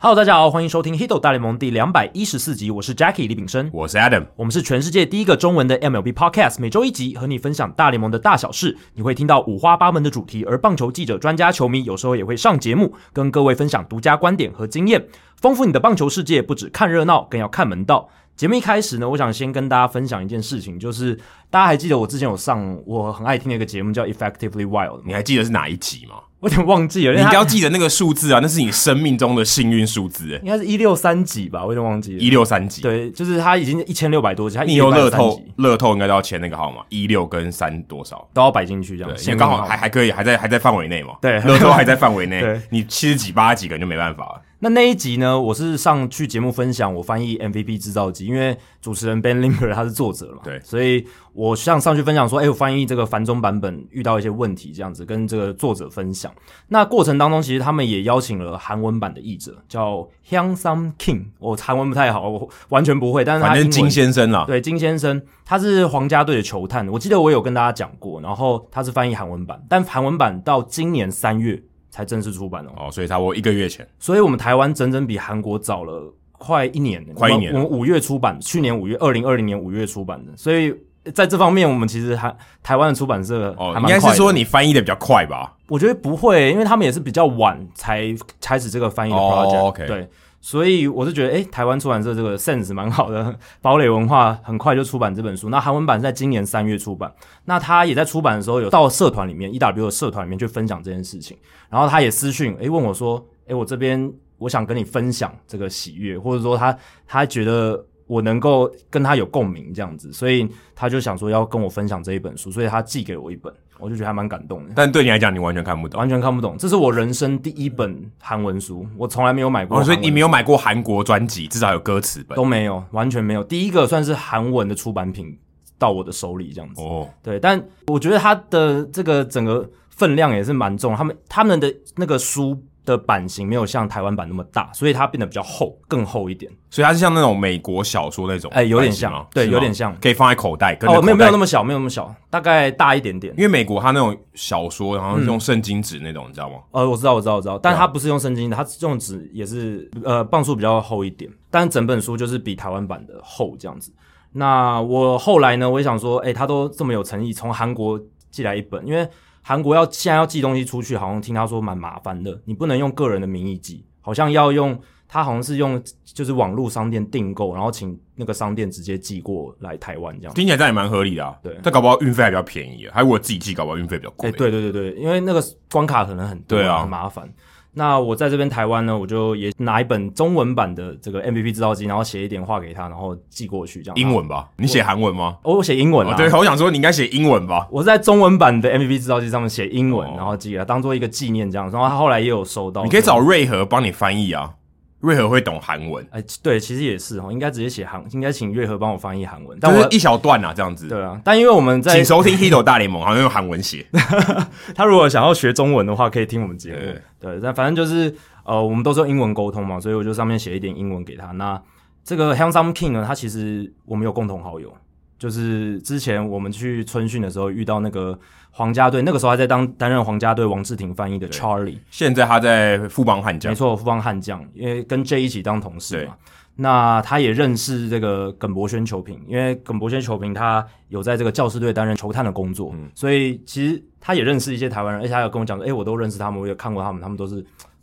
Hello，大家好，欢迎收听《Hito 大联盟》第两百一十四集，我是 Jackie 李炳生，我是 Adam，我们是全世界第一个中文的 MLB Podcast，每周一集和你分享大联盟的大小事，你会听到五花八门的主题，而棒球记者、专家、球迷有时候也会上节目，跟各位分享独家观点和经验，丰富你的棒球世界。不只看热闹，更要看门道。节目一开始呢，我想先跟大家分享一件事情，就是大家还记得我之前有上我很爱听的一个节目叫《Effectively Wild》你吗？还记得是哪一集吗？我有点忘记了，因你为一定它要记得那个数字啊，那是你生命中的幸运数字，欸应该是一六三几吧，我有点忘记了。一六三集。，对，就是他已经一千六百多集，他你有163乐透集，乐透应该都要签那个号码，一六跟三多少？都要摆进去这对样，，因为先刚好还还可以，还在还在范围内嘛。对乐透还在范围内对，你七十几、八十几个人就没办法了。那那一集呢，我是上去节目分享我翻译 MVP 制造机，因为主持人 Ben Limber 他是作者嘛，对所以我上上去分享说，哎、我翻译这个繁中版本遇到一些问题，这样子跟这个作者分享。那过程当中，其实他们也邀请了韩文版的译者，叫 Hyung Sam King，我韩文不太好，我完全不会，但是他反正英文金先生啦，对，金先生他是皇家队的球探，我记得我有跟大家讲过，然后他是翻译韩文版，但韩文版到今年三月才正式出版哦，哦，所以差不多一个月前，所以我们台湾整整比韩国早了快一年，快一年我们我们五月出版，去年五月，二零二零年五月出版的，所以在这方面，我们其实还台湾的出版社哦，还应蛮该快是的说，你翻译的比较快吧？我觉得不会，因为他们也是比较晚才开始这个翻译的哦 project，、 ，OK 对。所以我是觉得，诶、台湾出版社这个 sense 蛮好的，堡垒文化很快就出版这本书。那韩文版是在今年三月出版，那他也在出版的时候有到社团里面，EW 的社团里面去分享这件事情。然后他也私讯，诶、问我说，诶、我这边我想跟你分享这个喜悦，或者说他他觉得我能够跟他有共鸣这样子，所以他就想说要跟我分享这一本书，所以他寄给我一本，我就觉得还蛮感动的。但对你来讲，你完全看不懂。完全看不懂。这是我人生第一本韩文书，我从来没有买过哦，韩文书、所以你没有买过韩国专辑，至少有歌词本都。没有，完全没有。第一个算是韩文的出版品到我的手里这样子。哦，对，但我觉得它的这个整个分量也是蛮重，他们他们的那个书的版型没有像台湾版那么大，所以它变得比较厚，更厚一点。所以它是像那种美国小说那种版哎型吗，有点像对是吗有点像可以放在口袋。跟着哦，没有口没袋有那么小，没有那么小，大概大一点点。因为美国它那种小说，然后是嗯用圣经纸那种，你知道吗？呃，我知道，我知道，我知道，但它不是用圣经的，它是用纸也是呃磅数比较厚一点，但整本书就是比台湾版的厚这样子。那我后来呢，我也想说，诶、他都这么有诚意，从韩国寄来一本，因为韩国要现在要寄东西出去，好像听他说蛮麻烦的，你不能用个人的名义寄，好像要用他好像是用就是网络商店订购，然后请那个商店直接寄过来台湾这样。听起来这样也蛮合理的、啊。对但搞不好运费还比较便宜、啊，还有我自己寄，搞不好运费比较哎、贵。对对对对，因为那个关卡可能很多，对啊很麻烦。那我在这边台湾呢，我就也拿一本中文版的这个 MVP 制造机，然后写一点话给他，然后寄过去这样。英、文吧？你写韩文吗？哦，我写英文啊。哦，对，我想说你应该写英文吧。我是在中文版的 MVP 制造机上面写英文，哦然后寄给他当做一个纪念这样。然后他后来也有收到。你可以找瑞和帮你翻译啊，瑞和会懂韩文，哎、对，其实也是哦，应该直接写韩，应该请月和帮我翻译韩文。但就我是一小段啊，这样子。对啊，但因为我们在请收听《Hito 大联盟》，好像用韩文写。他如果想要学中文的话，可以听我们节目对。 对，但反正就是呃，我们都是用英文沟通嘛，所以我就上面写一点英文给他。那这个 Handsome King 呢，他其实我们有共同好友，就是之前我们去春训的时候遇到那个皇家队，那个时候还在当担任皇家队王志廷翻译的 Charlie，现在他在富邦悍没将，错，富邦悍将，因为跟 J 一起当同事嘛。那他也认识这个耿博轩球评，因为耿博轩球评他有在这个教师队担任球探的工作，嗯所以其实他也认识一些台湾人，而且他有跟我讲说，哎、我都认识他们，我也看过他们，他们都是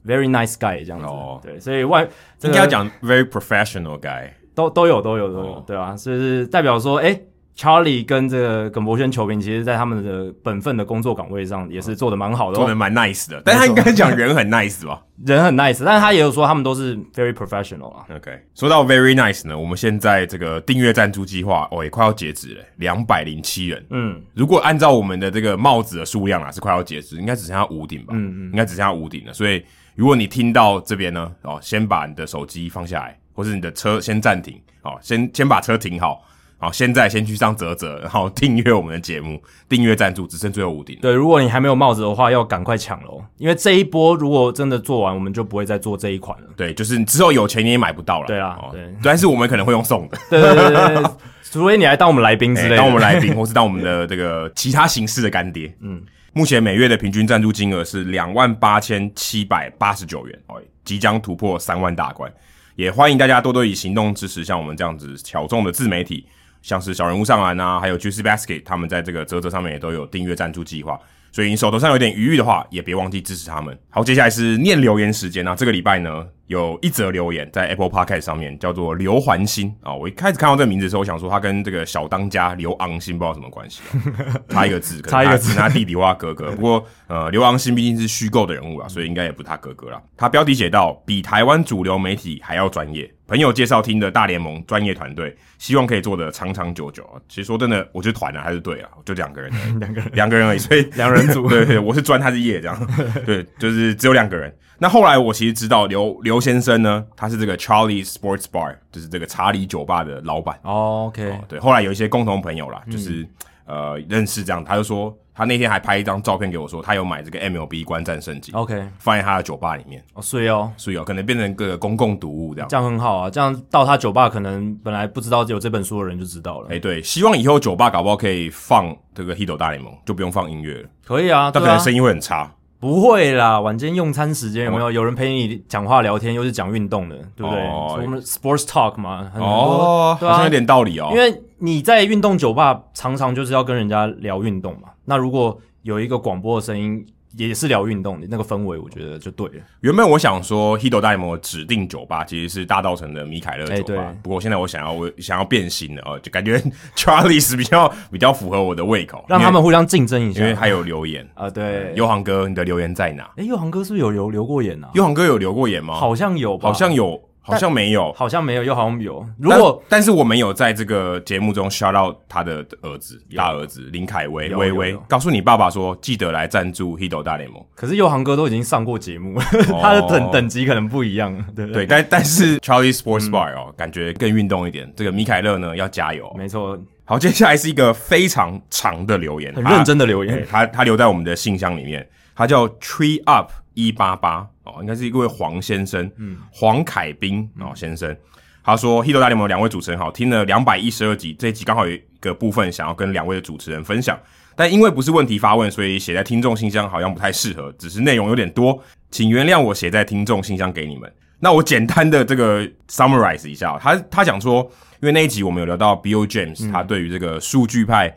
very nice guy 这样子。哦对，所以外这应个该要讲 very professional guy。都都有都有都有，哦对啊，所以是代表说，哎、c h a r l i e 跟这个耿博轩球评，其实在他们的本分的工作岗位上也嗯是做的蛮好的、哦，做的蛮 nice 的，但他应该讲人很 nice 吧人很 nice，但是他也有说他们都是 very professional 啊。 ？OK，说到 very nice 呢，我们现在这个订阅赞助计划哦也快要截止了，两百零七人。嗯，如果按照我们的这个帽子的数量啊，是快要截止，应该只剩下五顶吧？嗯嗯，应该只剩下五顶了。所以如果你听到这边呢，哦，先把你的手机放下来，或是你的车先暂停，哦，先先把车停好，好，现在先去上泽泽，然后订阅我们的节目，订阅赞助，只剩最后五顶了。对，如果你还没有帽子的话，要赶快抢喽，因为这一波如果真的做完，我们就不会再做这一款了。对，就是你之后有钱你也买不到了。哦对啊对但是我们可能会用送的，对对对对 对，除非你来当我们来宾之类欸的。当我们来宾，或是当我们的这个其他形式的干爹。嗯，目前每月的平均赞助金额是两万八千七百八十九元哦，即将突破三万大关。也欢迎大家多多以行动支持像我们这样子小众的自媒体，像是小人物上篮啊，还有 Juicy Basket，他们在这个泽泽上面也都有订阅赞助计划。所以你手头上有点余裕的话，也别忘记支持他们。好，接下来是念留言时间那这个礼拜呢，有一则留言在 Apple Podcast 上面，叫做刘环新啊、我一开始看到这个名字的时候，我想说他跟这个小当家刘昂新不知道什么关系、啊， 差一个字，可能差一个字只是他弟弟或他哥 哥。不过，呃，刘昂新毕竟是虚构的人物啊，所以应该也不是他哥哥啦。他标题写到：比台湾主流媒体还要专业。朋友介绍听的大联盟专业团队，希望可以做的长长久久啊。其实说真的，我觉得团啊还是对啊，就两个 人而已，两个人，两个人而已，所以两人组 对对，我是专，他是业，这 样，对，就是只有两个人。那后来我其实知道刘刘先生呢，他是这个 Charlie Sports Bar，就是这个查理酒吧的老板。哦，OK，对，后来有一些共同朋友啦，嗯就是、呃认识这样，他就说他那天还拍一张照片给我说，他有买这个 MLB 观战圣经， OK，放在他的酒吧里面，哦，所以哦，所以有可能变成个公共读物这样。这样很好啊，这样到他酒吧可能本来不知道有这本书的人就知道了。哎、对，希望以后酒吧搞不好可以放这个《Hit 大联盟》，就不用放音乐了，可以啊，但可对啊能声音会很差。不会啦，晚间用餐时间有没有有人陪你讲话聊天，又是讲运动的，对不对？哦我们 sports talk 嘛，很多、哦，嗯对好像啊有，点道理哦。因为你在运动酒吧常常就是要跟人家聊运动嘛。那如果有一个广播的声音也是聊运动的那个氛围，我觉得就对了。原本我想说 Hito 大联盟的指定酒吧其实是大道城的米凯勒哎酒吧，对不过现在我想要我想要变心了哦，就感觉 Charlie's 比较比较符合我的胃口，让他们互相竞争一因为因为下。还有留言，啊，对，优航哥你的留言在哪？哎，佑航哥是不是有留留过言啊？优航哥有留过言吗？好像有吧，好像有，好像没有。好像没有，又好像有。如果但但是我们有在这个节目中 shout out 他的儿子大儿子林凯威有威有威有，告诉你爸爸说记得来赞助 Hito 大联盟。可是佑航哥都已经上过节目，哦他的等等级可能不一样，对不嗯对，但 但是 Charlie Sports Bar 哦，感觉更运动一点。这个米凯勒呢要加油哦。没错，好，接下来是一个非常长的留言，很认真的留他。言对。他他留在我们的信箱里面，他叫 Tree Up 一八八哦，应该是一位黄先生，嗯，黄凯斌哦先生。他说：“《h i t 大联盟》两位主持人好，听了两百一十二集，这一集刚好有一个部分想要跟两位的主持人分享，但因为不是问题发问，所以写在听众信箱好像不太适合，只是内容有点多，请原谅我写在听众信箱给你们。那我简单的这个 summarize 一下哦、他他讲说，因为那一集我们有聊到 Bill James，、他对于这个数据派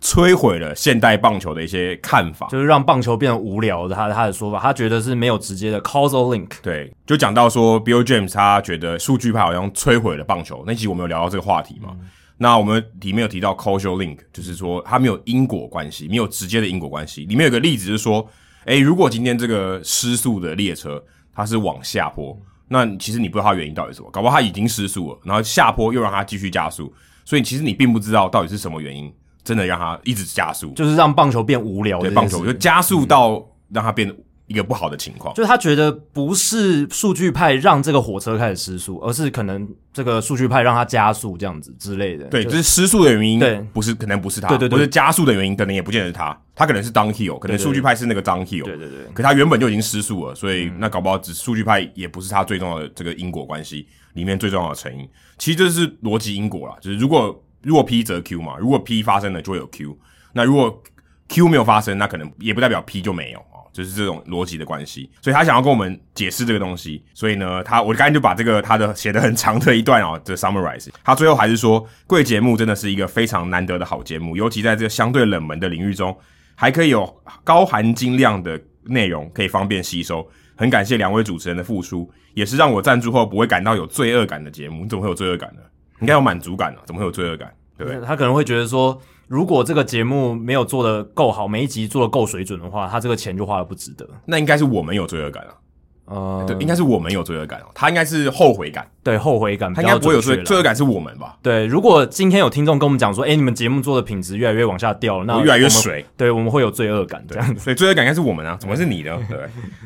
摧毁了现代棒球的一些看法，就是让棒球变得无聊的，他他的说法，他觉得是没有直接的 causal link。对，就讲到说 Bill James 他觉得数据派好像摧毁了棒球，那集我们有聊到这个话题嘛？嗯那我们里面有提到 causal link，就是说它没有因果关系，没有直接的因果关系。里面有个例子是说，诶，如果今天这个失速的列车它是往下坡，嗯那其实你不知道它原因到底是什么，搞不好它已经失速了，然后下坡又让它继续加速，所以其实你并不知道到底是什么原因，真的让它一直加速，就是让棒球变无聊对的棒球就加速到让它变得一个不好的情况。就是他觉得不是数据派让这个火车开始失速，而是可能这个数据派让它加速这样子之类的。对，就就是失速的原因，对不是可能不是他，对对对不是加速的原因，可能也不见得是他，他可能是 Don Hill，可能数据派是那个 Don Hill，对对对，可他原本就已经失速了，所以那搞不好只数据派也不是他最重要的这个因果关系里面最重要的成因，其实这是逻辑因果啦，就是如果如果 P 则 Q 嘛，如果 P 发生了就会有 Q，那如果 Q 没有发生，那可能也不代表 P 就没有哦，就是这种逻辑的关系。所以他想要跟我们解释这个东西，所以呢，他我刚才就把这个他的写的很长的一段哦，这 summarize，他最后还是说，贵节目真的是一个非常难得的好节目，尤其在这个相对冷门的领域中，还可以有高含金量的内容可以方便吸收。很感谢两位主持人的付出，也是让我赞助后不会感到有罪恶感的节目。你怎么会有罪恶感呢？应该有满足感啊，怎么会有罪恶感？对不对？他可能会觉得说，如果这个节目没有做的够好，每一集做的够水准的话，他这个钱就花的不值得。那应该是我们有罪恶感啊。呃，对，应该是我们有罪恶感哦，他应该是后悔感，对后悔感比他较应该不会有罪准确罪啦恶感是我们吧？对，如果今天有听众跟我们讲说，哎、你们节目做的品质越来越往下掉了，那越来越我们，水，对，我们会有罪恶感这样子。所以罪恶感应该是我们啊，怎么是你呢？对，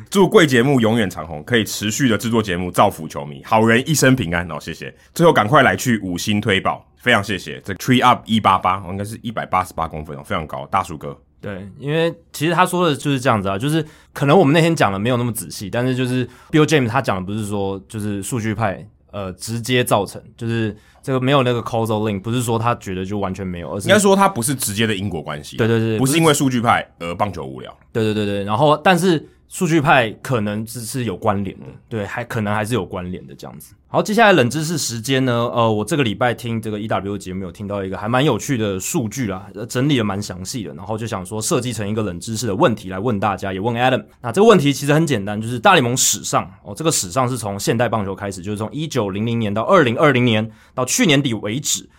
祝贵节目永远长红，可以持续的制作节目，造福球迷，好人一生平安哦，谢谢。最后赶快来去五星推爆，非常谢谢。这 Tree Up 一八八，应该是一百八十八公分哦，非常高，大树哥。对，因为其实他说的就是这样子啊，就是可能我们那天讲的没有那么仔细，但是就是 Bill James 他讲的不是说就是数据派呃直接造成，就是这个没有那个 causal link，不是说他觉得就完全没有，而是应该说它不是直接的因果关系，对对对，不是因为数据派而棒球无聊，对对对对，然后但是数据派可能只是有关联的，对，还可能还是有关联的这样子。好，接下来冷知识时间呢，呃，我这个礼拜听这个 EW 节目有听到一个还蛮有趣的数据啦，呃整理的蛮详细的，然后就想说设计成一个冷知识的问题来问大家，也问 Adam。那这个问题其实很简单，就是大联盟史上哦，这个史上是从现代棒球开始，就是从一九零零年到二零二零年到去年底为止。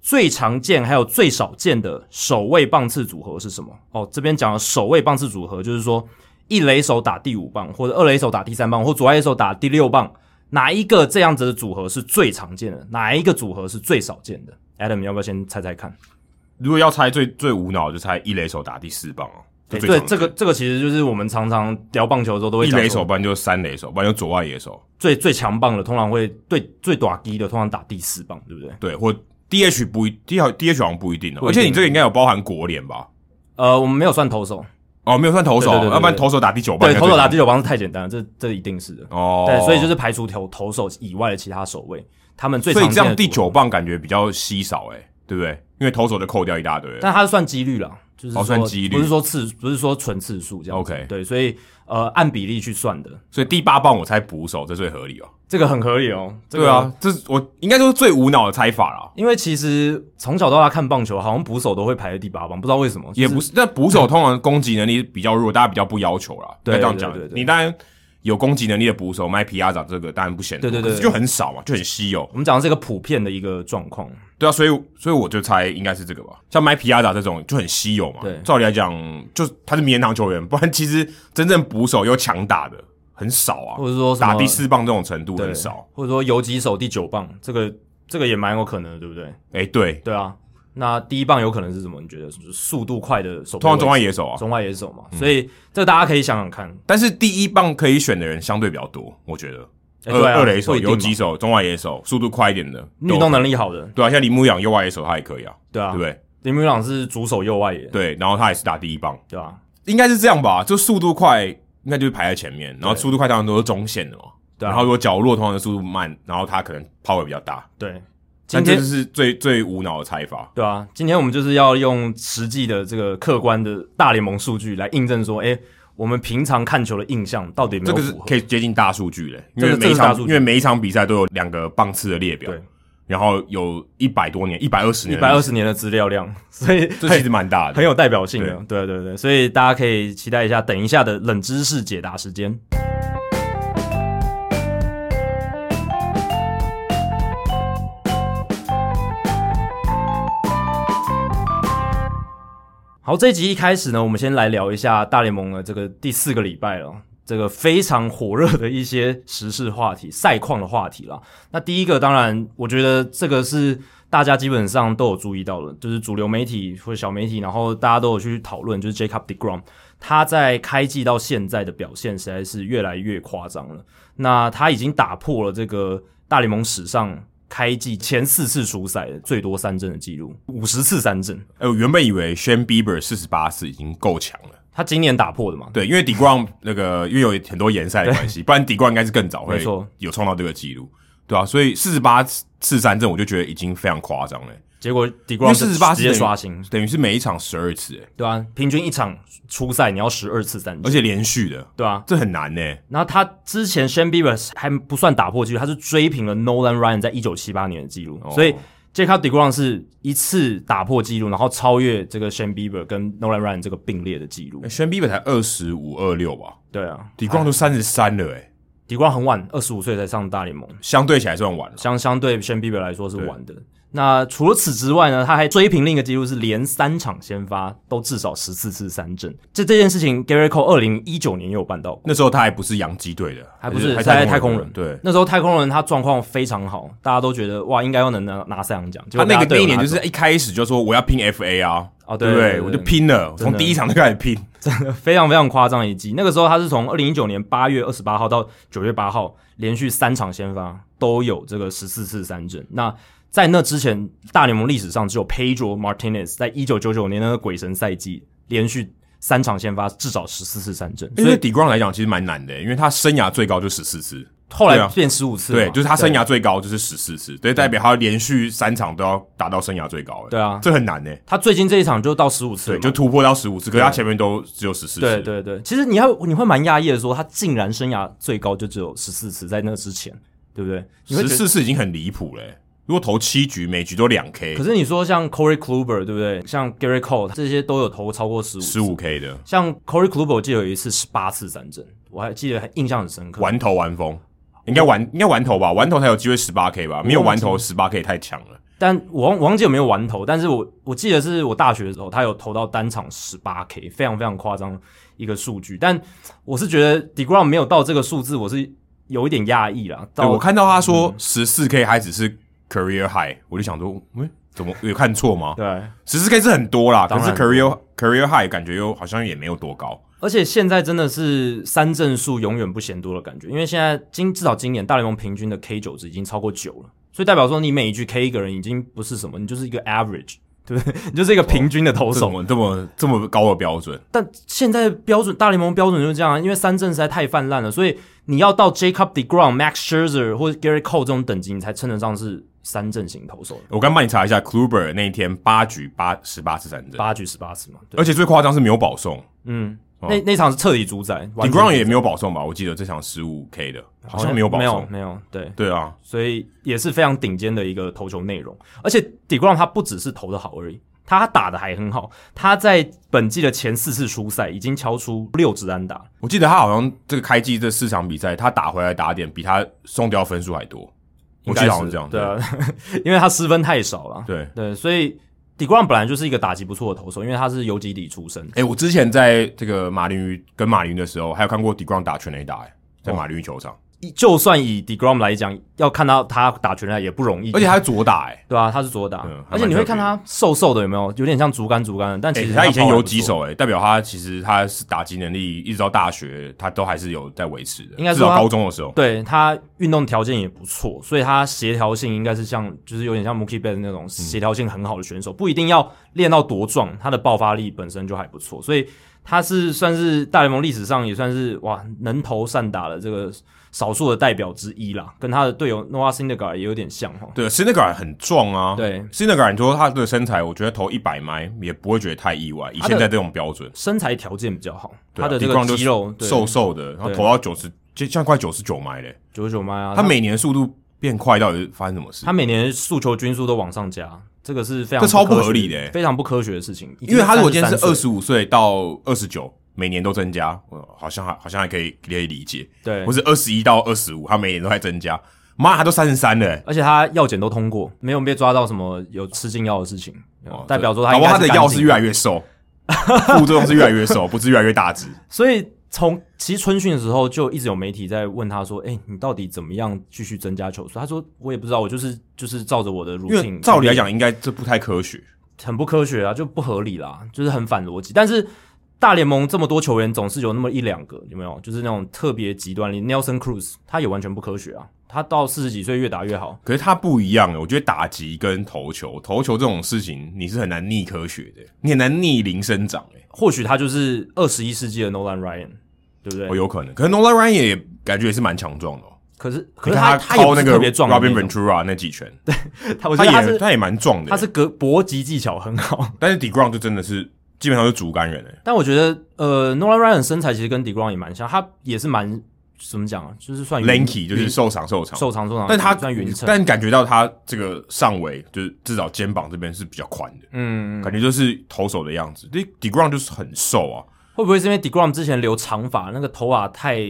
最常见还有最少见的守卫棒次组合是什么？哦，这边讲的守卫棒次组合就是哦说，一垒手打第五棒，或者二垒手打第三棒，或左外野手打第六棒，哪一个这样子的组合是最常见的？哪一个组合是最少见的？Adam，要不要先猜猜看？如果要猜最最无脑，就猜一垒手打第四棒哦。对，就最对常这个这个其实就是我们常常聊棒球的时候都会一讲垒说手，不然就三垒手，不然就左外野手，最最强棒的通常会对最短低的通常打第四棒，对不对？对，或 DH 不一 D D H 好像不一定哦，不一而定且你这个应该有包含国联吧？呃，我们没有算投手，哦，没有算投手对对对对，对要不然投手打第九棒对，应该投最常见，手打第九棒是太简单了，这这一定是的。哦，对，所以就是排除投投手以外的其他守卫，他们最常所以见的这样第组合，九棒感觉比较稀少，哎，对不对？因为投手就扣掉一大堆了，但他是算几率啦，就是说、哦算几率不是说次，不是说纯次数这样子。 OK 对，所以呃，按比例去算的，所以第八棒我猜捕手，这最合理哦。这个很合理哦。这个对啊，这是我应该就是最无脑的猜法啦。因为其实从小到大看棒球，好像捕手都会排在第八棒，不知道为什么，也不是是，但捕手通常攻击能力比较弱，大家比较不要求啦。对应该这样对对讲，对你当然有攻击能力的捕手，卖皮亚长这个当然不显多，对对对可是就很少嘛，就很稀有。我们讲的是一个普遍的一个状况。对啊，所以所以我就猜应该是这个吧。像麦皮亚达这种就很稀有嘛。对照理来讲，就他是名人堂球员，不然其实真正捕手又强打的很少啊，或者说什么打第四棒这种程度对很少。，或者说游击手第九棒，这个这个也蛮有可能的，对不对？哎、对，对啊，那第一棒有可能是什么？你觉得就是速度快的手背通常中位置外野手啊，中外野手嘛，所以这大家可以想想看。但是第一棒可以选的人相对比较多，我觉得。哎二对啊二垒不手、一定游嘛击手、中外野手，速度快一点的，运动能力好的，对啊，像林牧阳右外野手他也可以啊，对啊对不，对？林明朗是主手右外野，对，然后他也是打第一棒，对吧？应该是这样吧？就速度快，应该就是排在前面，然后速度快当然都是中线的嘛。对啊然后如果角落通常的速度慢，然后他可能抛位比较大，对，今但这天就是最最无脑的猜法。对啊，今天我们就是要用实际的这个客观的大联盟数据来印证说，哎，我们平常看球的印象到底有没这有个是符合？可以接近大数据的，因这为个每一这个是大场数因据为每一场比赛都有两个棒次的列表对，然后有一百多年、一百二十一年、百二，十年的资料量，所以这其实蛮大的，很有代表性的。对对对，所以大家可以期待一下，等一下的冷知识解答时间。好，这一集一开始呢，我们先来聊一下大联盟的这个第四个礼拜了，这个非常火热的一些时事话题、赛况的话题啦。那第一个，当然，我觉得这个是大家基本上都有注意到的，就是主流媒体或者小媒体，然后大家都有去讨论，就是 Jacob Degrom 他在开季到现在的表现实在是越来越夸张了。那他已经打破了这个大联盟史上开季前四次出赛最多三振的记录，五十次三振，哎、我原本以为 Shane Bieber 四十八次已经够强了，他今年打破的嘛？对，因为 d e g r o m 那个因为有很多联赛的关系，不然 d e g r o m 应该是更早没会错有创造这个记录，对啊，所以四十八次三振，我就觉得已经非常夸张了，结果因为 Degrom 四十八直接刷新，等于是每一场十二次，哎对啊，平均一场出赛你要十二次三而振，且连续的，对啊，这很难呢。然后他之前 s h a n Bieber 还不算打破纪录，他是追平了 Nolan Ryan 在一九七八年的记录，所以 Jacob Degrom 是一次打破纪录，然后超越这个 s h a n Bieber 跟 Nolan Ryan 这个并列的记录。 Shane Bieber 才二十五二六吧对啊 d e g r o m 都三十三了，哎， ，Degrom 很晚，二十五岁才上大联盟，相对起啊来算晚了。相相对 s h a n Bieber 来说是晚的。那除了此之外呢，他还追平另一个记录，是连三场先发都至少十四次三振。这这件事情，Gary Cole 二零一九年也有办到过。那时候他还不是洋基队的，还不是还在太太空空人对。那时候太空人他状况非常好，大家都觉得哇，应该要能拿拿赛扬奖。结果他那大家个队那友一年拿就走是一开始就说我要拼 FA 啊，哦对对不对对我就拼了，真的从第一场就开始拼，非常非常夸张的一季。那个时候他是从二零一九年八月二十八号到九月八号，连续三场先发都有这个十四次三振。那在那之前，大联盟历史上只有 Pedro Martinez 在一九九九年那个鬼神赛季连续三场先发至少十四次三振，因所为以底光来讲其实蛮难的，因为他生涯最高就十四次，后对来啊变十五次嘛，对，就是他生涯最高就是十四次，所以代表他连续三场都要达到生涯最高。欸对啊这很难呢、他最近这一场就到十五次对，了嘛，就突破到十五次，可是他前面都只有十四次。对对对，其实你要你会蛮讶异的说，他竟然生涯最高就只有十四次，在那之前，对不对？你会十觉得四次已经很离谱嘞、如果投七局，每局都两 K，可是你说像 Corey Kluber 对不对？像 Gary Cole 这些都有投超过十五，十五 K 的像 Corey Kluber 我记得有一次十八次三振，我还记得很印象很深刻。完投完封，应该完应该完投吧，完投才有机会十八 K 吧，没有完投十八 K 太强了。但我忘我忘记有没有完投，但是我我记得是我大学的时候，他有投到单场十八 K，非常非常夸张一个数据。但我是觉得 Degrom 没有到这个数字，我是有一点讶异啦。对，到欸我看到他嗯说十四 K 还只是 career high，我就想说，喂、怎么有看错吗？对，十四 K 是很多啦，可当是然 career career high 感觉又好像也没有多高。而且现在真的是三振数永远不嫌多的感觉，因为现在今至少今年大联盟平均的 K 九值已经超过九了，所以代表说你每一局 K 一个人已经不是什么，你就是一个 average，对不对？你就是一个平均的投这手。么这么这么高的标准？但现在标准大联盟标准就是这样啊，因为三振实在太泛滥了，所以你要到 Jacob Degrom、Max Scherzer 或者 Gary Cole 这种等级，你才称得上是三振型投手的。我刚帮你查一下，Kluber 那一天八局八十八次三振，八局十八次嘛，对，而且最夸张是没有保送嗯，那那场是彻底主宰 d 完全 e g r o n 也没有保送吧？我记得这场十五 K 的，好像没有保没有送。没有，对，对啊，所以也是非常顶尖的一个投球内容。而且 Degrom 他不只是投的好而已，他打的还很好。他在本季的前四次初赛已经敲出六支安打，我记得他好像这个开季这四场比赛，他打回来打点比他送掉分数还多。我应记该得是好像这样。对啊， 因为他失分太少了。对，对，所以 Degrom 本来就是一个打击不错的投手，因为他是游击底出身。哎、我之前在这个马林鱼跟马林鱼的时候，还有看过 d e g r o n 打全垒打、欸，哦在马林鱼球场，就算以 Degrom 来讲，要看到他打全垒打也不容易，而且他是左打、欸，对啊，他是左打，嗯还而且蛮你特会看别他瘦瘦的，有没有有点像竹竿竹竿的？但哎、其实他以前 power 有还不几错手、欸，代表他其实他是打击能力一直到大学，他都还是有在维持的，应该至说少他高中的时候。对他运动条件也不错，所以他协调性应该是像，就是有点像 Mookie Betts 那种协调性很好的选手，不一定要练到多壮，他的爆发力本身就还不错，所以他是算是大联盟历史上也算是哇能投善打的这个少数的代表之一啦，跟他的队友 Noah Syndergaard 也有点像哈。对 s i n d e g a r 很壮啊，对 s i n d e g a r 你说他的身材，我觉得投一百迈也不会觉得太意外。以他的现在这种标准，身材条件比较好，对啊他的这 Degrom 个就肌肉对瘦瘦的，然后对投到九十，就像快九十九迈嘞。九十九迈啊，他每年速度变快，到底是发生什么事他？每年诉求均速都往上加，这个是非常这超不科合理学的欸非常不科学的事情。已因经为他如果今天是33岁二十五岁到二十九，每年都增加，呃好像还好像还可以可以理解。对或，是二十一到二十五，他每年都在增加。妈，他都三十三了、欸。而且他药检都通过，没有被抓到什么有吃禁药的事情，哦代表说搞他应不该好他的干净腰是越来越瘦，副作用是越来越瘦，不是越来越 大只。所以从其实春训的时候就一直有媒体在问他说：“哎、你到底怎么样继续增加球速？”他说：“我也不知道，我就是就是照着我的因为 routine。”照理来讲，应该这不太科学。很不科学啊，就不合理啦，就是很反逻辑。但是大联盟这么多球员，总是有那么一两个，有没有？就是那种特别极端例，Nelson Cruz 他也完全不科学啊，他到四十几岁越打越好。可是他不一样，我觉得打击跟投球，投球这种事情你是很难逆科学的，你很难逆龄生长、欸，或许他就是二十一世纪的 Nolan Ryan，对不对？哦，有可能。可是 Nolan Ryan 也感觉也是蛮强壮的、哦，可是可是你看他也靠不那是个特别壮的那 Robin 种 Ventura 那几拳，他我觉得他他也是他也蛮壮的、欸他是格搏击技巧很好， 但是 Degrom 就真的是基本上是竹竿人、欸，但我觉得呃 Nolan Ryan 的身材其实跟 Degrom 也蛮像，他也是蛮怎么讲啊，就是算 l a n k y 就是匀受伤受伤，瘦长瘦长，但他嗯算匀称，但感觉到他这个上围就是至少肩膀这边是比较宽的，嗯，感觉就是投手的样子。d d e g r o n 就是很瘦啊，会不会是因为 Degrom 之前留长发，那个头发太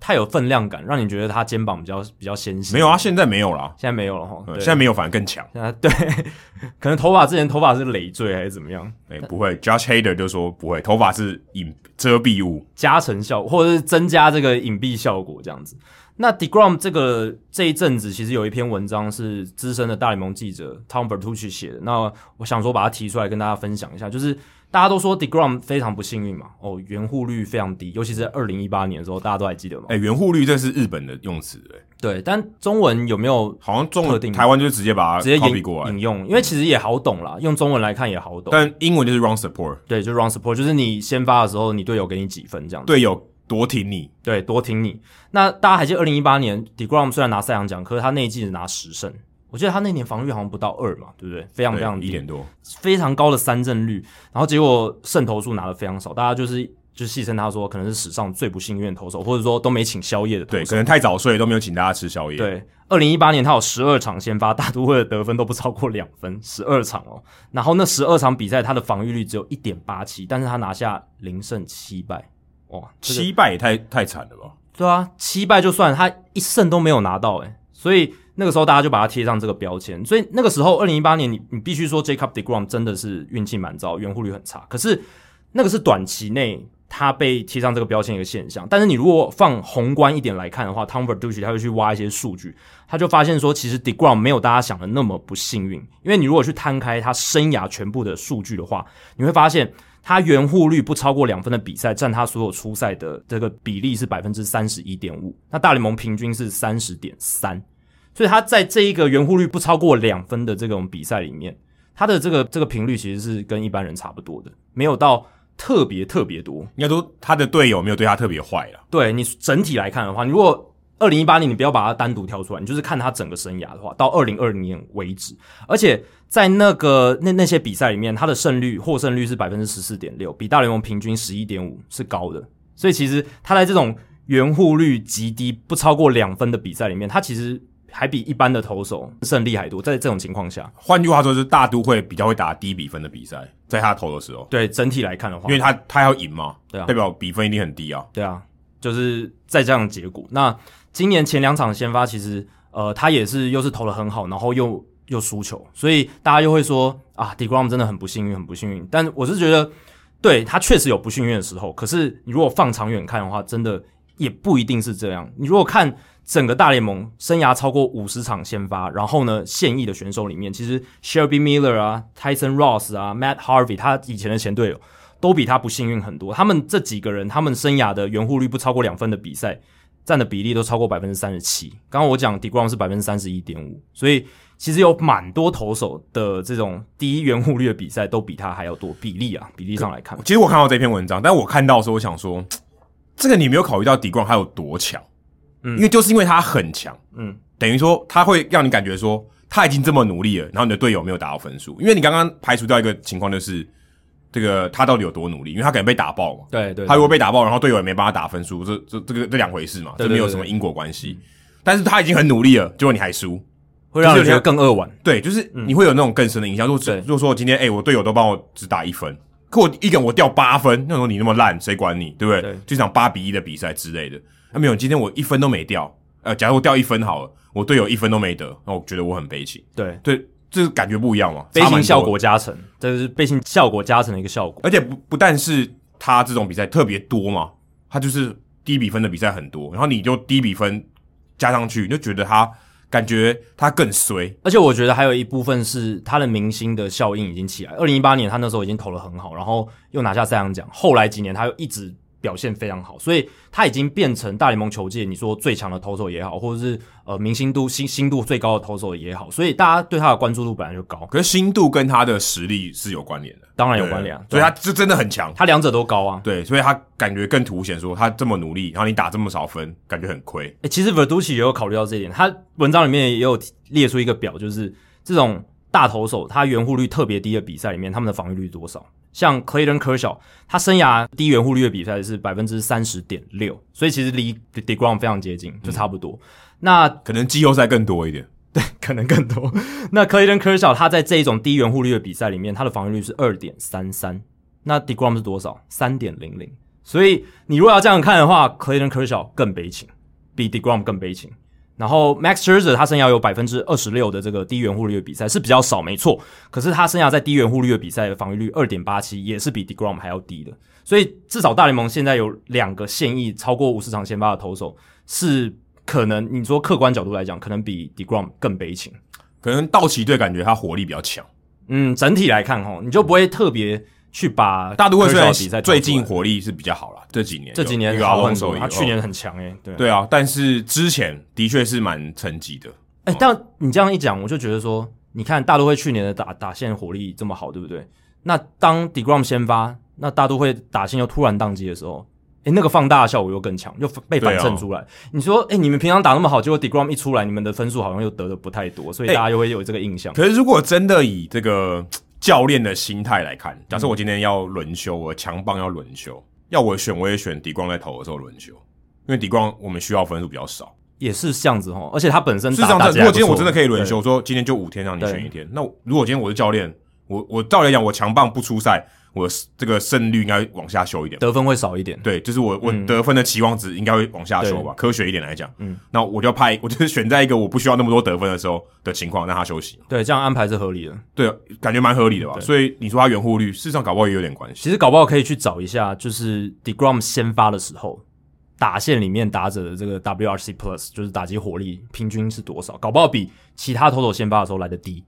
太有分量感，让你觉得他肩膀比较比较纤细？没有啊，，现在没有啦，现在没有了哈，呃对现在没有反而更强。现在对， 可能头发之前头发是累赘还是怎么样，哎、不会，Josh Hader 就说不会，头发是隐遮蔽物。加成效果或者是增加这个隐蔽效果这样子。那 Degrom 这个这一阵子其实有一篇文章是资深的大联盟记者 Tom Bertucci 写的，那我想说把它提出来跟大家分享一下，就是大家都说 Degrom 非常不幸运嘛，哦，圆护率非常低，尤其是二零一八年的时候，大家都还记得嘛。哎、圆护率这是日本的用词、哎，对，但中文有没有好像中特文定台湾就是直接把它直接 copy 引过来，引用，因为其实也好懂啦，用中文来看也好懂。但英文就是 run support，对，就 run support，就是你先发的时候，你队友给你几分这样子。队友多挺你，对，多挺你。那大家还记得二零一八年 Degrom 虽然拿赛扬奖，可是他那一季只拿十胜，我记得他那年防御好像不到二嘛，对不对？非常非常对低一点，多，非常高的三振率，然后结果胜投数拿的非常少，大家就是就戏称他说可能是史上最不幸运的投手，或者说都没请宵夜的投对，手可。能太早睡都没有请大家吃宵夜，，对，二零一八年他有十二场先发，大都会的得分都不超过两分，十二场哦。然后那十二场比赛，他的防御率只有一点八七，但是他拿下零胜七败，哇，这个七败也太太惨了吧？对啊，七败就算了他一胜都没有拿到，诶，所以那个时候大家就把他贴上这个标签。所以那个时候，二零一八年你你必须说 Jacob Degrom 真的是运气蛮糟，圆弧率很差。可是那个是短期内他被贴上这个标签一个现象。但是你如果放宏观一点来看的话，Tom Verducci 他会去挖一些数据，他就发现说，其实 Degrom 没有大家想的那么不幸运。因为你如果去摊开他生涯全部的数据的话，你会发现他圆弧率不超过两分的比赛，占他所有出赛的这个比例是百分之三十一点五。那大联盟平均是三十点三，所以他在这一个圆弧率不超过两分的这种比赛里面，他的这个这个频率其实是跟一般人差不多的，没有到特别特别多。应该说他的队友没有对他特别坏了，对你整体来看的话，你如果二零一八年你不要把它单独挑出来，你就是看他整个生涯的话，到二零二零年为止，而且在那个那那些比赛里面，他的胜率获胜率是百分之十四点六，比大联盟平均十一点五是高的，所以其实他在这种圆弧率极低、不超过两分的比赛里面，他其实还比一般的投手胜利还多。在这种情况下，换句话说，就是大都会比较会打低比分的比赛，在他投的时候，对整体来看的话，因为他他要赢嘛，哦对啊代表比分一定很低啊。对啊，就是再这样的结果。那今年前两场先发，其实呃，他也是又是投的很好，然后又又输球，所以大家又会说啊，Degrom 真的很不幸运，很不幸运。但我是觉得，对他确实有不幸运的时候，可是你如果放长远看的话，真的也不一定是这样。你如果看整个大联盟生涯超过五十场先发，然后呢，现役的选手里面，其实 Shelby Miller 啊、Tyson Ross 啊、Matt Harvey 他以前的前队友都比他不幸运很多。他们这几个人，他们生涯的圆弧率不超过两分的比赛，占的比例都超过百分之三十七。刚刚我讲 Degrom 是百分之三十一点五，所以其实有蛮多投手的这种低圆弧率的比赛都比他还要多，比例啊，比例上来看，其实我看到这篇文章，但我看到的时候，我想说，这个你没有考虑到底冠他有多强，嗯因为就是因为他很强，嗯，等于说他会让你感觉说他已经这么努力了，然后你的队友没有达到分数，因为你刚刚排除掉一个情况就是这个他到底有多努力，因为他可能被打爆嘛，对对他如果被打爆，然后队友也没帮他打分数，这这这个这两回事嘛，对这对没有对什么因果关系，但是他已经很努力了，结果你还输，会让就是人觉得有更扼腕。对，就是你会有那种更深的影响。如果嗯对如果说我今天哎、我队友都帮我只打一分，可我一个人我掉八分，那时候你那么烂，谁管你，对不对？对就场八比一的比赛之类的，那、没有，今天我一分都没掉，呃，假如我掉一分好了，我队友一分都没得，那我觉得我很悲情。对，对，这感觉不一样嘛，背差蛮多心的效。果加成，这是背心效果加成的一个效果。而且不不但是他这种比赛特别多嘛，他就是低比分的比赛很多，然后你就低比分加上去，你就觉得他感觉他更衰，而且我觉得还有一部分是他的明星的效应已经起来。二零一八年他那时候已经投的很好，然后又拿下赛扬奖，后来几年他又一直表现非常好，所以他已经变成大联盟球界你说最强的投手也好，或者是呃明星度星星度最高的投手也好，所以大家对他的关注度本来就高，可是心度跟他的实力是有关联的。当然有关联、啊。所对以啊他这真的很强。他两者都高啊。对，所以他感觉更凸显说他这么努力，然后你打这么少分，感觉很亏。欸、其实 Verducci 也有考虑到这一点，他文章里面也有列出一个表，就是这种大投手他圆弧率特别低的比赛里面，他们的防御率多少？像 Clayton Kershaw，他生涯低圆弧率的比赛是百分之三十点六，所以其实离 Degrom 非常接近，就差不多。那可能季后赛更多一点， 可能更多。那 Clayton Kershaw 他在这一种低圆弧率的比赛里面，他的防御率是二点三三，那 Degrom 是多少？三点零零。所以你如果要这样看的话，Clayton Kershaw 更悲情，比 Degrom 更悲情。然后 Max Scherzer 他生涯有百分之二十六的这个低圆弧率的比赛是比较少，没错。可是他生涯在低圆弧率的比赛的防御率二点八七，也是比 Degrom 还要低的。所以至少大联盟现在有两个现役超过五十场先发的投手是可能，你说客观角度来讲，可能比 Degrom 更悲情。可能道奇队感觉他火力比较强，嗯，整体来看吼，你就不会特别去把大都会虽科然小比赛最近挑出来火力是比较好了，这几年这几年有有好很 Alonso 多，他以后去年很强诶、对对啊，但是之前的确是蛮沉寂的，哎、但你这样一讲，我就觉得说，你看大都会去年的打打线火力这么好，对不对？那当 Degrom 先发，那大都会打线又突然宕机的时候，诶，那个放大的效果又更强，又被反对啊衬出来。你说，哎诶，你们平常打那么好，结果 Degrom 一出来，你们的分数好像又得的不太多，所以大家又会有这个印象。哎可是如果真的以这个教练的心态来看，假设我今天要轮休，我强棒要轮休，要我选我也选底光在投的时候轮休，因为底光我们需要分数比较少。也是这样子哈，而且他本身事打实上，打击如还果不错今天我真的可以轮休，我说今天就五天让你对选一天，那我如果今天我是教练，我我照理来讲，我强棒不出赛，我这个胜率应该往下修一点吧。得分会少一点，对，就是我嗯我得分的期望值应该会往下修吧，科学一点来讲，嗯，那我就要派，我就是选在一个我不需要那么多得分的时候的情况让他休息，对，这样安排是合理的。对，感觉蛮合理的吧？对所以你说他圆护率，事实上搞不好也有点关系。其实搞不好可以去找一下，就是 Degrom 先发的时候，打线里面打者的这个 WRC Plus，就是打击火力平均是多少？搞不好比其他投手先发的时候来的低，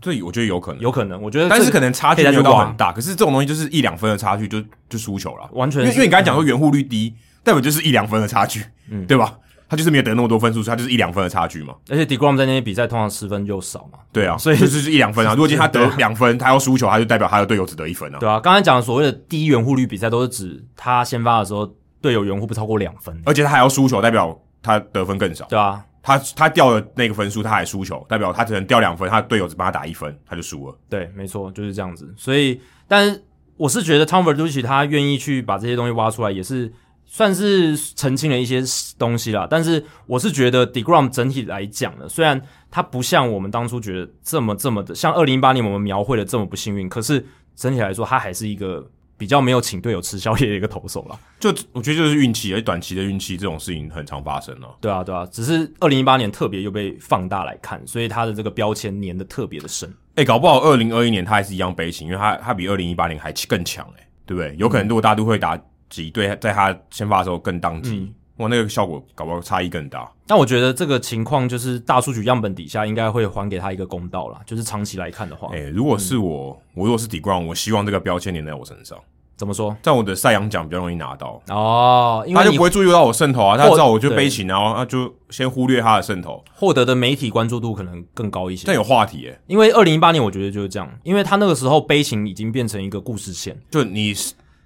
这我觉得有可能，有可能。我觉得这，但是可能差距没可有以到再去很大。可是这种东西就是一两分的差距就就输球了，完全因是为因为你刚才讲嗯说圆护率低，代表就是一两分的差距，嗯，对吧？他就是没有得那么多分数，所以他就是一两分的差距嘛。而且 Degrom 在那些比赛通常失分就少嘛，对啊，嗯所以就是一 两分啊。如果今天他得两分，他要输球，他就代表他的队友只得一分啊。对啊，刚才讲的所谓的低援护率比赛，都是指他先发的时候队友援护不超过两分，而且他还要输球，代表他得分更少。对啊，他他掉了那个分数，他还输球，代表他只能掉两分，他队友只帮他打一分，他就输了。对，没错，就是这样子。所以，但是我是觉得 Tom Verducci 他愿意去把这些东西挖出来，也是算是澄清了一些东西啦。但是我是觉得 Degrom 整体来讲呢，虽然他不像我们当初觉得这么这么的，像二零一八年我们描绘的这么不幸运，可是整体来说，他还是一个比较没有请队友吃宵夜的一个投手啦。就我觉得就是运气，而且短期的运气这种事情很常发生哦。对啊，对啊，只是二零一八年特别又被放大来看，所以他的这个标签粘的特别的深。哎、搞不好二零二一年他还是一样悲情，因为他他比二零一八年还更强哎、对不对？有嗯可能如果大都会打击对，在他先发的时候更当机，嗯哇，那个效果搞不好差异更大。但我觉得这个情况就是大数据样本底下应该会还给他一个公道啦。就是长期来看的话，哎、如果嗯是我，我如果是底冠，我希望这个标签连在我身上，怎么说？这样我的赛扬奖比较容易拿到。哦，因他为就你不会注意到我渗透啊，他或知道我就对悲情啊，然后他就先忽略他的渗透，获得的媒体关注度可能更高一些。但有话题诶、欸因为二零一八年我觉得就是这样，因为他那个时候悲情已经变成一个故事线，就你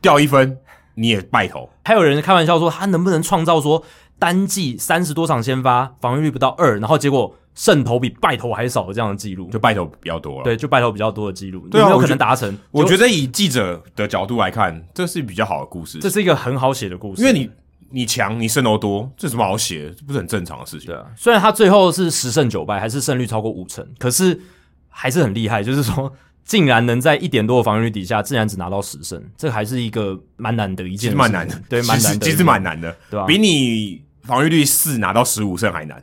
掉一分你也败投，还有人开玩笑说他能不能创造说单季三十多场先发防御率不到二，然后结果胜投比败投还少的这样的记录，就败投比较多了。，对，就败投比较多的记录，对啊有没有可我觉能达成？我觉得得以记者的角度来看，这是比较好的故事，这是一个很好写的故事，因为你你强，你胜投多，这有什么好写的？这不是很正常的事情。对啊，虽然他最后是十胜九败，还是胜率超过五成，可是还是很厉害，就是说竟然能在一点多的防御率底下，竟然只拿到十胜，这还是一个蛮难得一其件事实情，蛮难的，对，蛮其难实得，其实蛮，难的，对啊吧比你防御率四拿到十五胜还难。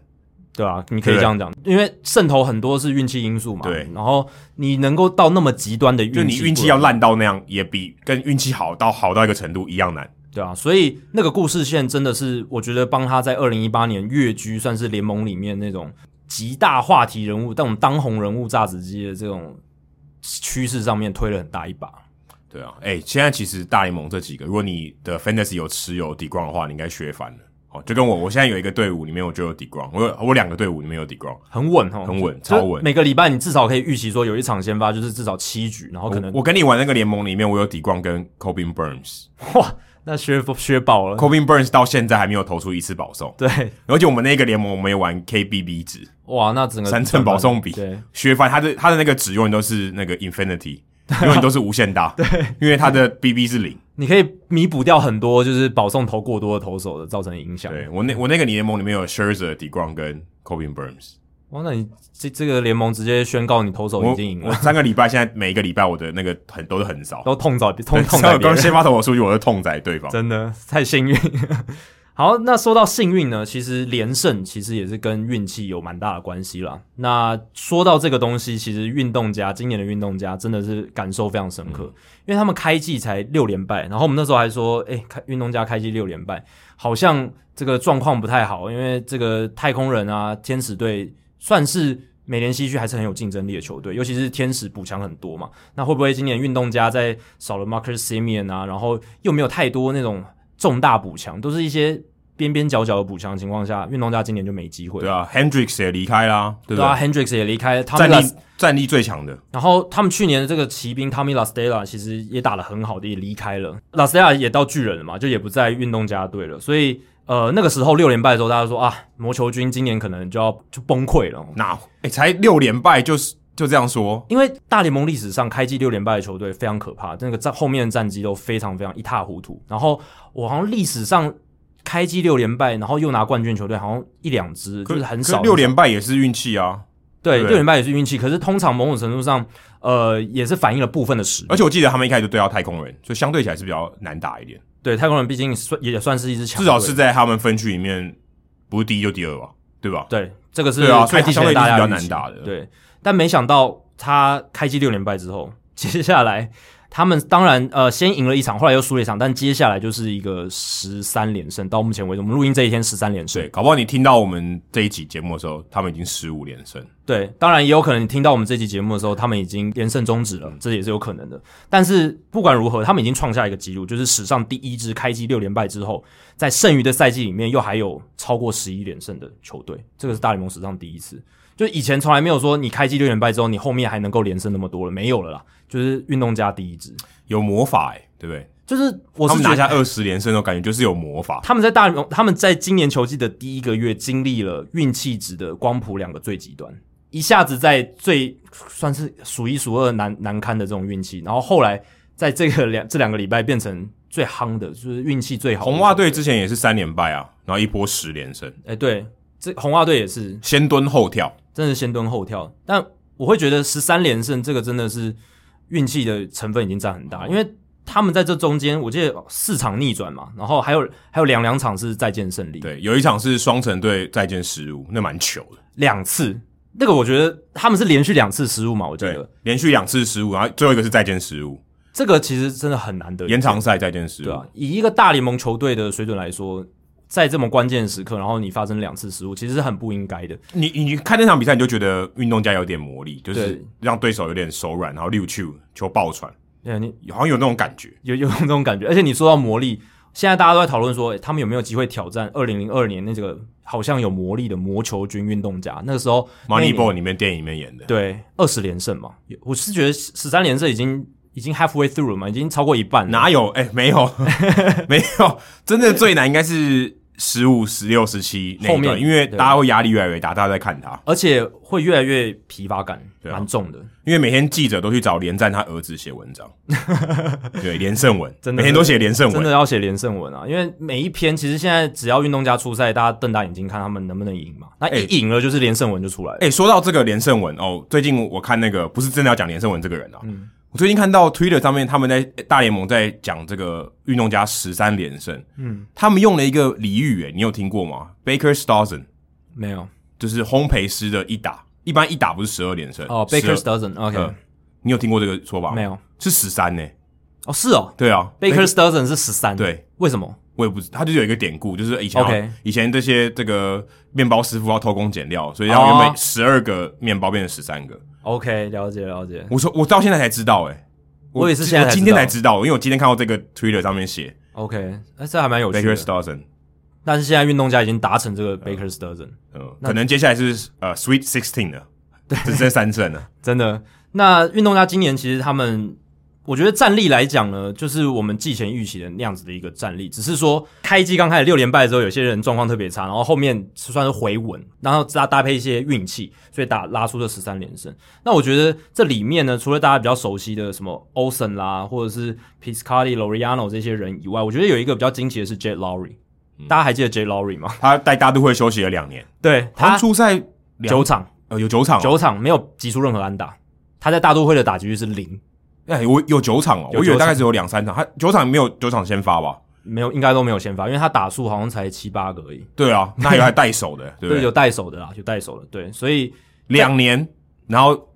对啊，你可以这样讲，因为胜投很多是运气因素嘛，对然后你能够到那么极端的运气，就你运气要，烂到那样，也比跟运气好到好到一个程度一样难。对啊，所以那个故事线真的是，我觉得帮他在二零一八年跃居算是联盟里面那种极大话题人物、那种当红人物榨汁机的这种趋势上面推了很大一把。对啊，哎、现在其实大联盟这几个，如果你的 fantasy 有持有 d e g r o n 的话，你应该削翻了。哦，就跟我，我现在有一个队伍里面我就有 d e g r o n 我有我两个队伍里面有 d e g r o n 很稳哦，很稳就是超稳每个礼拜你至少可以预期说有一场先发，就是至少七局，然后可能嗯我跟你玩那个联盟里面，我有 d e g r o n 跟 Cobin Burns。哇，那削削爆了。 Cobin Burns 到现在还没有投出一次保送， 对，而且我们那个联盟我们也玩 KBB 值哇，那整个三乘保送比呃对，削翻，他的他的那个值永远都是那个 infinity，永远都是无限大，对，因为他的 BB 是零。你可以弥补掉很多就是保送投过多的投手的造成的影响。对我那我那个联盟里面有 Scherzer、d e g r o n 跟 Cobin Burns。哇，那你这这个联盟直接宣告你投手我已经赢我了，三个礼拜，现在每一个礼拜我的那个很都是很少，都痛早痛很痛少在有别刚人，先发投我数据，我就痛宰对方。真的太幸运。 好，那说到幸运呢，其实连胜其实也是跟运气有蛮大的关系啦。那说到这个东西，其实运动家今年的运动家真的是感受非常深刻，因为他们开季才六连败，然后我们那时候还说，诶、开运动家开季六连败，好像这个状况不太好，因为这个太空人啊，天使队算是美联西区还是很有竞争力的球队，尤其是天使补强很多嘛，那会不会今年运动家在少了 Marcus Simeon 啊，然后又没有太多那种重大补强，都是一些边边角角有补强的情况下，运动家今年就没机会。对啊，Hendricks 也离开啦，对不对啊，Hendrix 也离开，他战们力战力最强的，然后他们去年的这个骑兵 Tommy La Stella 其实也打得很好的，也离开了。La Stella 也到巨人了嘛，就也不在运动家队了。所以呃，那个时候六连败的时候，大家说啊，魔球军今年可能就要就崩溃了。那哎才六连败就是就这样说，因为大联盟历史上开季六连败的球队非常可怕，那个战后面的战绩都非常非常一塌糊涂。然后我好像历史上开季六连败，然后又拿冠军的球队好像一两支，就是很可少。六连败也是运气啊。对对六连败也是运气，可是通常某种程度上，呃，也是反映了部分的实力。而且我记得他们一开始就对到太空人，所以相对起来是比较难打一点，对太空人毕竟算也算是一支强至队，少是在他们分区里面不是第一就第二吧，对吧？对，这个是对啊，所开以季相对前大一定是家比较预难期打的。对，但没想到他开季六连败之后，接下来他们当然呃先赢了一场，后来又输了一场，但接下来就是一个十三连胜。到目前为止，我们录音这一天十三连胜对，。搞不好你听到我们这一集节目的时候，他们已经十五连胜。对，当然也有可能你听到我们这期节目的时候，他们已经连胜终止嗯了，这也是有可能的。但是不管如何，他们已经创下一个纪录，就是史上第一支开季六连败之后，在剩余的赛季里面又还有超过十一连胜的球队，这个是大联盟史上第一次。就以前从来没有说你开季六连败之后，你后面还能够连胜那么多了，没有了啦。就是运动家第一支，有魔法哎、对不对？就是我他是们觉拿得下二十连胜的时候感觉就是有魔法。他们在大联盟，他们在今年球季的第一个月经历了运气值的光谱两个最极端，一下子在最算是数一数二难难堪的这种运气，然后后来在这个两这两个礼拜变成最夯的，就是运气最好的。红袜队之前也是三连败啊，然后一波十连胜，哎、对，这红袜队也是，先蹲后跳。真的先蹲后跳。但我会觉得十三连胜这个真的是运气的成分已经占很哦大，因为他们在这中间，我记得四场逆转嘛，然后还有还有两两场是再见胜利，对，有一场是双城队再见失误，那蛮糗的。两次，那个我觉得他们是连续两次失误嘛，我记对得，连续两次失误，然后最后一个是再见失误，这个其实真的很难得，延长赛再见失对误啊。，以一个大联盟球队的水准来说，在这么关键的时刻，然后你发生两次失误，其实是很不应该的。你你你看那场比赛，你就觉得运动家有点魔力，就是对让对手有点手软，然后溜球球爆传，对啊，你好像有那种感觉。有有这种感觉，而且你说到魔力，现在大家都在讨论说，诶欸他们有没有机会挑战二零零二年那这个好像有魔力的魔球军运动家？那个时候 Moneyball 里面电影里面演的，对二十连胜嘛，我是觉得十三连胜已经已经 halfway through 了嘛，已经超过一半了。哪有？哎、没有， 没有，真正最难应该是十五、十六、十七那一后面段因为大家会压力越来越大，大家在看他，而且会越来越疲乏感啊蛮重的，因为每天记者都去找连战他儿子写文 章，对连胜文，真的每天都写连胜真的文，要写连胜文啊！因为每一篇其实现在只要运动家出赛，大家瞪大眼睛看他们能不能赢嘛。那一哎赢了就是连胜文就出来了。哎、说到这个连胜文哦，最近我看那个不是真的要讲连胜文这个人啊，嗯我最近看到 Twitter 上面他们在呃大联盟在讲这个运动家十三连胜，嗯，他们用了一个俚语、哎，你有听过吗？Baker s t o z e n 没有就是烘焙师的一打，一般一打不是十二连胜哦12 ，Baker's dozen OK、呃你有听过这个说法吗？没有是十三呢。哦，是哦对啊，Baker's dozen 是十三，，对，为什么？我也不知，他就是有一个典故，就是以前 OK 以前这些这个面包师傅要偷工减料，所以让原哦本十二个面包变成十三个。 OK，了解了解。我说我到现在才知道、欸，哎，我也是现在才我今天知道才知道，因为我今天看到这个 Twitter 上面写 OK，哎、这还蛮有趣 Baker 的。 Stolzen，但是现在运动家已经达成这个 Baker's dozen，、嗯，可能接下来是呃 Sweet Sixteen 了，只剩三胜了。真的。那运动家今年其实他们，我觉得战力来讲呢，就是我们季前预期的那样子的一个战力，只是说开机刚开始六连败之后，有些人状况特别差，然后后面算是回稳，然后搭搭配一些运气，所以打拉出这十三连胜。那我觉得这里面呢，除了大家比较熟悉的什么 Olsen 啦，或者是 Piscotty、Loriano 这些人以外，我觉得有一个比较惊奇的是 Jet Lowry。大嗯家还记得 J. Lowry 吗？他带大都会休息了两年，对他他出赛两九场，呃有九场哦、九场没有击出任何安打，他在大都会的打击率是零，哎、我有九场哦，有我以为九大概场只有两三场，他九场没有九场先发吧？没有，应该都没有先发，因为他打数好像才七八个而已。对啊，那有还带手的，对不对，对？有带手的啦，有带手的，对，所以两年，然后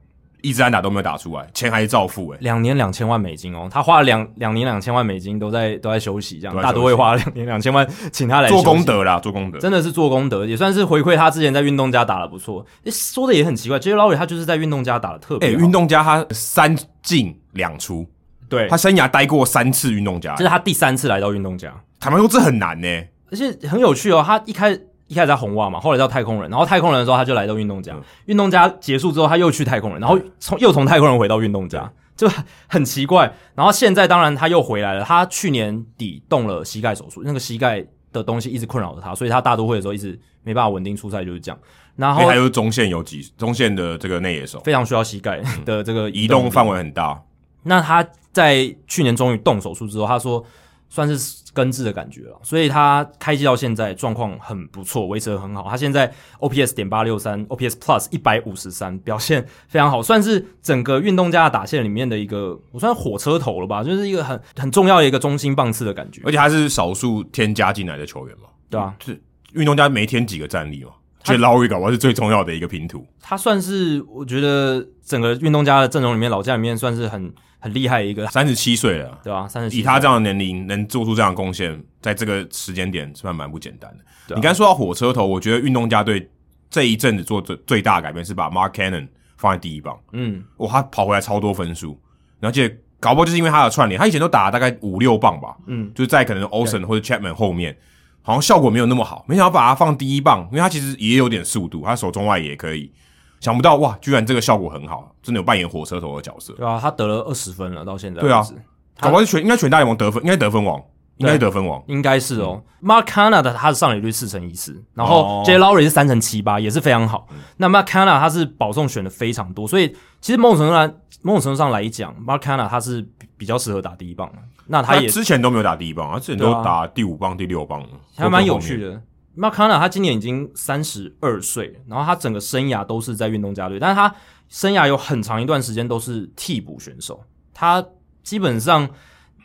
一支安打都没有打出来，钱还是照付哎、两年两千万美金哦，他花了两两年两千万美金都在都在休息，这样都在大都会休息花了两年两千万请他来做功休息，德啦，做功德。真的是做功德，也算是回馈他之前在运动家打的不错。诶说的也很奇怪，J. Lowry 他就是在运动家打的特哎、别好，运动家他三进两出，对他，生涯待过三次运动家这，是他第三次来到运动家，坦白说这很难呢、而且很有趣哦，他一开一开始在红袜嘛，后来到太空人，然后太空人的时候他就来到运动家，嗯运动家结束之后他又去太空人，然后从又从太空人回到运动嗯家，就很奇怪。然后现在当然他又回来了，他去年底动了膝盖手术，那个膝盖的东西一直困扰着他，所以他大都会的时候一直没办法稳定出赛，就是这样。然因为后还有中线有几中线的这个内野手，非常需要膝盖的这个移动力范围很大，那他在去年终于动手术之后，他说算是根治的感觉了，所以他开机到现在状况很不错，维持的很好。他现在 OPS 点八六三，OPS Plus 一百五十三，表现非常好，算是整个运动家的打线里面的一个，我算火车头了吧，就是一个很很重要的一个中心棒次的感觉，而且他是少数添加进来的球员嘛，对吧、啊？是运动家没添几个战力嘛，所以 Lowry 搞不好是最重要的一个拼图。他算是我觉得整个运动家的阵容里面，老将里面算是很很厉害的一个，三十七岁了，对吧、啊？三十以他这样的年龄能做出这样的贡献，在这个时间点是蛮蛮不简单的。对啊你刚才说到火车头，我觉得运动家队这一阵子做最最大的改变是把 Mark Cannon 放在第一棒，嗯，哇，他跑回来超多分数，而且搞不好就是因为他的串联，他以前都打大概五六棒吧，嗯，就是在可能 Olsen 或者 Chapman 后面，好像效果没有那么好，没想到把他放第一棒，因为他其实也有点速度，他手中外也可以，想不到哇，居然这个效果很好，真的有扮演火车头的角色，对啊，他得了二十分了，到现在对啊为止他搞不好是全应该全大联盟得分，应该得分王，应该是得分王，应该是哦。Mark Canna 的他的上垒率四成一四，然后嗯哦嗯 J. Lowry 是三成七八，也是非常好。那 Mark Canna 他是保送选的非常多，所以其实某种程度上，某种程度上来讲，Mark Canna 他是比比较适合打第一棒的。那他他也之前都没有打第一棒，他之前对都啊打第五棒、第六棒，还蛮有的。趣的。Mark Canna 他今年已经三十二岁了，然后他整个生涯都是在运动家队，但是他生涯有很长一段时间都是替补选手，他基本上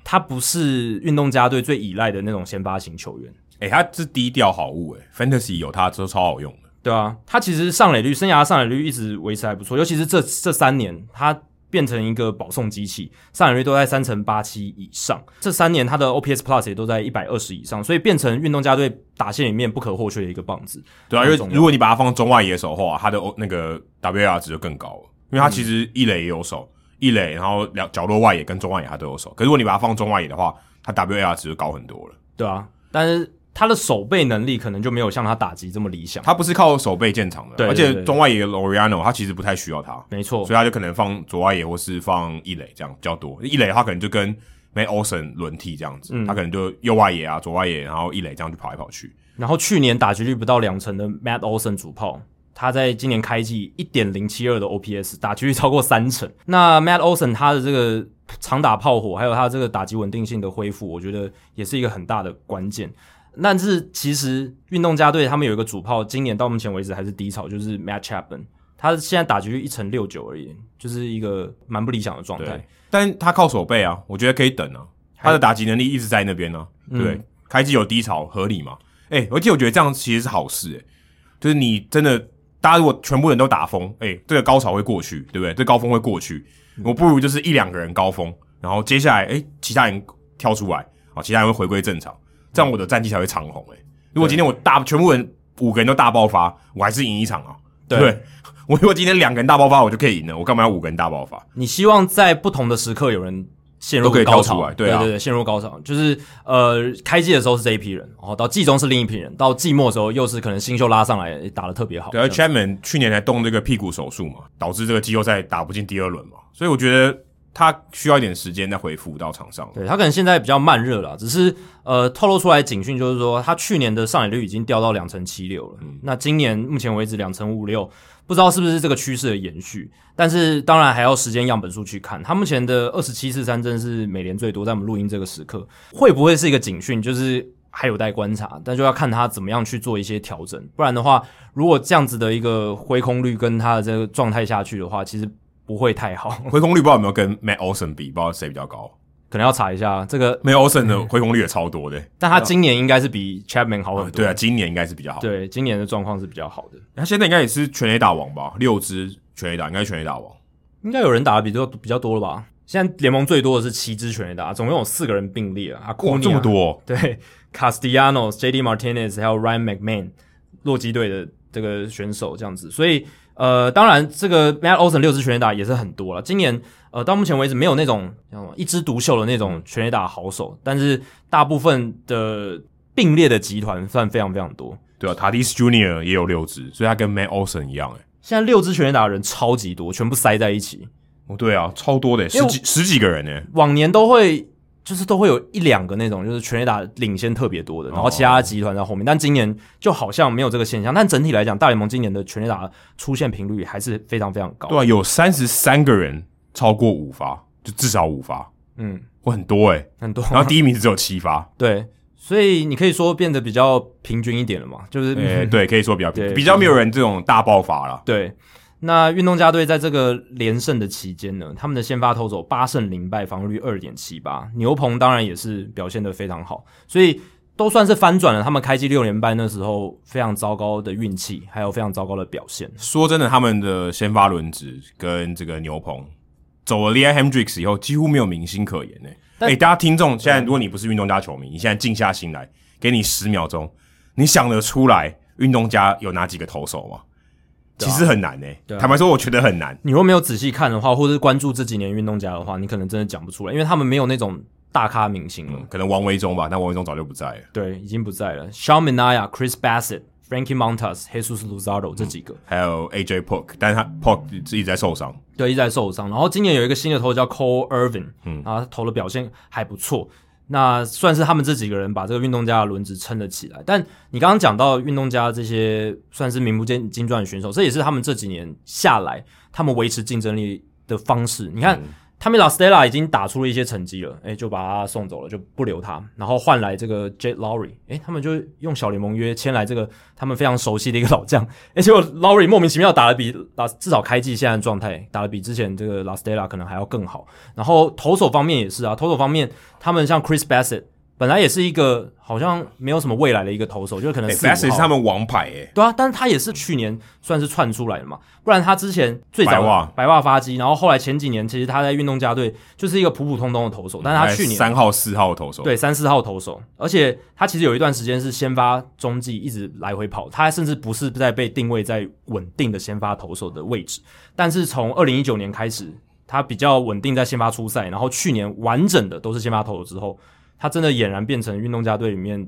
他不是运动家队最依赖的那种先发型球员。哎、他是低调好物哎、f a n t a s y 有他都超好用的。对啊，他其实上垒率生涯上垒率一直维持还不错，尤其是这这三年，他变成一个保送机器，上垒率都在三成八七以上。这三年他的 OPS Plus 也都在一百二十以上，所以变成运动家队打线里面不可或缺的一个棒子。对啊，因很为重要如果你把它放中外野手的话，他的哦那个 WR 值就更高了，因为他嗯其实一垒也有手，一垒然后两角落外野跟中外野他都有手。可是如果你把它放中外野的话，他 WR 值就高很多了。对啊，但是他的守备能力可能就没有像他打击这么理想。他不是靠手背建场的，对对而对哦且中外野 Loriano 他其实不太需要他，没错所以，他就可能放左外野或是放一垒这样比较多。一垒他可能就跟 May Olsen 轮替这样子，嗯他可能就右外野啊、左外野，然后一垒这样去跑来跑去。然后去年打击率不到两成的 Matt Olson 主炮，他在今年开季一点零七二的 OPS，打击率超过三成。那 Matt Olson 他的这个长打炮火，还有他这个打击稳定性的恢复，我觉得也是一个很大的关键。但是其实运动家队他们有一个主炮，今年到目前为止还是低潮，就是 Matt Chapman，他现在打击率一成六九而已，就是一个蛮不理想的状态对。，但他靠手背啊，我觉得可以等啊，他的打击能力一直在那边呢、啊，对不对，开机有低潮合理嘛？哎、而且我觉得这样其实是好事、哎，就是你真的，大家如果全部人都打风，哎、这个高潮会过去，对不对？这高峰会过去，我不如就是一两个人高峰，然后接下来哎、其他人跳出来，啊，其他人会回归正常，这样我的战绩才会长红、哎，如果今天我大全部人五个人都大爆发，我还是赢一场啊，对不对？ 我如果今天两个人大爆发，我就可以赢了，我干嘛要五个人大爆发？你希望在不同的时刻有人陷入都可以高跳出潮，来对啊对对，陷入高潮，就是呃，开季的时候是这一批人，然后到季中是另一批人，到季末的时候又是可能新秀拉上来打得特别好，对，而这样 Chapman 去年才动这个屁股手术嘛，导致这个季后赛打不进第二轮嘛，所以我觉得他需要一点时间再恢复到场上。对他可能现在比较慢热了，只是呃透露出来警讯就是说，他去年的上垒率已经掉到两成七六了，那今年目前为止两成五六，不知道是不是这个趋势的延续，但是当然还要时间样本数去看。他目前的二十七次三振是美联最多，在我们录音这个时刻，会不会是一个警讯？就是还有待观察，但就要看他怎么样去做一些调整。不然的话，如果这样子的一个挥空率跟他的这个状态下去的话，其实不会太好， 挥空率不知道有没有跟 Matt Olson 比，不知道谁比较高。可能要查一下这个 Matt Olson 嗯的挥空率也超多的、但他今年应该是比 Chapman 好很多。对啊，今年应该是比较好。啊哦对今年的状况是比较好的，他现在应该也是全垒打王吧，六支全垒打，应该是全垒打王。应该有人打的比较比较多了吧？现在联盟最多的是七支全垒打，总共有四个人并列啊，阿库哇，尼亚这么多哦、对，Castellanos、J.D. Martinez 还有 Ryan McMahon，洛基队的这个选手这样子，所以呃，当然这个 Matt Olson 六支全垒打也是很多了。今年呃到目前为止没有那种叫什么一枝独秀的那种全垒打好手，但是大部分的。并列的集团算非常非常多。对啊，塔迪斯 Junior 也有六支，所以他跟 Matt Olson 一样、欸，哎，现在六支全垒打的人超级多，全部塞在一起。哦，对啊，超多的、欸，因十为几十几个人呢、欸。往年都会就是都会有一两个那种，就是全垒打领先特别多的，然后其他集团在后面。但今年就好像没有这个现象。但整体来讲，大联盟今年的全垒打出现频率还是非常非常高。对啊，有三十三个人超过五发，就至少五发，嗯，哇，很多哎、欸。很多。然后第一名只有七发，对，所以你可以说变得比较平均一点了嘛，就是、哎、对，可以说比较嗯对比较没有人这种大爆发了。对。那运动家队在这个连胜的期间呢，他们的先发投手八胜零败，防御率二点七八，牛棚当然也是表现得非常好，所以都算是翻转了他们开机六连败那时候非常糟糕的运气，还有非常糟糕的表现。说真的，他们的先发轮值跟这个牛棚走了 l e a Hendricks 以后，几乎没有明星可言呢、欸。哎、但嗯大家听众，现在如果你不是运动家球迷，你现在静下心来，给你十秒钟，你想得出来运动家有哪几个投手吗？对其啊实很难呢、对啊坦白说，我觉得很难。你如果没有仔细看的话，或者是关注这几年运动家的话，你可能真的讲不出来，因为他们没有那种大咖明星了。可能王维忠吧，但王维忠早就不在了，对，已经不在了。Shawn Minaya、Chris Bassett、Frankie Montas、Jesus Luzardo 这几个，还有 AJ Polk，但是他 Polk 一直在受伤。对，一直在受伤。然后今年有一个新的投手叫 Cole Irvin，嗯，啊，他投的表现还不错。那算是他们这几个人把这个运动家的轮值撑了起来。但你刚刚讲到运动家这些算是名不见经传的选手，这也是他们这几年下来他们维持竞争力的方式。你嗯看，他们老 Stella 已经打出了一些成绩了，哎诶，就把他送走了，就不留他，然后换来这个 Jet Lowry，诶，他们就用小联盟约签来这个他们非常熟悉的一个老将，诶，结果 Lowry 莫名其妙打的比打至少开季现在的状态打的比之前这个 La Stella 可能还要更好。然后投手方面也是啊，投手方面他们像 Chris Bassett 本来也是一个好像没有什么未来的一个投手，就是可能哎、呃四 b a s s 五 e 号是他们王牌哎、对啊，但是他也是去年算是窜出来的嘛，不然他之前最早白袜白袜发迹，然后后来前几年其实他在运动家队就是一个普普通通的投手，但是他去年嗯哎三号、四号投手，对三四号投手，而且他其实有一段时间是先发中继一直来回跑，他甚至不是在被定位在稳定的先发投手的位置，但是从二零一九年开始，他比较稳定在先发出赛，然后去年完整的都是先发投手之后，他真的俨然变成运动家队里面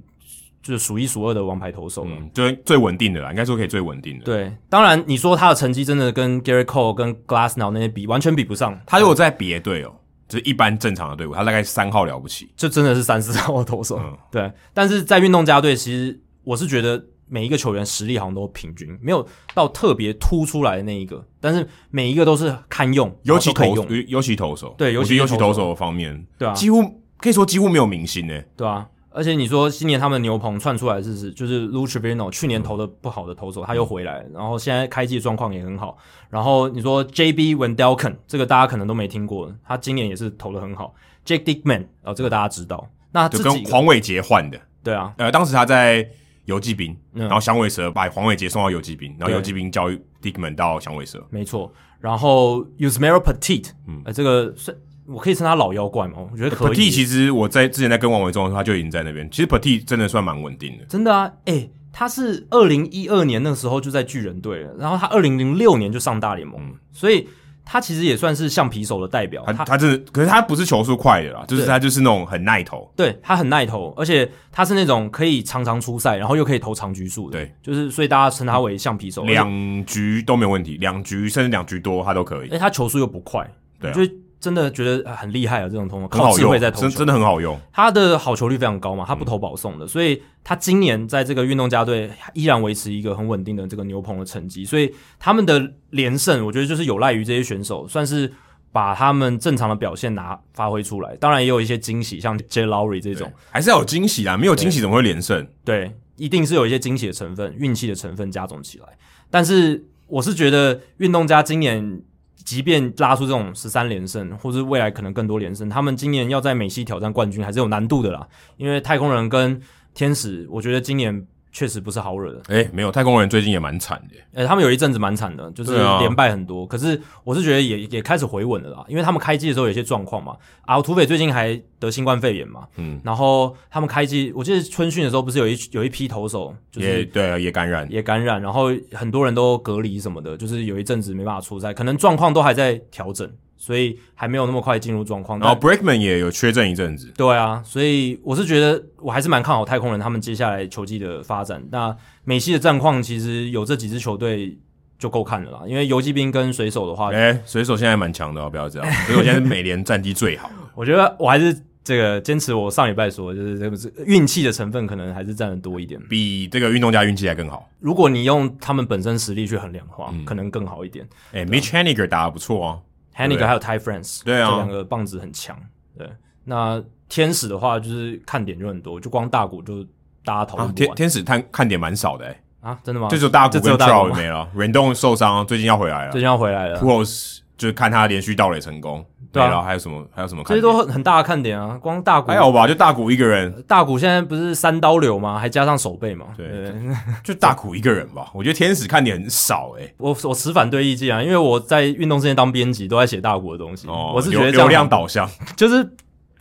就是数一数二的王牌投手了。嗯，最最稳定的啦，应该说可以最稳定的。对，当然你说他的成绩真的跟 Gary Cole、跟 Glassnow 那些比，完全比不上，他如果在别队哦，就是一般正常的队伍，他大概三号了不起。就真的是三四号的投手。嗯 对，但是在运动家队，其实我是觉得每一个球员实力好像都平均，没有到特别突出来的那一个，但是每一个都是堪用，尤其然后投哦都手可以用，，尤其投手，对尤我其觉得尤其投手投手的方面，对啊几乎可以说几乎没有明星呢。对啊。而且你说今年他们牛棚窜出来是是就是 l u c h i v i n o 去年投的不好的投手，他又回来，然后现在开季状况也很好。然后你说 JB Wendelken 这个大家可能都没听过，他今年也是投的很好。Jake Dickman 哦，这个大家知道。那这就几跟个黄伟杰换的，对啊，呃，当时他在游击兵，嗯然后响尾蛇把黄伟杰送到游击兵，然后对游击兵交易 Dickman 到响尾蛇，没错。然后 Usmero Petit，嗯呃，这个是我可以称他老妖怪吗？我觉得可以。 Petit 其实我在之前在跟王维忠的时候，他就已经在那边。其实 Petit 真的算蛮稳定的，真的啊，哎、他是二零一二年那时候就在巨人队了，然后他二零零六年就上大联盟，嗯了，所以他其实也算是橡皮手的代表。他他他真的，可是他不是球速快的啦，就是对他就是那种很耐投，对他很耐投，而且他是那种可以常常出赛，然后又可以投长局数的，对，就是所以大家称他为橡皮手。而且两局都没有问题，两局甚至两局多他都可以哎、，他球速又不快，对啊就真的觉得呃很厉害啊，这种投手很靠好智慧用，在投球真。真的很好用。他的好球率非常高嘛，他不投保送的，所以他今年在这个运动家队依然维持一个很稳定的这个牛棚的成绩，所以他们的连胜，我觉得就是有赖于这些选手，算是把他们正常的表现拿发挥出来。当然也有一些惊喜，像 J. Lowry 这种，还是要有惊喜啊！没有惊喜怎么会连胜？对，一定是有一些惊喜的成分、运气的成分加总起来。但是我是觉得运动家今年。即便拉出这种十三连胜，或是未来可能更多连胜，他们今年要在美西挑战冠军还是有难度的啦。因为太空人跟天使，我觉得今年确实不是好惹的。哎、没有，太空人最近也蛮惨的。呃、他们有一阵子蛮惨的，就是对啊连败很多。可是我是觉得也也开始回稳了啦，因为他们开机的时候有一些状况嘛。啊，土匪最近还得新冠肺炎嘛，嗯，然后他们开机，我记得春训的时候不是有一有一批投手就是也对啊，也感染。也感染，然后很多人都隔离什么的，就是有一阵子没办法出赛，可能状况都还在调整，所以还没有那么快进入状况。然后但 Breakman 也有缺阵一阵子，对啊，所以我是觉得我还是蛮看好太空人他们接下来球季的发展。那美西的战况其实有这几支球队就够看了啦，因为游击兵跟水手的话，哎、水手现在蛮强的哦，不要这样。 水手现在是美联战绩最好，我觉得我还是这个坚持我上礼拜说的，就是这个是运气的成分可能还是占的多一点。比这个运动家运气还更好。如果你用他们本身实力去衡量的话，可能更好一点。哎、m i t c h Haniger 打的不错哦， Haniger 还有 Ty France，对啊这两个棒子很强。对，那天使的话就是看点就很多，就光大谷就大家讨论啊，不天完天使看看点蛮少的、哎、啊真的吗？就只有大谷就只跟有大 Trout 谷没了 r a n d o n 受伤，最近要回来了最。近要回来了 p，u o l s 就是看他连续盗垒成功，对啊然后还有什么还有什么这看些点？都很很大的看点啊。光大谷还好吧，就大谷一个人，大谷现在不是三刀流吗？还加上手背嘛？对对，就大谷一个人吧。我觉得天使看点很少、哎。我我持反对意见啊，因为我在运动之前当编辑都在写大谷的东西，哦，我是觉流得这流样量导向就是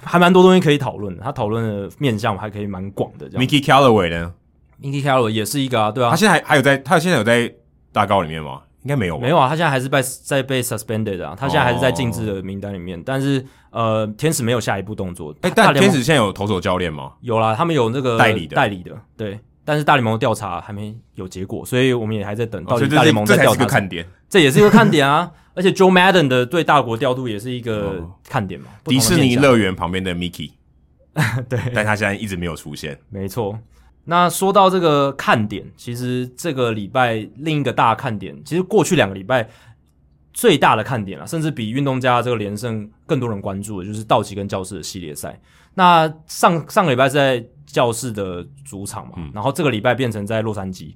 还蛮多东西可以讨论的，他讨论的面向还可以蛮广的。这样，Mickey Callaway 呢？ ，Mickey Carroll 也是一个啊，对啊他，现在还还有在，他现在有在大高里面吗？应该没有吧？没有啊，他现在还是被在被 suspended 啊，他现在还是在禁制的名单里面，但是呃，天使没有下一步动作。哦哎、大但联天盟使现在有投手教练吗？有啦，他们有那个代理的代理的，对。但是大联盟的调查还没有结果，所以我们也还在等，到哦所底以这大联是盟这在才调是个查什么看点。这也是一个看点啊。而且 Joe Madden 的对大国调度也是一个哦看点嘛。不迪同的士面尼向乐园旁边的 Mickey， 对，但他现在一直没有出现。没错。那说到这个看点，其实这个礼拜另一个大看点，其实过去两个礼拜最大的看点了，甚至比运动家这个连胜更多人关注的，就是道奇跟教室的系列赛。那上 上个礼拜是在教室的主场嘛，然后这个礼拜变成在洛杉矶。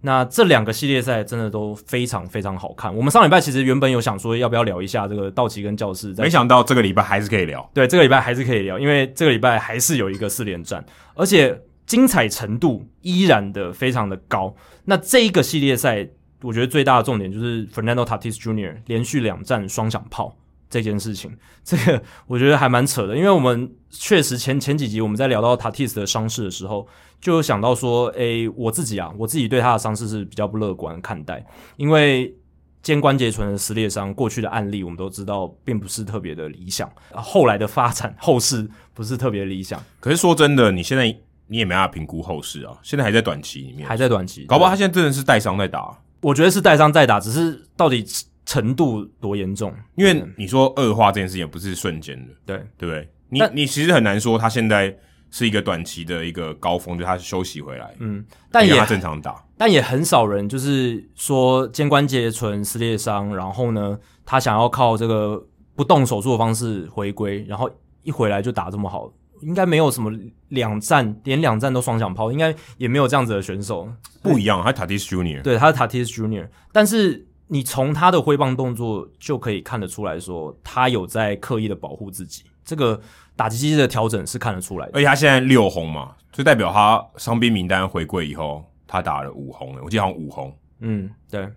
那这两个系列赛真的都非常非常好看。我们上礼拜其实原本有想说要不要聊一下这个道奇跟教室在没想到这个礼拜还是可以聊。对，这个礼拜还是可以聊，因为这个礼拜还是有一个四连战，而且精彩程度依然的非常的高。那这一个系列赛，我觉得最大的重点就是 Fernando Tatis Jr. 连续两战双响炮这件事情，这个我觉得还蛮扯的，因为我们确实前前几集我们在聊到 Tatis 的伤势的时候，就有想到说，诶，我自己啊，我自己对他的伤势是比较不乐观看待，因为肩关节唇的撕裂伤，过去的案例我们都知道，并不是特别的理想，呃后来的发展后世不是特别理想，可是说真的，你现在你也没办法评估后市啊，现在还在短期里面，还在短期，搞不好他现在真的是带伤在打，啊我觉得是带伤再打，只是到底程度多严重，因为你说恶化这件事情也不是瞬间的，对对不对？你但你其实很难说他现在是一个短期的一个高峰，就他休息回来，嗯，但也他正常打，但也很少人就是说肩关节唇撕裂伤，然后呢，他想要靠这个不动手术的方式回归，然后一回来就打这么好，应该没有什么两战连两战都双响炮，应该也没有这样子的选手。不一样。他 Tatis Junior，对，他是 Tatis Junior，但是你从他的挥棒动作就可以看得出来说，他有在刻意的保护自己，这个打击机制的调整是看得出来的。而且他现在六红嘛，就代表他伤兵名单回归以后，他打了五红了，我记得好像五红，嗯，对，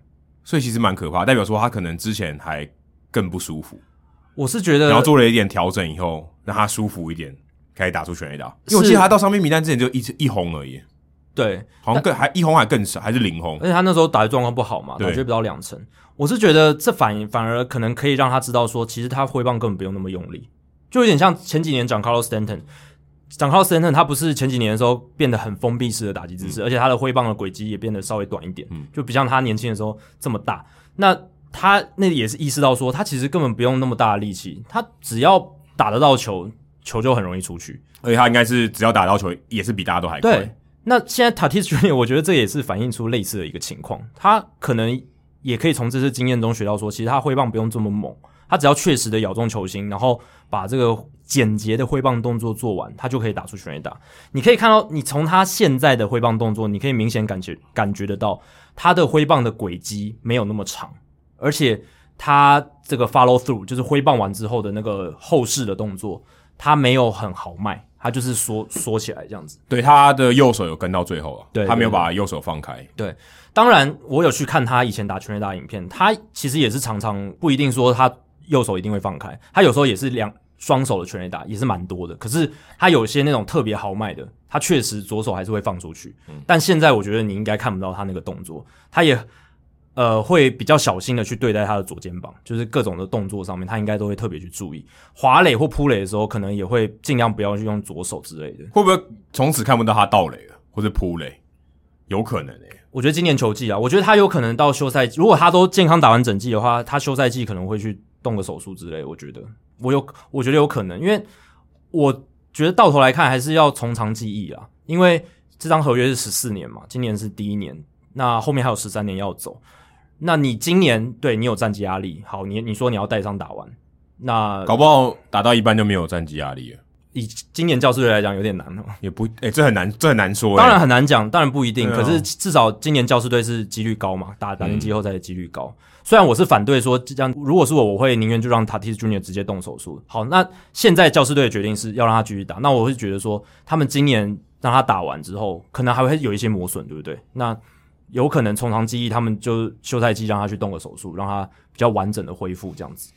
所以其实蛮可怕，代表说他可能之前还更不舒服，我是觉得然后做了一点调整以后，让他舒服一点，可以打出全垒打。是因为我记得他到伤兵名单之前就一直一红而已，对，好像更还一红还更少，还是零红而。且他那时候打的状况不好嘛，对打击不到两成。我是觉得这反反而可能可以让他知道说，其实他挥棒根本不用那么用力，就有点像前几年讲 Carlos Stanton。讲 Carlos Stanton，他不是前几年的时候变得很封闭式的打击姿势，而且他的挥棒的轨迹也变得稍微短一点，就不像他年轻的时候这么大。那他那也是意识到说，他其实根本不用那么大的力气，他只要打得到球，球就很容易出去。而且他应该是只要打到球，也是比大家都还快。对，那现在 Tatis Junior，我觉得这也是反映出类似的一个情况，他可能也可以从这次经验中学到说，其实他挥棒不用这么猛，他只要确实的咬中球心，然后把这个简洁的挥棒动作做完，他就可以打出全垒打。你可以看到，你从他现在的挥棒动作，你可以明显感觉感觉得到他的挥棒的轨迹没有那么长，而且他这个 follow through 就是挥棒完之后的那个后视的动作，他没有很豪迈，他就是缩缩起来这样子。对，他的右手有跟到最后啊，对他没有把右手放开。对，当然我有去看他以前打全垒打的影片，他其实也是常常不一定说他右手一定会放开，他有时候也是两双手的全垒打也是蛮多的。可是他有些那种特别豪迈的，他确实左手还是会放出去，但现在我觉得你应该看不到他那个动作，他也呃，会比较小心的去对待他的左肩膀，就是各种的动作上面，他应该都会特别去注意。滑垒或扑垒的时候，可能也会尽量不要去用左手之类的。会不会从此看不到他盗垒了，或者扑垒？有可能诶、欸我觉得今年球季啊，我觉得他有可能到休赛季，如果他都健康打完整季的话，他休赛季可能会去动个手术之类。我觉得我有，我觉得有可能，因为我觉得到头来看还是要从长计议啊，因为这张合约是十四年嘛，今年是第一年，那后面还有十三年要走。那你今年对你有战绩压力，好，你你说你要带伤打完，那搞不好打到一半就没有战绩压力了，以今年教师队来讲有点难哦。也不诶、这很难，这很难说、欸。当然很难讲，当然不一定。对啊可是至少今年教师队是几率高嘛，打打进季后赛的几率高。虽然我是反对说这样，如果是我，我会宁愿就让 Tatis Junior 直接动手术。好，那现在教师队的决定是要让他继续打，那我会觉得说，他们今年让他打完之后，可能还会有一些磨损，对不对？那有可能从长计议，他们就休赛季让他去动个手术，让他比较完整的恢复这样子。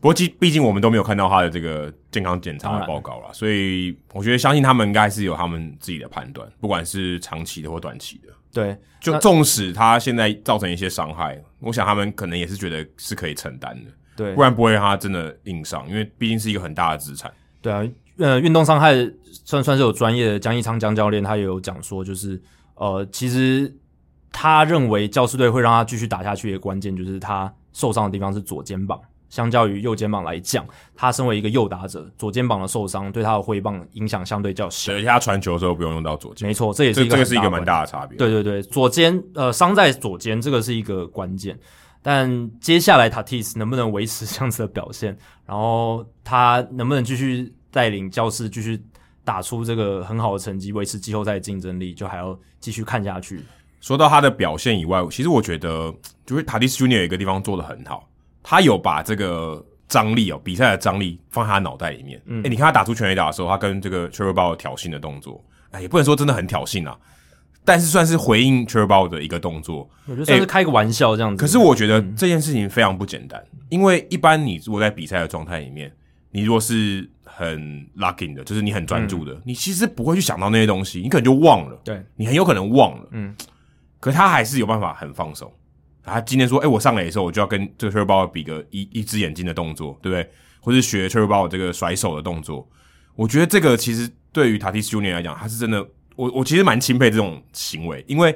不过，毕毕竟我们都没有看到他的这个健康检查当的然报告啦，所以我觉得相信他们应该是有他们自己的判断，不管是长期的或短期的。对，就那纵使他现在造成一些伤害，我想他们可能也是觉得是可以承担的，对不，然不会让他真的硬伤，因为毕竟是一个很大的资产。对啊，呃，运动伤害算算是有专业的江一昌江教练，他也有讲说，就是呃，其实他认为教师队会让他继续打下去的关键，就是他受伤的地方是左肩膀，相较于右肩膀来讲，他身为一个右打者，左肩膀的受伤对他的挥棒影响相对较小。而且他传球的时候不用用到左肩，没错，这也是这一个这个是一很个的蛮问题大的差别。，对对对，左肩呃伤在左肩，这个是一个关键。但接下来 Tatis 能不能维持这样子的表现，然后他能不能继续带领教室继续打出这个很好的成绩，维持季后赛的竞争力，就还要继续看下去。说到他的表现以外，其实我觉得就是塔蒂斯 Junior 有一个地方做的很好，他有把这个张力哦，比赛的张力放在他脑袋里面。嗯，哎、你看他打出全垒打的时候，他跟这个 t r e v o r b a u 挑衅的动作，哎，也不能说真的很挑衅啊，但是算是回应 t r e v o r b a u 的一个动作。我觉得算是开个玩笑这样子。哎可是我觉得这件事情非常不简单，因为一般你如果在比赛的状态里面，你如果是很 locking 的，就是你很专注的，你其实不会去想到那些东西，你可能就忘了。对你很有可能忘了，嗯，可他还是有办法很放松。他今天说，哎、我上来的时候，我就要跟这个 t r e b o 比个一一只眼睛的动作，对不对？或是学 t r e b o 这个甩手的动作。我觉得这个其实对于塔蒂斯 Junior 来讲，他是真的，我我其实蛮钦佩这种行为，因为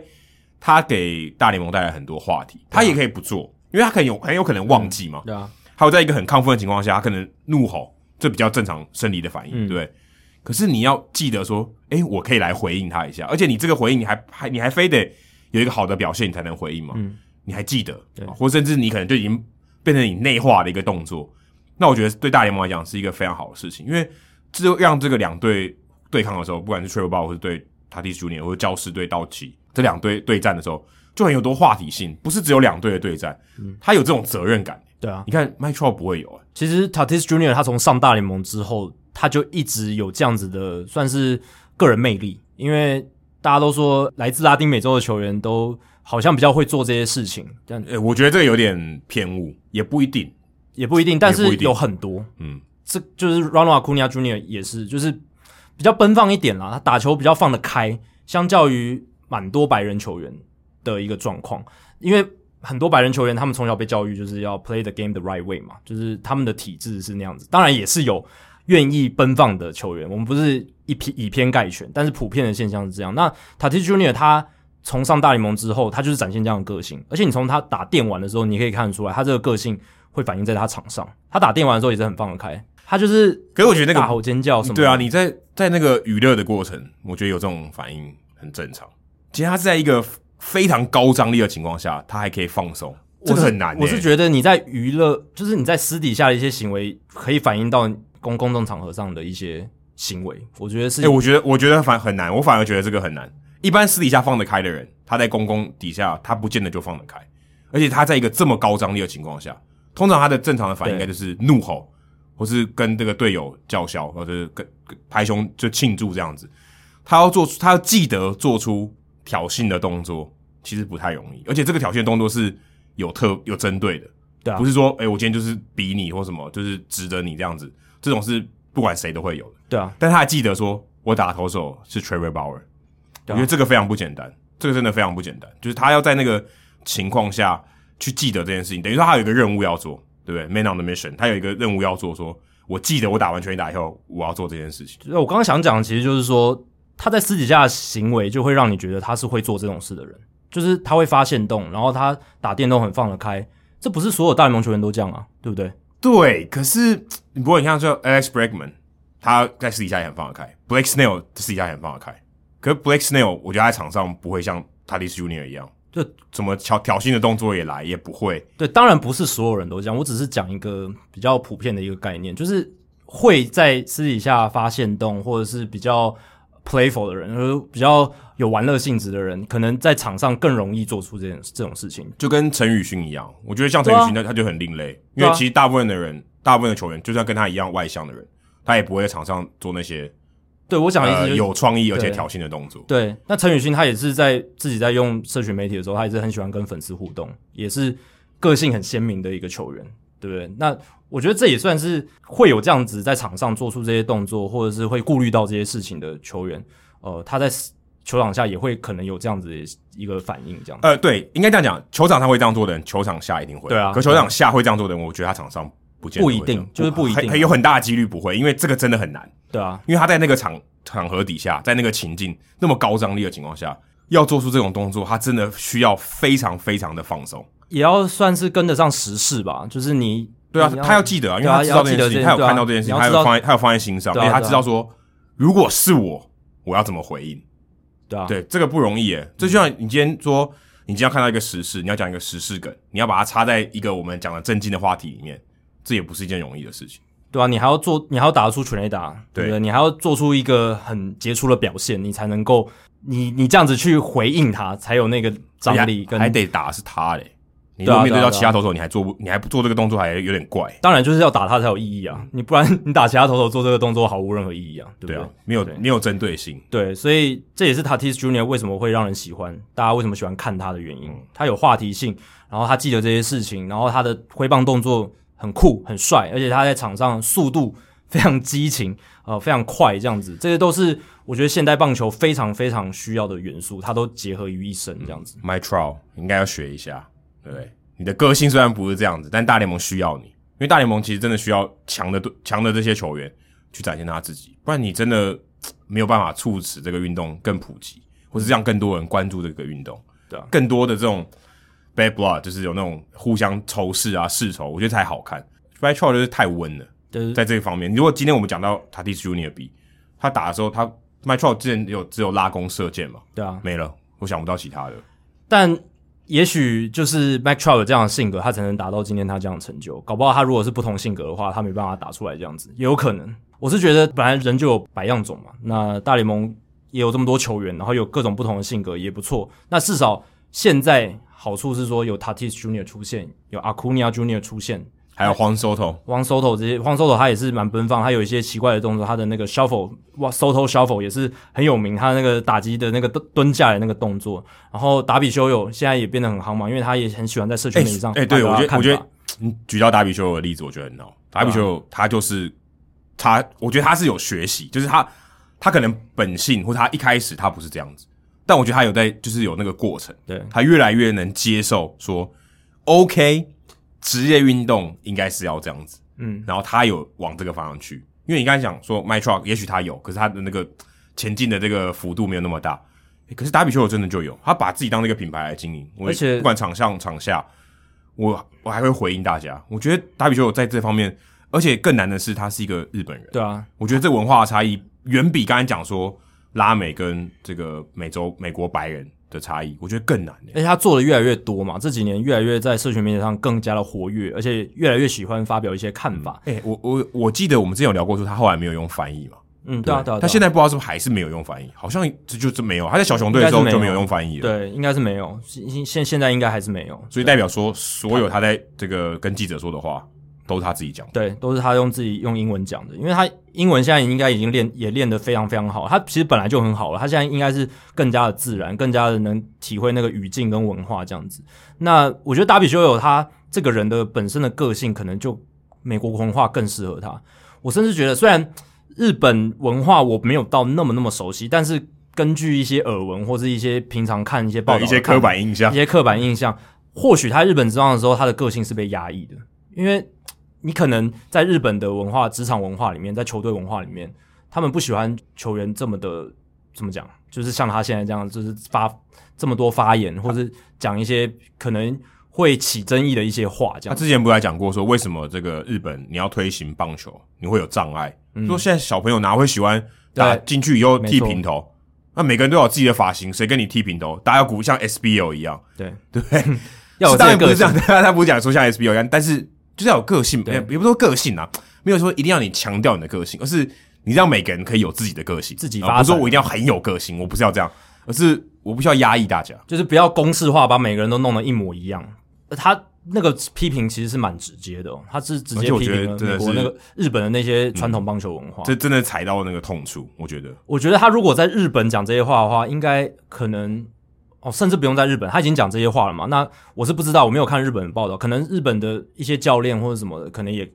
他给大联盟带来很多话题，他也可以不做，因为他可能有很有可能忘记嘛，对啊，还有在一个很亢奋的情况下，他可能怒吼，这比较正常生理的反应，嗯对不对？可是你要记得说，诶，我可以来回应他一下，而且你这个回应你还还你还非得有一个好的表现，你才能回应嘛，嗯你还记得对，或甚至你可能就已经变成你内化的一个动作。那我觉得对大联盟来讲是一个非常好的事情，因为这就让这个两队对抗的时候，不管是 t r i p l e Ball 或是对 Tatis Junior 或者教师对道奇这两队对战的时候，就很有多话题性，不是只有两队的对战，嗯他有这种责任感。对啊。你看 m i t r o 不会有、欸，其实 Tatis Junior 他从上大联盟之后，他就一直有这样子的算是个人魅力，因为大家都说来自拉丁美洲的球员都好像比较会做这些事情，但呃、我觉得这个有点偏误，也不一定。也不一定，但也不是一定有很多，嗯，这就是 Ronald Acuna Jr. 也是，就是比较奔放一点啦，他打球比较放得开，相较于蛮多白人球员的一个状况，因为很多白人球员他们从小被教育就是要 play the game the right way 嘛，就是他们的体制是那样子，当然也是有愿意奔放的球员，我们不是一偏以偏概全，但是普遍的现象是这样。那 Tatis Junior 他从上大联盟之后，他就是展现这样的个性，而且你从他打电玩的时候，你可以看得出来，他这个个性会反映在他场上。他打电玩的时候也是很放得开，他就是可是我觉得那大个吼尖叫什么的对啊，你在在那个娱乐的过程，我觉得有这种反应很正常。其实他是在一个非常高张力的情况下，他还可以放松，这我个是很难、欸我是觉得你在娱乐，就是你在私底下的一些行为，可以反映到公公众场合上的一些行为，我觉得是哎、我觉得我觉得反很难，我反而觉得这个很难。一般私底下放得开的人，他在公公底下，他不见得就放得开，而且他在一个这么高张力的情况下，通常他的正常的反应应该就是怒吼，或是跟这个队友叫嚣，或者是跟跟拍胸就庆祝这样子。他要做出，他要记得做出挑衅的动作，其实不太容易，而且这个挑衅的动作是有特有针对的，对啊不是说哎、诶我今天就是比你或什么，就是指着你这样子，这种是不管谁都会有的。对啊，但他还记得说，我打投手是 Trevor Bauer，、我对啊觉得这个非常不简单，这个真的非常不简单，就是他要在那个情况下去记得这件事情，等于说他有一个任务要做，对不对？Man on the mission，他有一个任务要做说，我记得我打完全垒打以后，我要做这件事情。我刚刚想讲，其实就是说他在私底下的行为就会让你觉得他是会做这种事的人，就是他会发现动，然后他打电动很放得开，这不是所有大联盟球员都这样啊，对不对？对，可是不过你看，像 Alex Bregman，他在私底下也很放得开，Blake Snell 私底下也很放得开，可是 Blake Snell 我觉得他在场上不会像 Tatis Junior 一样，就怎么挑挑衅的动作也来，也不会。对，当然不是所有人都这样，我只是讲一个比较普遍的一个概念，就是会在私底下发现动，或者是比较 playful 的人，就是比较有玩乐性质的人，可能在场上更容易做出这件这种事情。就跟陈宇勋一样，我觉得像陈宇勋，他他就很另类，因啊对为啊其实大部分的人，大部分的球员，就算跟他一样外向的人，他也不会在场上做那些对我讲的意思、就呃是有创意而且对挑衅的动作。对，那陈宇勋他也是在自己在用社群媒体的时候，他也是很喜欢跟粉丝互动，也是个性很鲜明的一个球员，对不对？那我觉得这也算是会有这样子在场上做出这些动作，或者是会顾虑到这些事情的球员，呃，他在球场下也会可能有这样子的一个反应，这样子。呃，对，应该这样讲，球场上会这样做的人，球场下一定会。对啊可球场下会这样做的人，我觉得他场上不见得会不一定这样就是不一定啊很很有很大的几率不会，因为这个真的很难，对啊，因为他在那个场场合底下，在那个情境那么高张力的情况下，要做出这种动作，他真的需要非常非常的放松。也要算是跟得上时事吧，就是你对啊你，他要记得啊，因为他知道这件事情，对啊他要记得这有看到这件事情，对啊他你要有知道放在他有放在心上，对啊而且他对啊知道说，如果是我，我要怎么回应？对啊，对，这个不容易耶。这就像你今天说，你今天要看到一个时事，你要讲一个时事梗，你要把它插在一个我们讲的正经的话题里面，这也不是一件容易的事情。对啊，你还要做，你还要打得出全垒打，对对不对？你还要做出一个很杰出的表现，你才能够，你你这样子去回应他，才有那个张力还跟。哎还得打的是他嘞。你如对啊果面对对啊到对啊其他投手，你还做不，你还不做这个动作，还有点怪。当然就是要打他才有意义啊，你不然 你打其他投手做这个动作毫无任何意义啊，对不对对？啊，没有对没有针对性。对，所以这也是 Tatis Junior 为什么会让人喜欢，大家为什么喜欢看他的原因。他有话题性，然后他记得这些事情，然后他的挥棒动作很酷、很帅，而且他在场上速度非常激情，呃，非常快，这样子，这些都是我觉得现代棒球非常非常需要的元素，他都结合于一身，这样子。 My trial 应该要学一下，对不对？你的个性虽然不是这样子，但大联盟需要你，因为大联盟其实真的需要强的队强的这些球员去展现他自己，不然你真的嘖没有办法促使这个运动更普及，或是让更多人关注这个运动。对啊更多的这种 bad blood 就是有那种互相仇视啊、世仇，我觉得才好看。My trial 就是太温了。就是在这一方面，如果今天我们讲到 Tatis Junior 比他打的时候，他 My trial 之前有只有拉弓射箭嘛，对啊，没了，我想不到其他的。但也许就是 Mac Trout 有这样的性格，他才能达到今天他这样的成就。搞不好他如果是不同性格的话，他没办法打出来这样子，也有可能。我是觉得本来人就有百样种嘛，那大联盟也有这么多球员，然后有各种不同的性格也不错。那至少现在好处是说有 Tatis Junior 出现，有 Acuna Junior 出现，还有黄 Soto，汪 Soto 这些，汪 Soto 他也是蛮奔放，他有一些奇怪的动作，他的那个 shuffle，哇 Soto shuffle 也是很有名，他那个打击的那个蹲蹲下来那个动作。然后达比修友现在也变得很夯嘛，因为他也很喜欢在社群哎媒体上哎、发对表我他觉的得看法我啊觉得你举到达比修有的例子，我觉得很好。达比修有他就是他，我觉得他是有学习，就是他他可能本性或他一开始他不是这样子，但我觉得他有在就是有那个过程，对他越来越能接受说，OK，职业运动应该是要这样子，嗯，然后他有往这个方向去，因为你刚才讲说 My Truck，也许他有，可是他的那个前进的这个幅度没有那么大。诶可是达比修有真的就有，他把自己当那个品牌来经营，我而且不管场上场下，我我还会回应大家。我觉得达比修有在这方面，而且更难的是他是一个日本人，对啊，我觉得这文化的差异远比刚才讲说拉美跟这个美洲美国白人的差异，我觉得更难、欸。而且他做的越来越多嘛，这几年越来越在社群媒体上更加的活跃，而且越来越喜欢发表一些看法。哎、我我我记得我们之前有聊过，说他后来没有用翻译嘛，嗯，对啊，对啊，他对啊现在不知道是不是还是没有用翻译，好像这就这没有。他在小熊队的时候应该是就没没有有用翻译了，对应该是没有，现现现在应该还是没有，所以代表说所有他在这个跟记者说的话都是他自己讲的。对，都是他用自己用英文讲的，因为他英文现在应该已经练也练得非常非常好，他其实本来就很好了，他现在应该是更加的自然，更加的能体会那个语境跟文化这样子。那我觉得达比修有他这个人的本身的个性，可能就美国文化更适合他。我甚至觉得，虽然日本文化我没有到那么那么熟悉，但是根据一些耳闻或是一些平常看一些报道的对哦一些看刻板印象一，些刻板印象，或许他日本职棒的时候，他的个性是被压抑的，因为你可能在日本的文化、职场文化里面，在球队文化里面，他们不喜欢球员这么的怎么讲，就是像他现在这样，就是发这么多发言，啊或是讲一些可能会起争议的一些话，这他样。之前不是还讲过说，为什么这个日本你要推行棒球，你会有障碍？说现在小朋友哪会喜欢打嗯对进去以后剃没错平头？那每个人都有自己的发型，谁跟你剃平头？大家要鼓像 SBO 一样，对，对不对？ 要有是当然这不个个是这样 性，，他他不是讲说像 SBO 一样，但是就是要有个性，对也也不是说个性啊，没有说一定要你强调你的个性，而是你让每个人可以有自己的个性，自己发啊展不是说我一定要很有个性，我不是要这样，而是我不需要压抑大家。就是不要公式化，把每个人都弄得一模一样。呃他那个批评其实是蛮直接的、哦，他是直而接且我批觉得评了真美的国是嗯那个日本的那些传统棒球文化。这真的踩到那个痛处，我觉得我觉得他如果在日本讲这些话的话，应该可能哦，甚至不用在日本，他已经讲这些话了嘛。那我是不知道，我没有看日本的报道，可能日本的一些教练或者什么的，可能也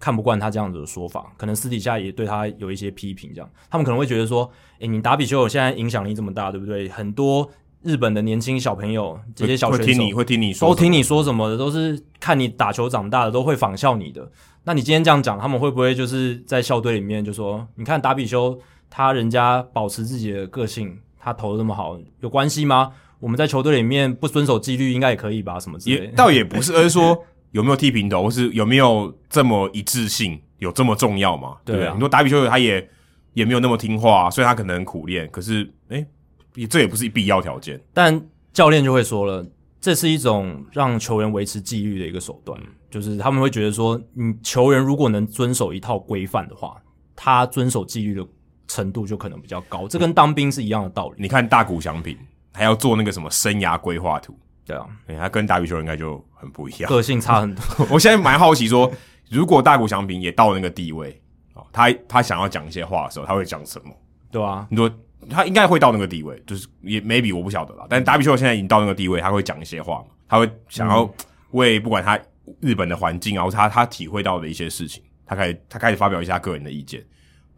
看不惯他这样子的说法，可能私底下也对他有一些批评，这样他们可能会觉得说，诶，你打比球现在影响力这么大，对不对？很多日本的年轻小朋友，这些小会选手会听你会听你说都什么，听你说什么的，都是看你打球长大的，都会仿效你的。那你今天这样讲，他们会不会就是在校队里面就说，你看达比修他人家保持自己的个性，他投的那么好，有关系吗？我们在球队里面不遵守纪律，应该也可以吧？什么之也类的。倒也不是，而是说有没有剃平头，或是有没有这么一致性，有这么重要嘛？对对啊不对？你说打比丘他也也没有那么听话、啊，所以他可能很苦练，可是哎、也这也不是必要条件。但教练就会说了，这是一种让球员维持纪律的一个手段，就是他们会觉得说，你球员如果能遵守一套规范的话，他遵守纪律的程度就可能比较高。这跟当兵是一样的道理，你看大谷翔平还要做那个什么生涯规划图，对啊，哎、他跟打比丘应该就很不一样。个性差很多。 我现在蛮好奇说，如果大谷翔平也到那个地位，哦，他他想要讲一些话的时候，他会讲什么？ 对啊，你说他应该会到那个地位，就是也 maybe 我不晓得啦。但达比修现在已经到那个地位，他会讲一些话嘛，他会想要为不管他日本的环境啊，或是他他体会到的一些事情，他开始他开始发表一下个人的意见。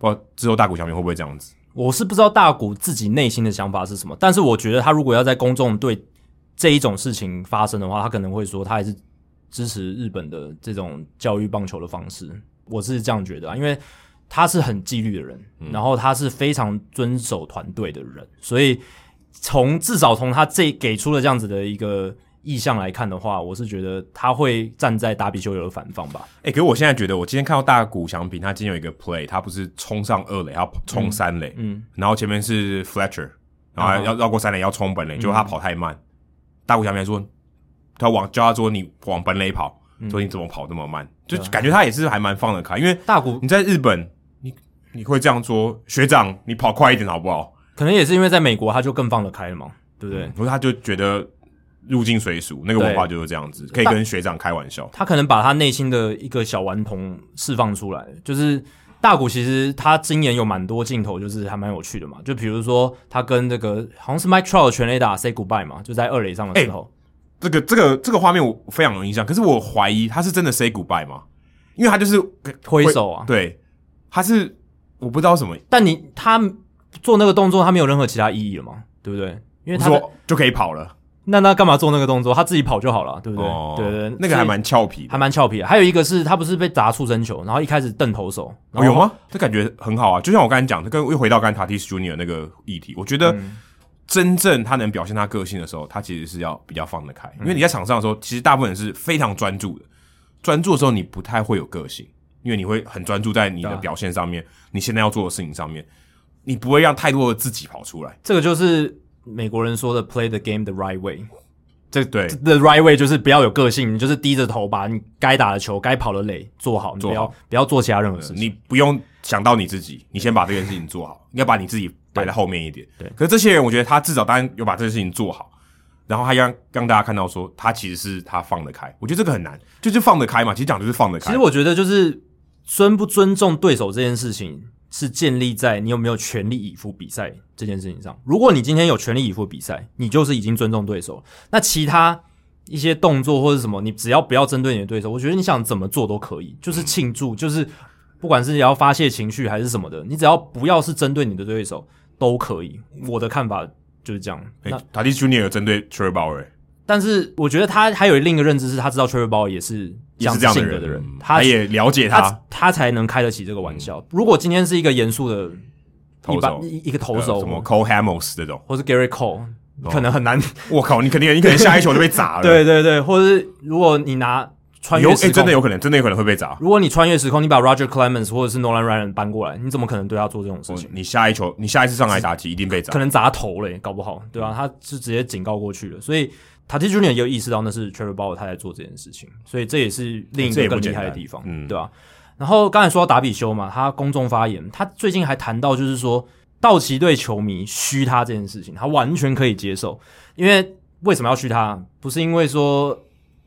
不知道之后大谷翔平会不会这样子？我是不知道大谷自己内心的想法是什么，但是我觉得他如果要在公众对这一种事情发生的话，他可能会说他还是支持日本的这种教育棒球的方式，我是这样觉得啊，因为他是很纪律的人，然后他是非常遵守团队的人，所以从至少从他这给出了这样子的一个意向来看的话，我是觉得他会站在达比修有的反方吧。哎、可是我现在觉得，我今天看到大谷翔平，他今天有一个 play，他不是冲上二垒，要冲三垒、嗯，然后前面是 Fletcher，然后还嗯要绕过三垒要冲本垒，结果他跑太慢。大谷翔平还说，他往叫他说你往本垒跑，说你怎么跑那么慢，就嗯对啊感觉他也是还蛮放得开，因为大谷你在日本，你你会这样说，学长你跑快一点好不好？可能也是因为在美国，他就更放得开了嘛，对不对？嗯，可是他就觉得入境随俗，那个文化对就是这样子，可以跟学长开玩笑。他可能把他内心的一个小顽童释放出来，就是大谷其实他今年有蛮多镜头，就是还蛮有趣的嘛。就比如说他跟这个好像是 Mike Trout 的全垒打 say goodbye 嘛，就在二垒上的时候，这个这个这个画面我非常有印象，可是我怀疑他是真的 say goodbye 吗？因为他就是挥手啊。对，他是我不知道什么，但你他做那个动作，他没有任何其他意义了嘛，对不对？因为我他在说就可以跑了。哦那那干嘛做那个动作？他自己跑就好了，对不对？对对，对那个还蛮俏皮的。还蛮俏皮的。还有一个是他不是被砸出生球，然后一开始瞪投手，然哦，后有吗？这感觉很好啊，就像我刚才讲，这跟又回到刚才 Tatis Junior 那个议题，我觉得真正他能表现他个性的时候，他其实是要比较放得开，因为你在场上的时候，其实大部分人是非常专注的，专注的时候你不太会有个性，因为你会很专注在你的对啊表现上面，你现在要做的事情上面，你不会让太多的自己跑出来。这个就是美国人说的 “play the game the right way”。这对 the right way 就是不要有个性，你就是低着头把你该打的球、该跑的垒做好，你不做好要不要做其他任何事情。你不用想到你自己，你先把这件事情做好，应该把你自己摆在后面一点。对可是这些人，我觉得他至少当然有把这件事情做好，然后他让让大家看到说他其实是他放得开。我觉得这个很难，就是放得开嘛，其实讲就是放得其开实。我觉得就是尊不尊重对手这件事情，是建立在你有没有全力以赴比赛这件事情上。如果你今天有全力以赴比赛，你就是已经尊重对手了。那其他一些动作或者什么，你只要不要针对你的对手，我觉得你想怎么做都可以，就是庆祝，就是不管是你要发泄情绪还是什么的，你只要不要是针对你的对手都可以。我的看法就是这样。哎那塔蒂 Junior 有针对 t r e b o w e r 但是我觉得他还有另一个认知是，他知道 Trevor Bauer 也是这也样子是这样性格人，的人嗯，他他也了解他他，嗯他才能开得起这个玩笑。如果今天是一个严肃的投一般手一一个投呃手什，么哦 Cole Hamels 这种，或是 Gary Cole，可能很 难。我靠，你肯定你可能下一球就被砸 了，对对对，或者是如果你拿穿有越哎、时空，真的有可能，真的有可能会被砸。如果你穿越时空，你把 Roger Clemens 或者是 Nolan Ryan 搬过来，你怎么可能 对他做这种事情？你下一球，你下一次上来打击一定被砸嗯可。能砸头了耶，搞不好，对吧、啊？他是直接警告过去了，所以塔蒂 Junior 也有意识到那是 Trevor Bauer 他在做这件事情，所以这也是另一这个也不更厉简单害的地方，嗯对吧、然后刚才说到达比修嘛，他公众发言，他最近还谈到就是说，道奇队球迷嘘他这件事情，他完全可以接受，因为为什么要嘘他？不是因为说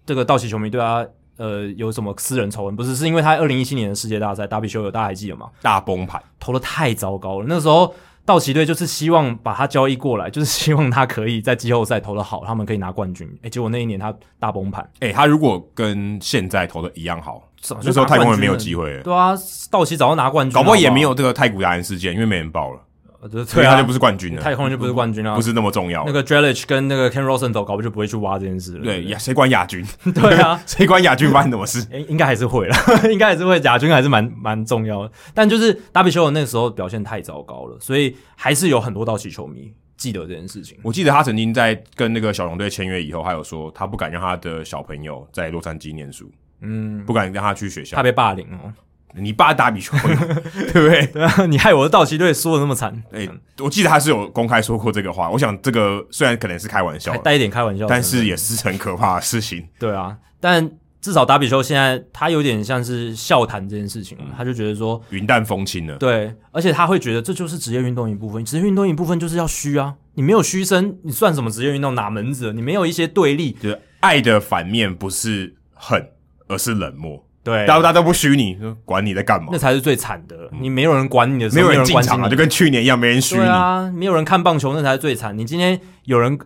这个道奇球迷对他。呃，有什么私人仇恨？不是，是因为他二零一七年的世界大赛，达比修有大家还记得吗？大崩盘，投的太糟糕了。那时候道奇队就是希望把他交易过来， 就是希望他可以在季后赛投的好，他们可以拿冠军。诶，结果那一年他大崩盘，哎、他如果跟现在投的一样好，早就那时候拿太冠空军人没有了机会了，对啊，道奇早就拿冠军了，搞不好也没好有这个太古达人事件，因为没人报了，不好，呃对所对以他啊，就不是冠军了，太空人就不是冠军啊，不是那么重要那。个 Jelich 跟那个 Ken Rosenthal 搞不就不会去挖这件事了？对，亚谁管亚军？ 不 对对啊。谁管亚军发生什么事？诶应该还是会啦， 应该还是会，亚军还是蛮蛮重要的。但就是达比修尔那时候表现太糟糕了，所以还是有很多道奇球迷记得这件事情。我记得他曾经在跟那个小熊队签约以后，他有说他不敢让他的小朋友在洛杉矶念书，嗯，不敢让他去学怕校。被霸凌哦。你爸打比球， 对不对？对啊，你害我的道奇队输的那么惨，哎、我记得他是有公开说过这个话。我想这个虽然可能是开玩笑还的，带一点开玩笑的成分，但是也是很可怕的事情。对啊，但至少达比修现在他有点像是笑谈这件事嗯情了，他就觉得说，云淡风轻了，对，而且他会觉得这就是职业运动一部分，职业运动一部分就是要虚啊，你没有虚声，你算什么职业运动哪门子？你没有一些对立，就是爱的反面不是恨，而是冷漠。对大家大家都不虚你，说管你在干嘛那？才是最惨的，你没有人管你的时嗯没候，有没人进关心场啊，你就跟去年一样，没人虚你。对啊，没有人看棒球，那才是最惨。你今天有人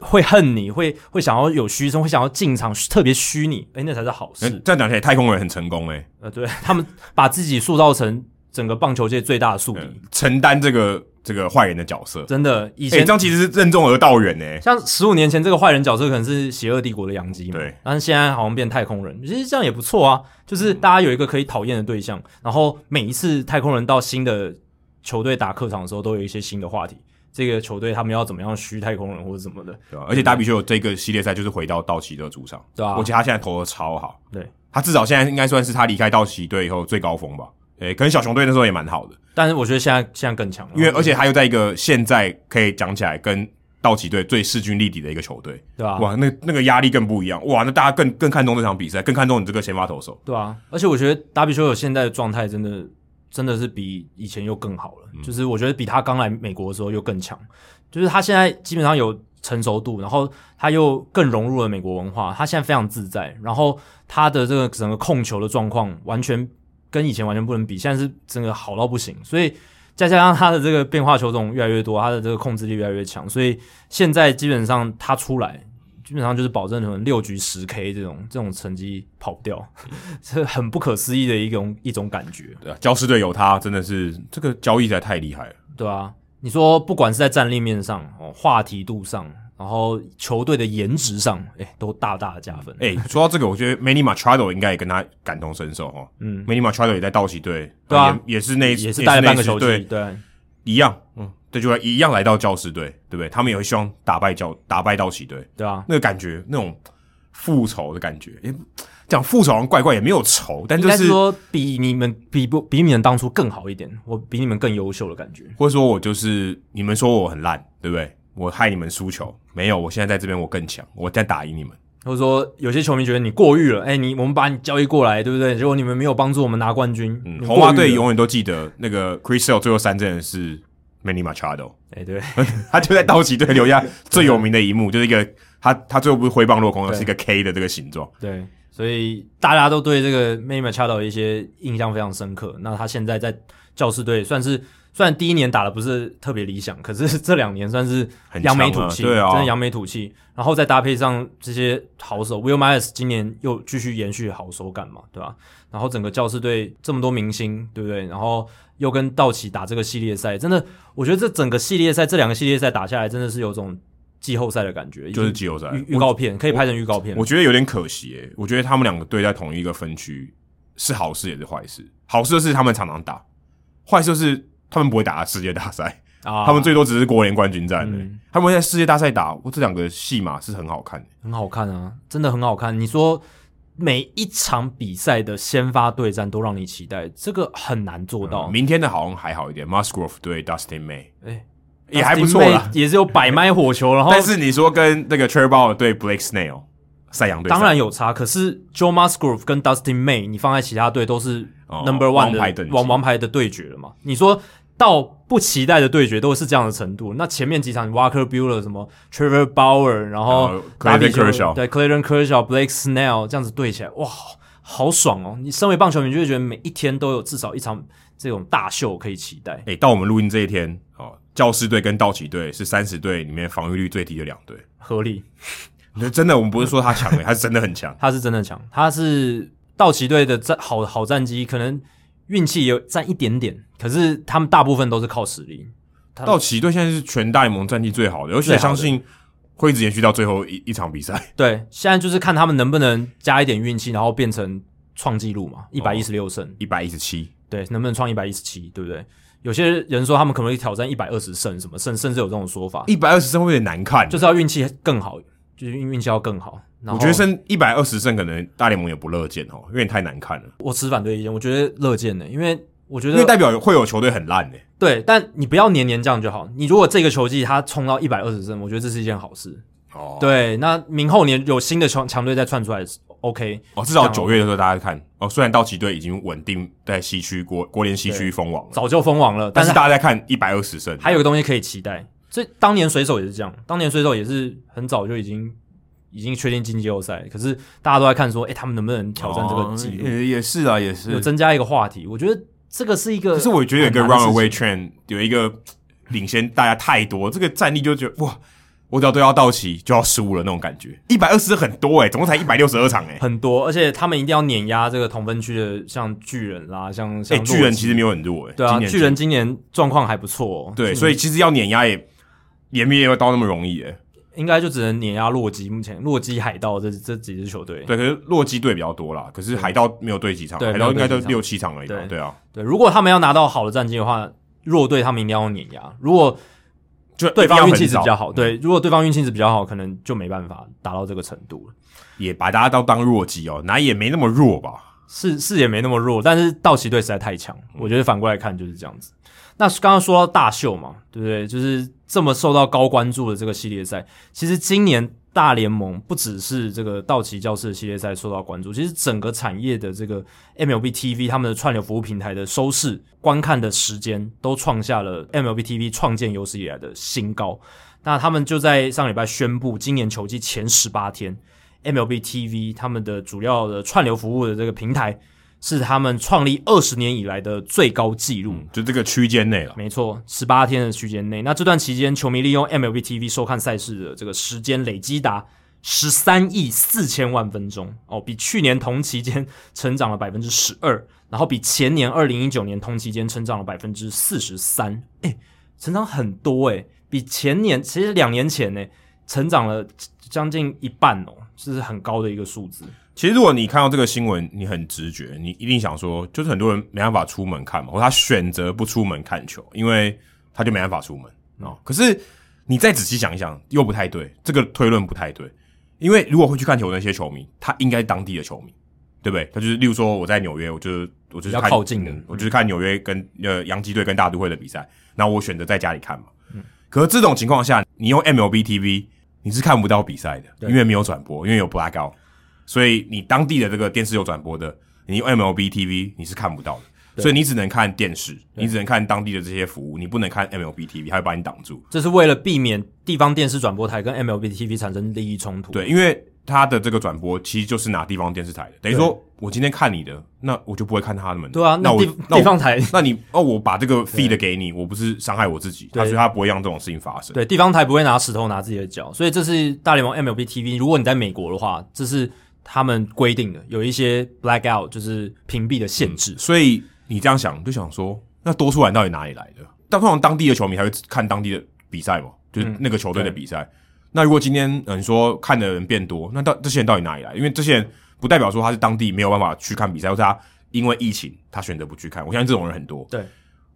会恨你，会会想要有虚声，会想要进场特别虚你，哎、那才是好事。嗯这样讲起来，太空人很成功哎、呃，对 他们把自己塑造成整个棒球界最大的宿敌，嗯承担这个这个坏人的角色。真的。以哎、前、这样其实是任重而道远哎、像十五年前这个坏人角色可能是邪恶帝国的杨基嘛，对，但是现在好像变太空人，其实这样也不错啊。就是大家有一个可以讨厌的对象，然后每一次太空人到新的球队打客场的时候，都有一些新的话题。这个球队他们要怎么样虚太空人或者怎么的，对吧而且达比修有这个系列赛就是回到道奇的主场，对啊而且他现在投的超好，对他至少现在应该算是他离开道奇队以后最高峰吧。诶、可能小熊队那时候也蛮好的，但是我觉得现在现在更强了，因为而且他又在一个现在可以讲起来跟道奇队最势均力敌的一个球队，对吧、哇，那那个压力更不一样，哇，那大家更更看重这场比赛，更看重你这个先发投手。对啊，而且我觉得达比修有现在的状态真的真的是比以前又更好了，就是我觉得比他刚来美国的时候又更强，就是他现在基本上有成熟度，然后他又更融入了美国文化，他现在非常自在，然后他的这个整个控球的状况完全跟以前完全不能比，现在是真的好到不行，所以。再加上他的这个变化球种越来越多，他的这个控制力越来越强，所以现在基本上他出来，基本上就是保证可能六局十 K 这种这种成绩跑不掉。是很不可思议的一种一种感觉，对啊，教师队有他真的是这个交易实在太 厉害了。对啊，你说不管是在战力面上、哦话题度上，然后球队的颜值上，哎、都大大的加分。诶、哎说到这个，我觉得 Manny Machado 应该也跟他感同身受哦。嗯， Manny Machado 也在道奇队，对啊也也是那也是待了半个球季，队，对一样，嗯，对，就一样来到教师队，对不对？他们也会希望打败教打败道奇队，对啊，那个感觉，那种复仇的感觉，也讲复仇好像怪怪，也没有仇，但应就该是是说比你们比不比你们当初更好一点，我比你们更优秀的感觉。或者说我就是你们说我很烂，对不对？我害你们输球，没有，我现在在这边我更强，我再打赢你们，或者说有些球迷觉得你过誉了，哎、你我们把你交易过来，对不对？结果你们没有帮助我们拿冠军，嗯，你红过袜誉队了永远都记得那个 Chris Sale 最后三阵是 Manny Machado， 哎、对。他就在道奇队留下最有名的一幕，就是一个他他最后不是挥棒落空，而是一个 K 的这个形状。对，所以大家都对这个 m a y Machado 有一些印象非常深刻。那他现在在教师队算是，虽然第一年打的不是特别理想，可是这两年算是很扬眉强吐啊气，对啊真的扬眉吐气。然后再搭配上这些好手，Will Myers 今年又继续延续好手感嘛，对吧、然后整个教师队这么多明星，对不对？然后又跟道奇打这个系列赛，真的，我觉得这整个系列赛这两个系列赛打下来，真的是有种季后赛的感觉，就是已经季后赛。预预告片可以拍成预告片。我觉得有点可惜、欸，我觉得他们两个队在同一个分区是好事也是坏事。好事是他们常常打，坏事是他们不会打世界大赛，啊，他们最多只是国联冠军战、欸。嗯他们会在世界大赛打，我这两个戏码是很好看的。很好看啊，真的很好看。你说每一场比赛的先发对战都让你期待，这个很难做到。明天的好像还好一点，Musgrove 对 Dustin May 哎也还不错 Dustin 啦 May。也是有百麦火球，然后 但是你说跟那个 t r e b o 对 Blake Snell 赛扬队赛，当然有差。可是 Joe Musgrove 跟 Dustin May，你放在其他队都是哦 Number One 的王牌等级王王牌的对决了嘛？你说到不期待的对决都是这样的程度，那前面几场你 Walker Bueller 什么 Trevor Bauer，然后然后达比 Clayton 修 Kershaw 对 Clayton Kershaw、Blake Snell 这样子对起来，哇，好爽哦！你身为棒球迷，就会觉得每一天都有至少一场这种大秀可以期待。诶、到我们录音这一天，哦，教师队跟道奇队是三十队里面防御率最低的两队。合理，你说真的，我们不是说他 强诶、他是真的很强。他是真的强，他是道奇队的战好好战绩，可能运气有占一点点，可是他们大部分都是靠实力。他道奇队现在是全大联盟战绩最好的，而且最好的相信会一直延续到最后一一场比赛。对，现在就是看他们能不能加一点运气，然后变成创纪录哦嘛，一百一十六胜，一百一十七，对，能不能创一百一十七，对不对？有些人说他们可能会挑战一百二十胜，什么甚甚至有这种说法，一百二十胜会不会有点难看。就是要运气更好，就是运运气要更好。然后我觉得胜一百二十胜可能大联盟也不乐见哦，因为太难看了，我持反对意见，我觉得乐见的，因为我觉因为得代表会有球队很烂诶、对，但你不要年年这样就好。你如果这个球季他冲到一百二十胜，我觉得这是一件好事。哦，，对，那明后年有新的强强队再窜出来，OK，哦，至少这样九月的时候大家看哦，虽然道奇队已经稳定在西区国国联西区封王了，早就封王了，但但是是大家在看一百二十胜，还有个东西可以期待。这当年水手也是这样，当年水手也是很早就已经已经确定进季后赛，可是大家都在看说，哎、他们能不能挑战这个纪录，哦也也是啊，也有是。增加一个话题。我觉得这个是一个，可是我觉得有一个很难的事 runaway 情 train 有一个领先大家太多，这个战力就觉得哇，我只要对到到齐就要输了那种感觉。一百二十很多哎、总共才一百六十二场哎、欸很多，而且他们一定要碾压这个同分区的，像巨人啦，像像哎、洛基、巨人其实没有很弱哎、欸对啊，今年巨人今年状况还不错、哦，对，所以其实要碾压也也没有到那么容易哎、欸应该就只能碾压洛基。目前洛基海盗这这几支球队，对，可是洛基队比较多啦，可是海盗没有对几场，对海盗应该都没有对几场六七场而已吧对对啊，对，如果他们要拿到好的战绩的话，弱队他们一定要碾压。如果就对一定方要运气值很比较早嗯好，，对，如果对方运气值比较好，可能就没办法达到这个程度了。也把大家都当弱鸡哦，哪也没那么弱吧。是是也没那么弱，但是道奇队实在太强，嗯我觉得反过来看就是这样子。那刚刚说到大秀嘛，对不对？就是这么受到高关注的这个系列赛，其实今年大联盟不只是这个道奇教室的系列赛受到关注，其实整个产业的这个 MLB TV 他们的串流服务平台的收视、观看的时间都创下了 MLB TV 创建有史以来的新高。那他们就在上礼拜宣布，今年球季前十八天，MLB TV 他们的主要的串流服务的这个平台是他们创立二十年以来的最高纪录。嗯就这个区间内了。没错，十八天的区间内，那这段期间，球迷利用 MLB TV 收看赛事的这个时间累积达十三亿四千万分钟哦，比去年同期间 成长了百分之十二，然后比前年二零一九年同期间成长了百分之四十三，哎，成长很多哎、比前年其实两年前呢、成长了将近一半哦，这是很高的一个数字。其实如果你看到这个新闻，你很直觉，你一定想说，就是很多人没办法出门看嘛，或他选择不出门看球，因为他就没办法出门嗯哦。可是你再仔细想一想，又不太对，这个推论不太对，因为如果会去看球的那些球迷，他应该是当地的球迷，对不对？他就是，例如说我在纽约，我就是我就是比较看靠近的嗯我就是看纽约跟呃洋基队跟大都会的比赛，那我选择在家里看嘛。嗯可是这种情况下，你用 MLB TV 你是看不到比赛的，因为没有转播，因为有 blackout，所以你当地的这个电视有转播的，你用 MLB TV 你是看不到的，所以你只能看电视，你只能看当地的这些服务，你不能看 MLB TV，它会把你挡住。这是为了避免地方电视转播台跟 MLB TV 产生利益冲突。对，因为它的这个转播其实就是拿地方电视台的，等于说我今天看你的，那我就不会看他们的。对啊，那那我地那地我方台那你哦，我把这个 feed 给你，我不是伤害我自己，他对所以他不会让这种事情发生。对，地方台不会拿石头拿自己的脚，所以这是大联盟 MLB TV。如果你在美国的话，这是他们规定的，有一些 blackout 就是屏蔽的限制。所以你这样想，就想说，那多出来到底哪里来的？但通常当地的球迷才会看当地的比赛嘛，就是那个球队的比赛。那如果今天嗯、你说看的人变多，那到这些人到底哪里来？因为这些人不代表说他是当地没有办法去看比赛，或是他因为疫情他选择不去看。我相信这种人很多。对，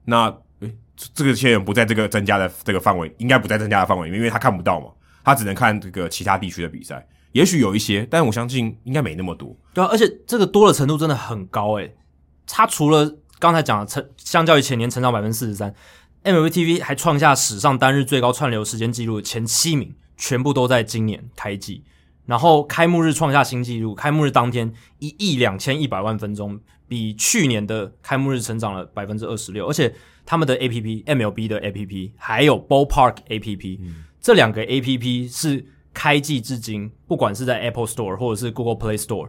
那诶、这这个些人不在这个增加的这个范围，应该不在增加的范围里面，因为他看不到嘛，他只能看这个其他地区的比赛。也许有一些，但我相信应该没那么多。对啊，而且这个多的程度真的很高诶、它除了刚才讲的成，相较于前年成长百分之四十三，MLB TV 还创下史上单日最高串流时间记录，前七名全部都在今年开季。然后开幕日创下新纪录，开幕日当天一亿两千一百万分钟，比去年的开幕日成长了百分之二十六。而且他们的 APP MLB 的 APP 还有 Ballpark APP、这两个 APP 是开季至今，不管是在 Apple Store 或者是 Google Play Store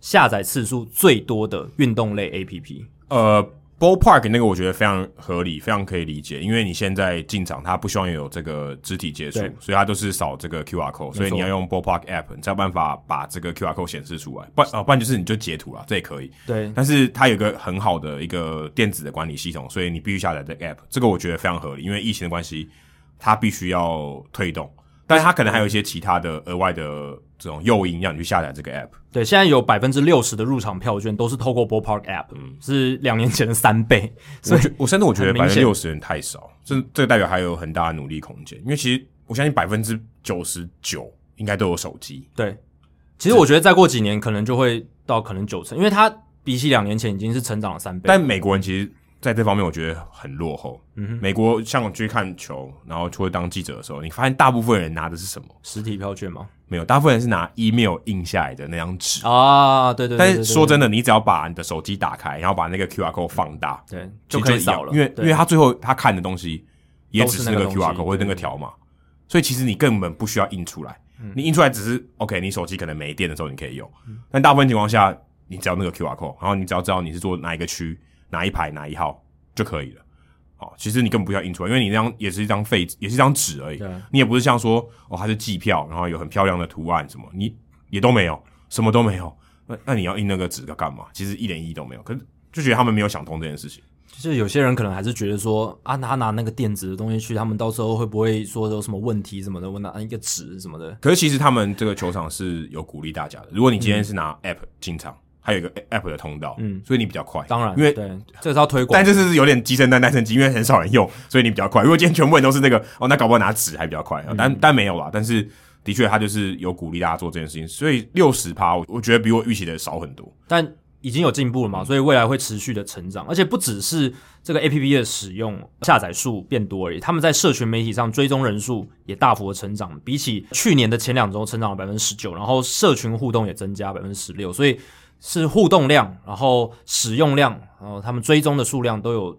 下载次数最多的运动类 APP。呃，ballpark 那个我觉得非常合理，非常可以理解，因为你现在进场，他不希望有这个肢体接触对，所以他都是扫这个 QR code，所以你要用 ballpark app，你才有办法把这个 QR code 显示出来，不然啊、不然就是你就截图啦，这也可以。对，但是它有一个很好的一个电子的管理系统，所以你必须下载这个 app，这个我觉得非常合理，因为疫情的关系，它必须要推动，但是它可能还有一些其他的额外的这种诱因让你去下载这个 app。对，现在有百分之六十的入场票券都是透过 Ballpark App，、是嗯两年前的三倍。所我以觉我甚至我觉得很明百分之显六十人太少，这这个代表还有很大的努力空间。因为其实我相信百分之九十九应该都有手机，对，其实我觉得再过几年可能就会到可能九成，因为它比起两年前已经是成长了三倍。但美国人其实在这方面我觉得很落后。嗯美国像我去看球，然后或者当记者的时候，你发现大部分人拿的是什么？实体票券嘛，没有，大部分人是拿 email 印下来的那张纸。啊，对对对但对是说真的，你只要把你的手机打开，然后把那个 QR code 放大，对，就其实可以一样扫了，因为因对为他最后他看的东西也只是那个都是那个 QR 东西 code 或者那个条码，所以其实你根本不需要印出来，嗯你印出来只是 OK，你手机可能没电的时候你可以用，但大部分情况下你只要那个 QR code，然后你只要知道你是做哪一个区、哪一排、哪一号就可以了。好，其实你根本不需要印出来，因为你那张也是一张废纸，也是一张纸而已对，啊你也不是像说哦，它是季票，然后有很漂亮的图案什么，你也都没有，什么都没有。那那你要印那个纸要干嘛？其实一点意义都没有。可是就觉得他们没有想通这件事情。就是有些人可能还是觉得说啊，拿拿那个电子的东西去，他们到时候会不会说有什么问题什么的？我拿一个纸什么的，可是其实他们这个球场是有鼓励大家的。如果你嗯今天是拿 App 进场，还有一个 App 的通道，嗯，所以你比较快。当然，因为对，这个是要推广但，这是有点鸡生蛋，蛋生鸡，因为很少人用，所以你比较快。如果今天全部人都是那个，哦，那搞不好拿纸还比较快。哦但但没有啦，但是的确他就是有鼓励大家做这件事情，所以六十趴，我我觉得比我预期的少很多。但已经有进步了嗯嘛，所以未来会持续的成长，而且不只是这个 A P P 的使用下载数变多而已，他们在社群媒体上追踪人数也大幅的成长，比起去年的前两周成长了百分之十九，然后社群互动也增加百分之十六，所以是互动量，然后使用量，然后他们追踪的数量都有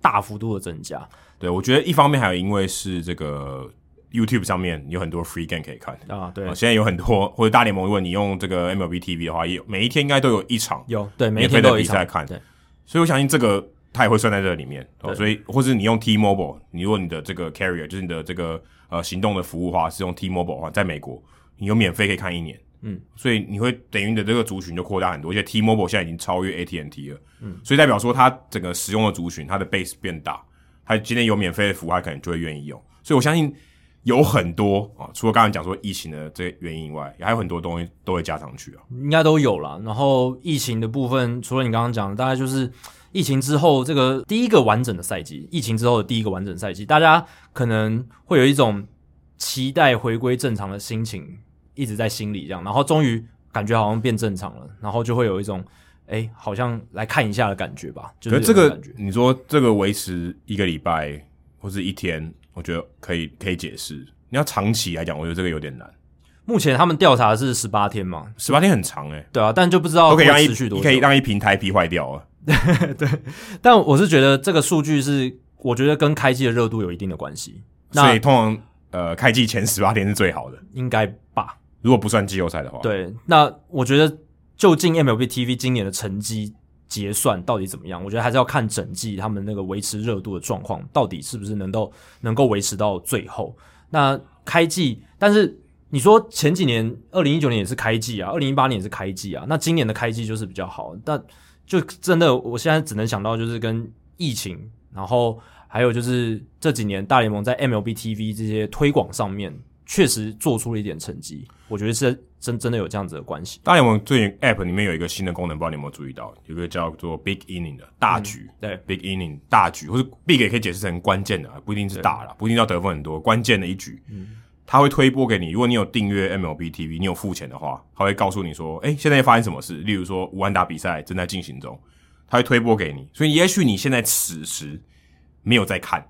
大幅度的增加。对我觉得一方面还有因为是这个 YouTube 上面有很多 free game 可以看。啊，对啊，，现在有很多或者大联盟，如果你用这个 MLB TV 的话，也有每一天应该都有一场有对，每一免费天的都有一比场赛看对，所以我相信这个它也会算在这里面。对哦、所以或是你用 T-Mobile，你如果你的这个 carrier 就是你的这个呃行动的服务的话是用 T-Mobile 的话，在美国你有免费可以看一年。嗯，所以你会等于你的这个族群就扩大很多，而且 T-Mobile 现在已经超越 AT&T 了，嗯，所以代表说它整个使用的族群，它的 base 变大，它今天有免费的服务，它可能就会愿意用。所以我相信有很多啊，除了刚才讲说疫情的这个原因以外，还有很多东西都会加上去啊。应该都有啦。然后疫情的部分，除了你刚刚讲的，大概就是疫情之后这个第一个完整的赛季，疫情之后的第一个完整赛季，大家可能会有一种期待回归正常的心情一直在心里这样，然后终于感觉好像变正常了，然后就会有一种哎、诶好像来看一下的感觉吧，就可是是这有种个感觉，你说这个维持一个礼拜或是一天，我觉得可以可以解释。你要长期来讲，我觉得这个有点难，目前他们调查的是十八天嘛，十八天很长哎、对啊，但就不知道都会可以让一持续多你久，可以让一瓶台啤坏掉啊。但我是觉得这个数据是，我觉得跟开机的热度有一定的关系，所那以通常呃开季前十八天是最好的，应该吧。如果不算季后赛的话。，对，那我觉得究竟 MLB TV 今年的成绩结算到底怎么样？我觉得还是要看整季他们那个维持热度的状况，到底是不是能够能够维持到最后。那开季，但是你说前几年，二零一九年也是开季啊，二零一八年也是开季啊，那今年的开季就是比较好，但就真的我现在只能想到就是跟疫情，然后还有就是这几年大联盟在 MLB TV 这些推广上面确实做出了一点成绩，我觉得是真真的有这样子的关系。大联盟最近 App 里面有一个新的功能，不知道你有没有注意到，有一个叫做 Big Inning 的大局，对，Big Inning 大局，或是 Big 也可以解释成关键的，啊不一定是大了，不一定要得分很多，关键的一局，他会推播给你。如果你有订阅 MLB TV，你有付钱的话，他会告诉你说，哎、现在发生什么事，例如说吴安达比赛正在进行中，他会推播给你。所以也许你现在此时没有在看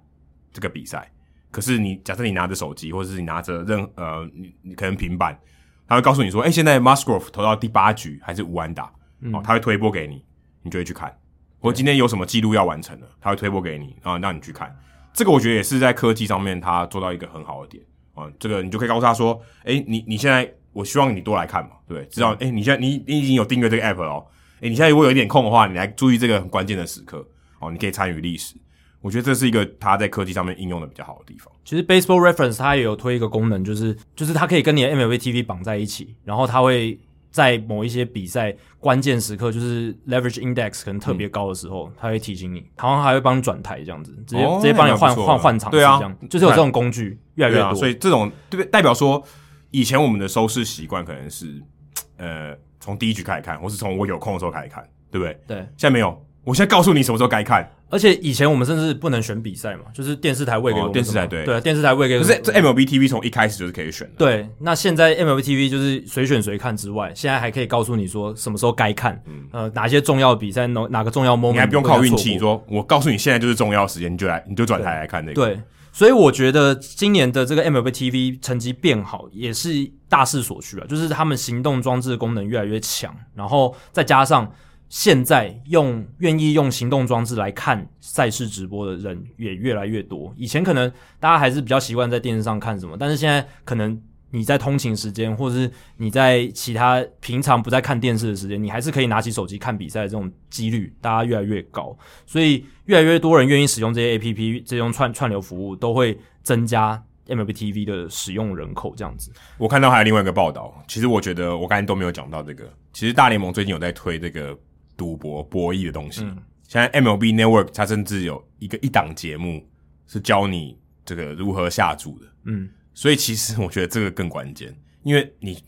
这个比赛，可是你假设你拿着手机，或者是你拿着任呃，你你可能平板，他会告诉你说，哎、现在 Musgrove 投到第八局还是吴安达，哦，他会推播给你，你就会去看。或今天有什么记录要完成了，他会推播给你，然后让你去看。这个我觉得也是在科技上面他做到一个很好的点啊、这个你就可以告诉他说，哎，你你现在我希望你多来看嘛，对不对？知道，哎，你现在你你已经有订阅这个 app 了、哦，哎，你现在如果有一点空的话，你来注意这个很关键的时刻哦，你可以参与历史。我觉得这是一个他在科技上面应用的比较好的地方。其实 Baseball Reference 它也有推一个功能，就是就是它可以跟你的 MLB TV 绑在一起，然后它会在某一些比赛关键时刻，就是 Leverage Index 可能特别高的时候，它会提醒你，好像还会帮你转台这样子，直接、嗯哦直接帮你换那还不错换换场次对啊这样，就是有这种工具越来越对多。啊，所以这种对不对代表说，以前我们的收视习惯可能是，呃，从第一局开始看，或是从我有空的时候开始看，对不对？对，现在没有，我现在告诉你什么时候该看。而且以前我们甚至不能选比赛嘛，就是电视台喂给我哦们电什视么台对对电视台喂给我可们是这 MLB TV 从一开始就是可以选的，对，那现在 MLB TV 就是随选随看之外，现在还可以告诉你说什么时候该看，呃，哪些重要比赛，哪哪个重要 moment，嗯你还不用靠运气。你你不能错过说我告诉你现在就是重要的时间，你就来，你就转台来看这个。，对，所以我觉得今年的这个 MLB TV 成绩变好，也是大势所趋啊，就是他们行动装置的功能越来越强，然后再加上现在用愿意用行动装置来看赛事直播的人也越来越多。以前可能大家还是比较习惯在电视上看什么，但是现在可能。你在通勤时间，或者是你在其他平常不在看电视的时间，你还是可以拿起手机看比赛的这种几率，大家越来越高。所以越来越多人愿意使用这些 A P P，这种串串流服务都会增加 M L B T V 的使用人口，这样子。我看到还有另外一个报道，其实我觉得我刚才都没有讲到这个，其实大联盟最近有在推这个赌博博弈的东西。嗯现在 MLB Network 它甚至有一个一档节目是教你这个如何下注的，嗯，所以其实我觉得这个更关键，因为你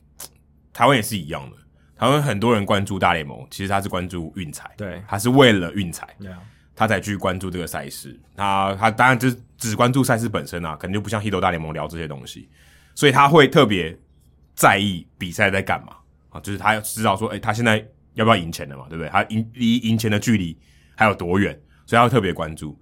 台湾也是一样的，台湾很多人关注大联盟，其实他是关注运彩，对他是为了运彩，对啊，他才去关注这个赛事。他他当然就是只关注赛事本身啊，可能就不像《h i t o 大联盟》聊这些东西，所以他会特别在意比赛在干嘛啊，就是他要知道说，哎、他现在要不要赢钱了嘛，对不对？他赢离赢钱的距离还有多远，所以他会特别关注。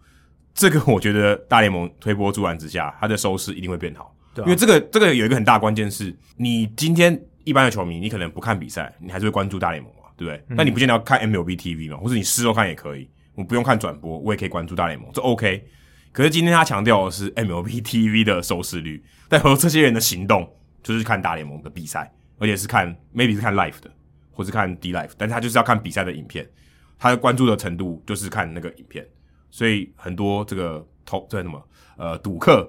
这个我觉得大联盟推波助澜之下，他的收视一定会变好，对啊因为这个这个有一个很大关键是，你今天一般的球迷，你可能不看比赛，你还是会关注大联盟嘛，对不嗯对？但你不见得要看 MLB TV 嘛，或者你事后看也可以，我不用看转播，我也可以关注大联盟，这 OK。可是今天他强调的是 MLB TV 的收视率，但和这些人的行动就是看大联盟的比赛，而且是看 maybe 是看 live 的，或是看 D live，但是他就是要看比赛的影片，他的关注的程度就是看那个影片，所以很多这个投这个什么呃赌客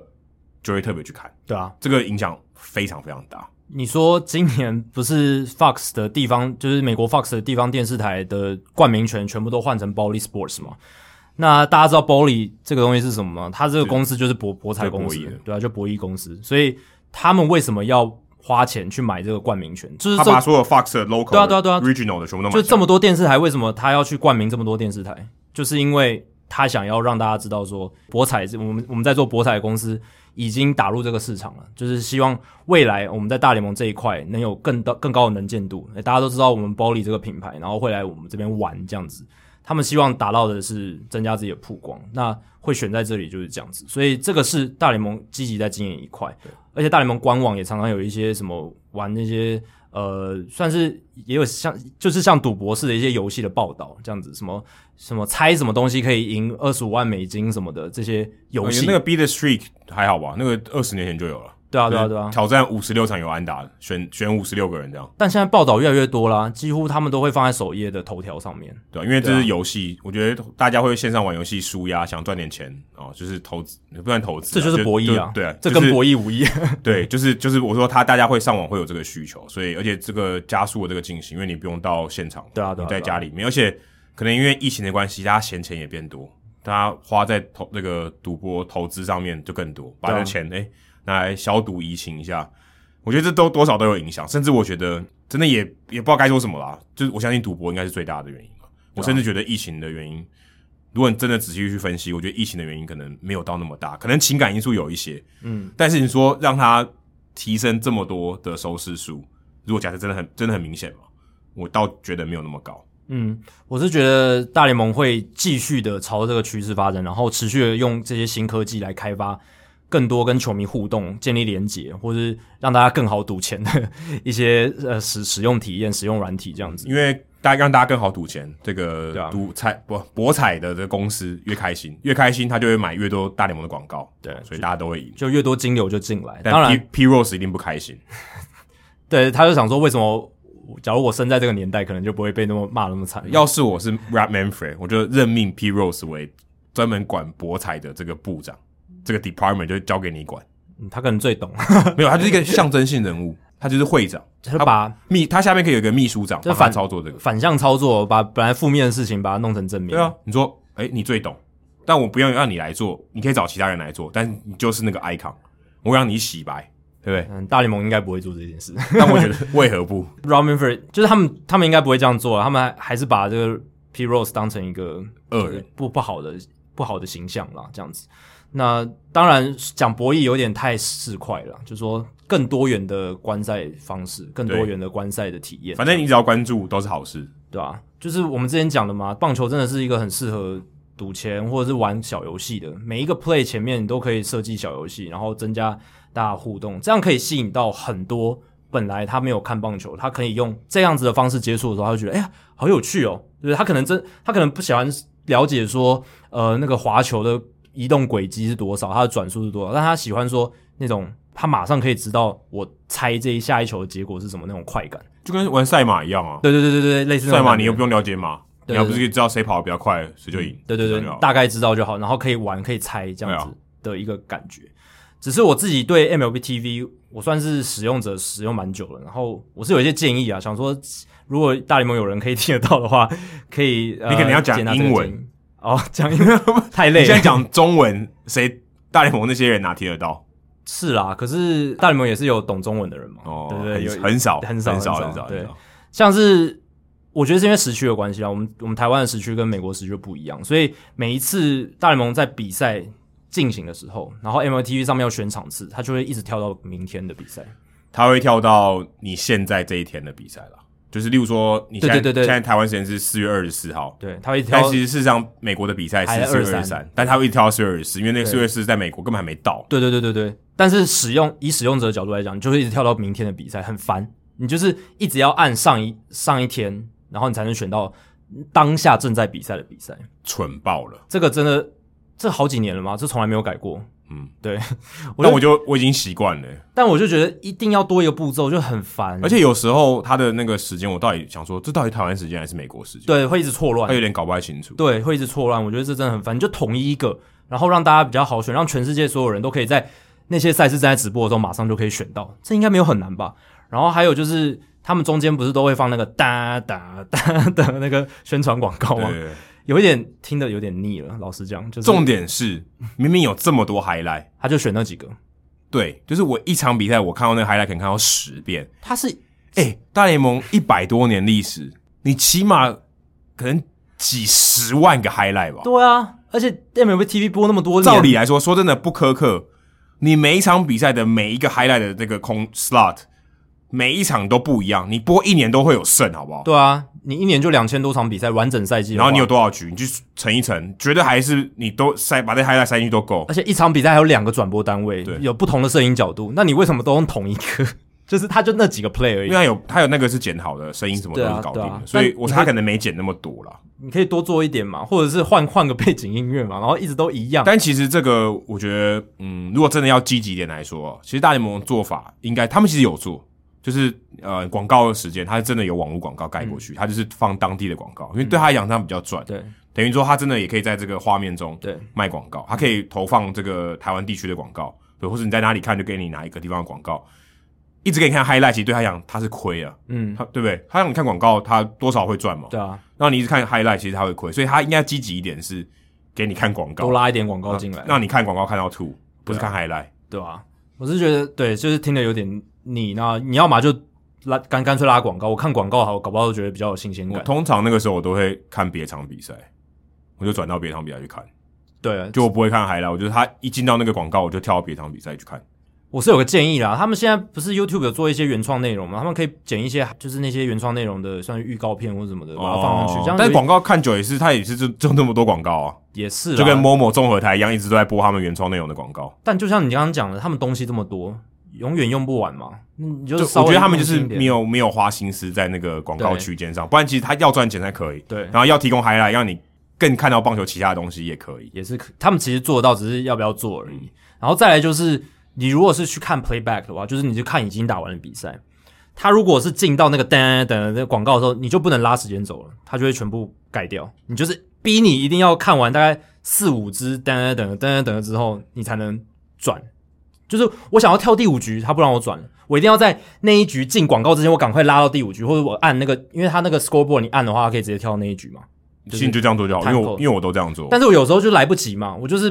就会特别去看，对啊。这个影响非常非常大。你说今年不是 Fox 的地方，就是美国 Fox 的地方电视台的冠名权全部都换成 Bolly Sports 嘛？那大家知道 Bolly 这个东西是什么吗？它这个公司就是博博彩公司就博弈的，对啊，就博弈公司。所以他们为什么要花钱去买这个冠名权？就是他这把所有 Fox 的 local、对啊对啊对啊 regional 的全部都买就下这来，么多电视台，为什么他要去冠名这么多电视台？就是因为他想要让大家知道说，博彩我们我们在做博彩的公司已经打入这个市场了，就是希望未来我们在大联盟这一块能有更高更高的能见度。诶大家都知道我们 Bolly 这个品牌，然后会来我们这边玩这样子。他们希望达到的是增加自己的曝光，那会选在这里就是这样子，所以这个是大联盟积极在经营一块，而且大联盟官网也常常有一些什么玩那些呃，算是也有像就是像赌博式的一些游戏的报道这样子，什么什么猜什么东西可以赢二十五万美金什么的这些游戏，哎哦那个 Be the Streak 还好吧？那个二十年前就有了。对啊对啊对啊，挑战五十六场有安打，选选五十六个人这样，但现在报道越来越多啦，几乎他们都会放在首页的头条上面，对、啊，因为对这啊是游戏，我觉得大家会线上玩游戏输压，想赚点钱哦，就是投资，不算投资这啊，就是博弈啊，对啊，这就是跟博弈无异，对，就是就是我说他大家会上网会有这个需求，所以而且这个加速了这个进行，因为你不用到现场，对啊对啊你在对啊家里面，而且可能因为疫情的关系，大家闲钱也变多，大家花在投那个赌博投资上面就更多，把对啊这钱哎、诶拿来消毒移情一下。我觉得这都多少都有影响，甚至我觉得真的也也不知道该说什么啦。就是我相信赌博应该是最大的原因嘛。啊我甚至觉得疫情的原因，如果你真的仔细去分析，我觉得疫情的原因可能没有到那么大，可能情感因素有一些，嗯，但是你说让它提升这么多的收视数，如果假设真的很真的很明显嘛，我倒觉得没有那么高。嗯，我是觉得大联盟会继续的朝这个趋势发展，然后持续的用这些新科技来开发更多跟球迷互动、建立连结，或是让大家更好赌钱的一些呃使使用体验、使用软体这样子。因为大家让大家更好赌钱，这个对啊赌彩博博彩的这个公司越开心，越开心，他就会买越多大联盟的广告，对所以大家都会赢。就越多金流就进来，但当然 P P Rose 一定不开心，对，他就想说，为什么假如我生在这个年代，可能就不会被那么骂得那么惨？要是我是 Rap Manfred，我就任命 P Rose 为专门管博彩的这个部长，这个 department 就交给你管。嗯他可能最懂，没有，他就是一个象征性人物，他就是会长，他就把秘他下面可以有一个秘书长，这帮他反操作这个。反向操作，把本来负面的事情把它弄成正面。对啊，你说，哎、你最懂，但我不用让你来做，你可以找其他人来做，但你就是那个 icon，我让你洗白，对不嗯，大联盟应该不会做这件事。 对？但我觉得为何不？ Robin f o r d 就是他们，他们应该不会这样做啊，他们还还是把这个 P Rose 当成一个恶人，不不好的不好的形象啦，这样子。那当然讲博弈有点太市侩了，就说更多元的观赛方式，更多对元的观赛的体验，反正你只要关注都是好事。对吧、啊就是我们之前讲的嘛，棒球真的是一个很适合赌钱或者是玩小游戏的，每一个 play 前面你都可以设计小游戏，然后增加大家互动，这样可以吸引到很多本来他没有看棒球，他可以用这样子的方式接触的时候，他就觉得哎呀好有趣哦，就是他可能真他可能不喜欢了解说呃那个滑球的移动轨迹是多少，它的转速是多少，但他喜欢说那种他马上可以知道我猜这一下一球的结果是什么那种快感。就跟玩赛马一样啊，对对对对对，类似那赛种马感你觉又不用了解马，对你要不是知道谁跑得比较快，谁就赢。嗯对对对这样就好，了大概知道就好，然后可以玩，可以猜这样对啊子的一个感觉。只是我自己对 MLB TV，我算是使用者，使用蛮久了。然后我是有一些建议啊，想说如果大联盟有人可以听得到的话，可以、呃、你可能要讲接纳这个英文建议哦，讲英文太累 你了。现在讲中文，谁大联盟那些人哪听得到？是啦，可是大联盟也是有懂中文的人嘛，哦，对不对？有很很少，很少，少很很少很少。对很少像是我觉得是因为时区的关系啊，我们我们台湾的时区跟美国时区不一样，所以每一次大联盟在比赛进行的时候，然后 MLTV 上面要选场次，它就会一直跳到明天的比赛。他会跳到你现在这一天的比赛了。就是例如说，你现在对对对对现在台湾时间是四月二十四号，对，它会但跳。其实事实上美国的比赛还是在四月二23十三，但他会一直跳到四月二十四，因为那个对四月二十四在美国根本还没到。对对对对对，但是使用以使用者的角度来讲，你就会一直跳到明天的比赛，很烦。你就是一直要按上一上一天，然后你才能选到当下正在比赛的比赛。蠢爆了。这个真的，这好几年了嘛，这从来没有改过。嗯，对。 我那就我就我已经习惯了，但我就觉得一定要多一个步骤，就很烦，而且有时候他的那个时间，我到底想说，这到底台湾时间还是美国时间？对会一直错他有乱，点搞不太清楚。对会一直错乱。我觉得这真的很烦，你就统一一个，然后让大家比较好选，让全世界所有人都可以在那些赛事正在直播的时候马上就可以选到，这应该没有很难吧？然后还有就是他们中间不是都会放那个哒哒哒的那个宣传广告对吗？对，对有一点听的有点腻了，老实讲，就是重点是明明有这么多 highlight，他就选那几个，对，就是我一场比赛我看到那个 highlight 可能看到十遍，他是哎、大联盟一百多年历史，你起码可能几十万个 highlight 吧。对啊，而且 MLB TV 播那么多年，照理来说，说真的不苛刻，你每一场比赛的每一个 highlight 的这个空 slot，每一场都不一样，你播一年都会有剩，好不好？对啊，你一年就两千多场比赛，完整赛季的然话，后你有多少局，你去乘一乘，觉得还是你都塞把这 highlight 塞进去都够而。且一场比赛还有两个转播单位对，有不同的摄影角度，那你为什么都用同一个？ 就是他就那几个 play 而因已为，它有它有那个是剪好的，声音什么都对是啊搞定对的，啊所以我但他可能没剪那么多啦。你可以多做一点嘛，或者是换换个背景音乐嘛，然后一直都一样。但其实这个，我觉得，嗯，如果真的要积极一点来说，其实大联盟的做法应该，他们其实有做，就是呃，广告的时间，他真的有网络广告盖嗯过去，他就是放当地的广告，因为对他来讲，他比较赚，对等于说他真的也可以在这个画面中对卖广告，他可以投放这个台湾地区的广告，对，或者你在哪里看就给你哪一个地方的广告，一直给你看 highlight，其实对他来讲他是亏啊，嗯，他对不对？他让你看广告，他多少会赚嘛，对啊，然后你一直看 highlight，其实他会亏，所以他应该积极一点是给你看广告多，拉一点广告进来，啊啊让你看广告看到吐，不是看 highlight。对吧？我是觉得对，就是听的有点腻。那你要嘛就拉干干脆拉广告，我看广告好，搞不好觉得比较有新鲜我感。通常那个时候我都会看别场比赛，我就转到别场比赛去看，对，就我不会看海了。我就是他一进到那个广告，我就跳到别场比赛去看。我是有个建议啦，他们现在不是 YouTube 有做一些原创内容嘛，他们可以剪一些就是那些原创内容的，算是预告片或什么的，把它放上去。哦这样但有是广告看久也是，他也是就就那么多广告啊，也是啦就跟某某综合台一样，一直都在播他们原创内容的广告。但就像你刚刚讲的，他们东西这么多，永远用不完嘛。你就就稍我微觉得他们就是用心一点没有没有花心思在那个广告对区间上，不然其实他要赚钱才可以，对，然后要提供 highlight 让你更看到棒球其他的东西也可以。也是可他们其实做得到，只是要不要做而已。然后再来就是，你如果是去看 playback 的话，就是你就看已经打完的比赛，他如果是进到那个噔噔噔的广告的时候，你就不能拉时间走了，他就会全部盖掉。你就是逼你一定要看完大概四五支噔噔噔噔噔之后，你才能转。就是我想要跳第五局，他不让我转了，我一定要在那一局进广告之前，我赶快拉到第五局，或者我按那个，因为他那个 scoreboard 你按的话，它可以直接跳到那一局嘛。其实你就这样做就好，因为我 Timecode 因为我都这样做。但是我有时候就来不及嘛，我就是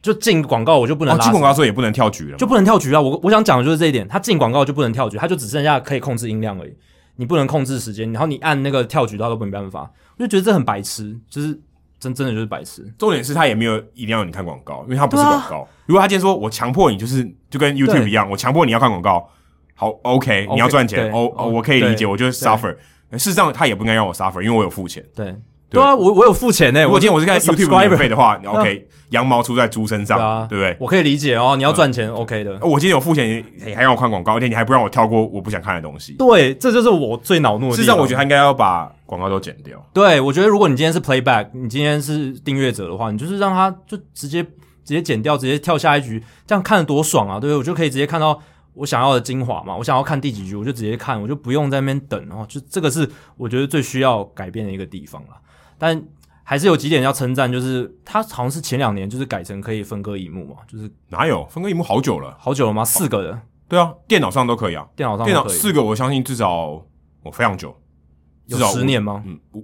就进广告我就不能哦，拉、进广告的时候也不能跳局了嘛，就不能跳局啊！我我想讲的就是这一点，它进广告就不能跳局，它就只剩下可以控制音量而已，你不能控制时间，然后你按那个跳局它都没办法，我就觉得这很白痴，就是真真的就是白痴。重点是他也没有一定要你看广告，因为他不是啊广告。如果他今天说我强迫你，就是就跟 YouTube 一样，我强迫你要看广告，好 OK，, OK，你要赚钱，对哦哦，哦我可以理解，对我就是 suffer。事实上，他也不应该让我 suffer，因为我有付钱。对对啊，我我有付钱呢、如我果今天我是看 YouTube 免 subscriber 费的 话，OK，羊毛出在猪身对啊上，对不对？哦我可以理解哦，你嗯要赚钱、OK 的。我今天有付钱，你还让我看广告，而且你还不让我跳过我不想看的东西。对，这就是我最恼怒的地方。事实上，我觉得他应该要把广告都剪掉。对，我觉得如果你今天是 playback，你今天是订阅者的话，你就是让他就直接直接剪掉，直接跳下一局，这样看得多爽啊，对不对？我就可以直接看到我想要的精华嘛，我想要看第几局，我就直接看，我就不用在那边等哦。就这个是我觉得最需要改变的一个地方啦。但还是有几点要称赞，就是它好像是前两年就是改成可以分割荧幕嘛，就是哪有分割荧幕好久了？好久了吗？四个的对啊，电脑上都可以啊。电脑上电都脑可以四个，我相信至少我非常久，至有少十五年吗？嗯，我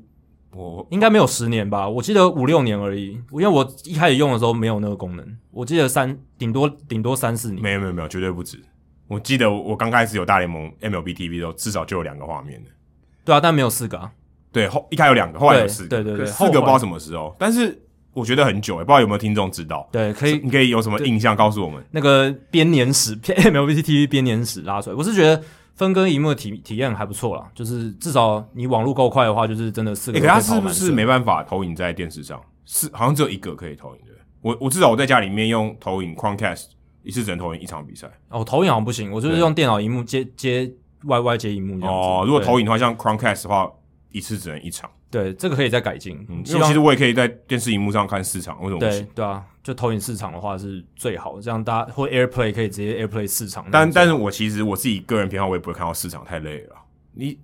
我应该没有十年吧，我记得五六年而已。因为我一开始用的时候没有那个功能，我记得三顶多顶多三四年。没有没有没有，绝对不止。我记得我我刚开始有大联盟 MLB TV 的时候，至少就有两个画面的。对啊，但没有四个啊。对，后一开始有两个，后来有四个，对对对可是后四个来不知道什么时候，但是我觉得很久、欸，不知道有没有听众知道？对，可以你可以有什么印象告诉我们？那个编年史 MLB TV 编年史拉出来，我是觉得分割荧幕的体体验还不错啦，就是至少你网络够快的话，就是真的四欸个可都是它以跑是不满是顺没办法投影在电视上？是，好像只有一个可以投影的。我我至少我在家里面用投影 Chromecast 一次只能投影一场比赛。哦，投影好像不行，我就是对用电脑荧幕接接 YY 接荧幕这样子。哦，如果对投影的话，像 Chromecast 的话，一次只能一场。对这个可以再改进，嗯，因希为望其实我也可以在电视荧幕上看四场，为什么不对行？对啊，就投影市场的话是最好，这样大家或 AirPlay 可以直接 AirPlay 市场那但样子。但是我其实我自己个人偏好，我也不会看到四场，太累了。你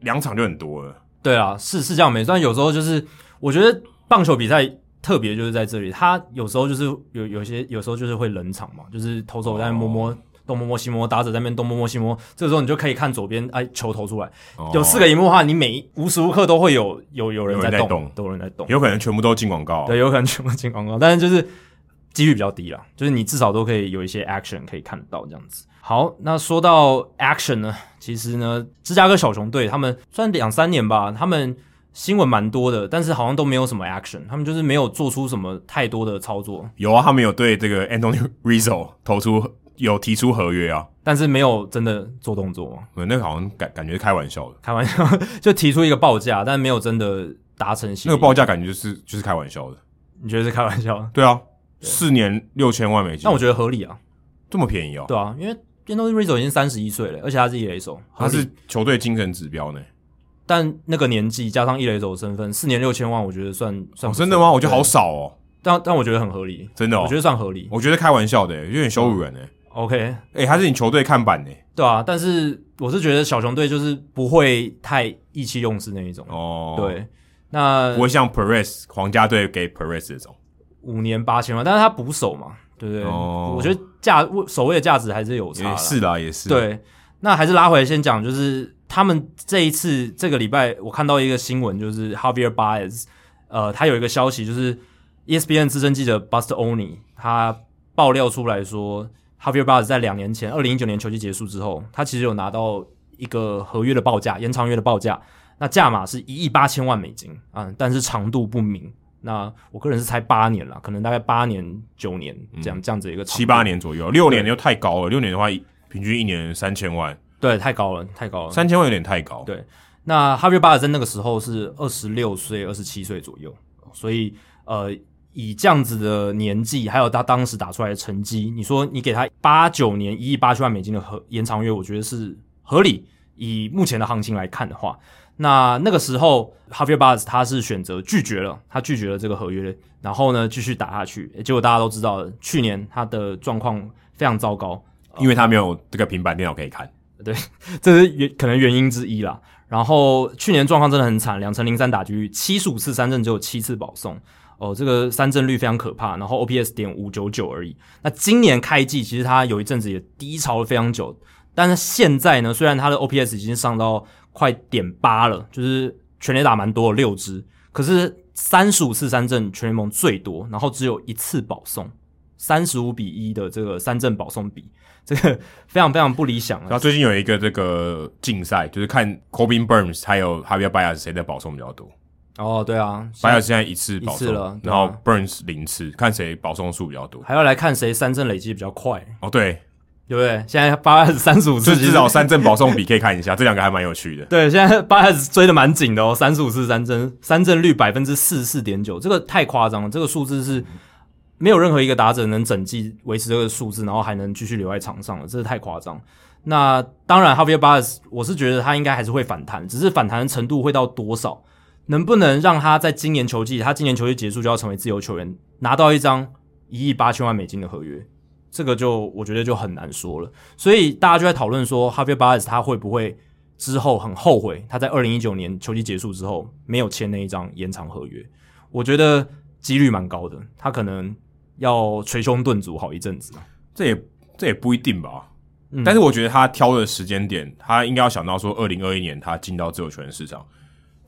两场就很多了，对啊，是是这样没错，但有时候就是我觉得棒球比赛特别就是在这里，它有时候就是有有些有时候就是会冷场嘛，就是投手在那边摸哦摸。东摸摸西摸，打者在那边东摸摸西摸，这个时候你就可以看左边，哎，球投出来，哦有四个，个荧幕的话，你每一无时无刻都会有有有人有人在在动动，都有人在动，有可能全部都进广告。对，有可能全部进广告，但是就是几率比较低啦，就是你至少都可以有一些 action 可以看得到这样子。好，那说到 action 呢，其实呢，芝加哥小熊队他们虽然两三年吧，他们新闻蛮多的，但是好像都没有什么 action，他们就是没有做出什么太多的操作，有啊，他们有对这个 Anthony Rizzo 投出有提出合约啊，但是没有真的做动作嘛，嗯那个好像感感觉是开玩笑的，开玩笑 就提出一个报价，但没有真的达成协那议。个报价感觉就是就是开玩笑的。你觉得是开玩笑？对啊，四年六千万美金，但我觉得合理啊，这么便宜哦、对啊，因为 d a n o Rizzo 已经三十一岁了，而且他是一垒手，他合理是球队精神指标呢。但那个年纪加上一垒手的身份，四年六千万，我觉得算算、哦，真的吗？我觉得好对，少哦、但但我觉得很合理，真的哦、我觉得嗯算合理。我觉得开玩笑的、有点羞辱人呢、 OK，哎、他是你球队看板呢、对啊，但是我是觉得小熊队就是不会太意气用事那一种。哦，，对，那不会像 Perez 皇家队给 Perez 这种。五年八千万，但是他捕手嘛，对不对？哦我觉得价守卫的价值还是有差啦也是啦，也是。，对，那还是拉回来先讲，就是他们这一次这个礼拜，我看到一个新闻，就是 Javier Baez，呃，他有一个 E 消息，就是 ESPN 资深记者 Buster Oni 他爆料出来说， Javier Baz 在两年前，二零一九年球季结束之后，他其实有拿到一个合约的报价，延长约的报价，那价码是一亿八千万美金啊、嗯，但是长度不明。那我个人是猜八年啦，可能大概八年、九年这样、这样子一个嗯呃七八年左右，六年又太高了。六年的话，平均一年三千万，对，太高了，太高了，三千万有点太高。嗯对，那哈维巴尔在那个时候是二十六岁、二十七岁左右，所以呃，以这样子的年纪，还有他当时打出来的成绩，你说你给他八九年一亿八千万美金的合延长约，我觉得是合理。以目前的行情来看的话。那那个时候，Javier Baz 他是选择拒绝了，他拒绝了这个合约，然后呢继续打下去。结果大家都知道，去年他的状况非常糟糕，因为他没有这个平板电脑可以看。对，这是原可能原因之一啦。然后去年状况真的很惨，两成零三打局，七十五次三振只有七次保送，哦，这个三振率非常可怕。然后 OPS 点五九九而已。那今年开季其实他有一阵子也低潮了非常久，但是现在呢，虽然他的 OPS 已经上到。快点八了，就是全垒打蛮多，六支，可是三十五次三振全联盟最多，然后只有一次保送，三十五比一的这个三振保送比，这个非常非常不理想。啊然后最近有一个这个竞赛，就是看 Corbin Burns 还有 Javier Baez 谁的保送比较多。哦，对啊，Baez 现在一次一次了，啊然后 Burns 零次，看谁保送数比较多，还要来看谁三振累积比较快。哦，对。对不对？现在八三十五次，至少三振保送比可以看一下，这两个还蛮有趣的。对，现在八追的蛮紧的哦，三十五次三振，三振率百分之四十四点九，这个太夸张了，这个数字是没有任何一个打者能整季维持这个数字，然后还能继续留在场上了，这是太夸张。那当然，Javier Baez，我是觉得他应该还是会反弹，只是反弹的程度会到多少，能不能让他在今年球季，他今年球季结束就要成为自由球员，拿到一张一亿八千万美金的合约？这个就我觉得就很难说了，所以大家就在讨论说，哈维巴斯他会不会之后很后悔，他在二零一九年球季结束之后没有签那一张延长合约？我觉得几率蛮高的，他可能要捶胸顿足好一阵子。这也这也不一定吧，嗯、但是我觉得他挑的时间点，他应该要想到说，二零二一年他进到自由球员市场，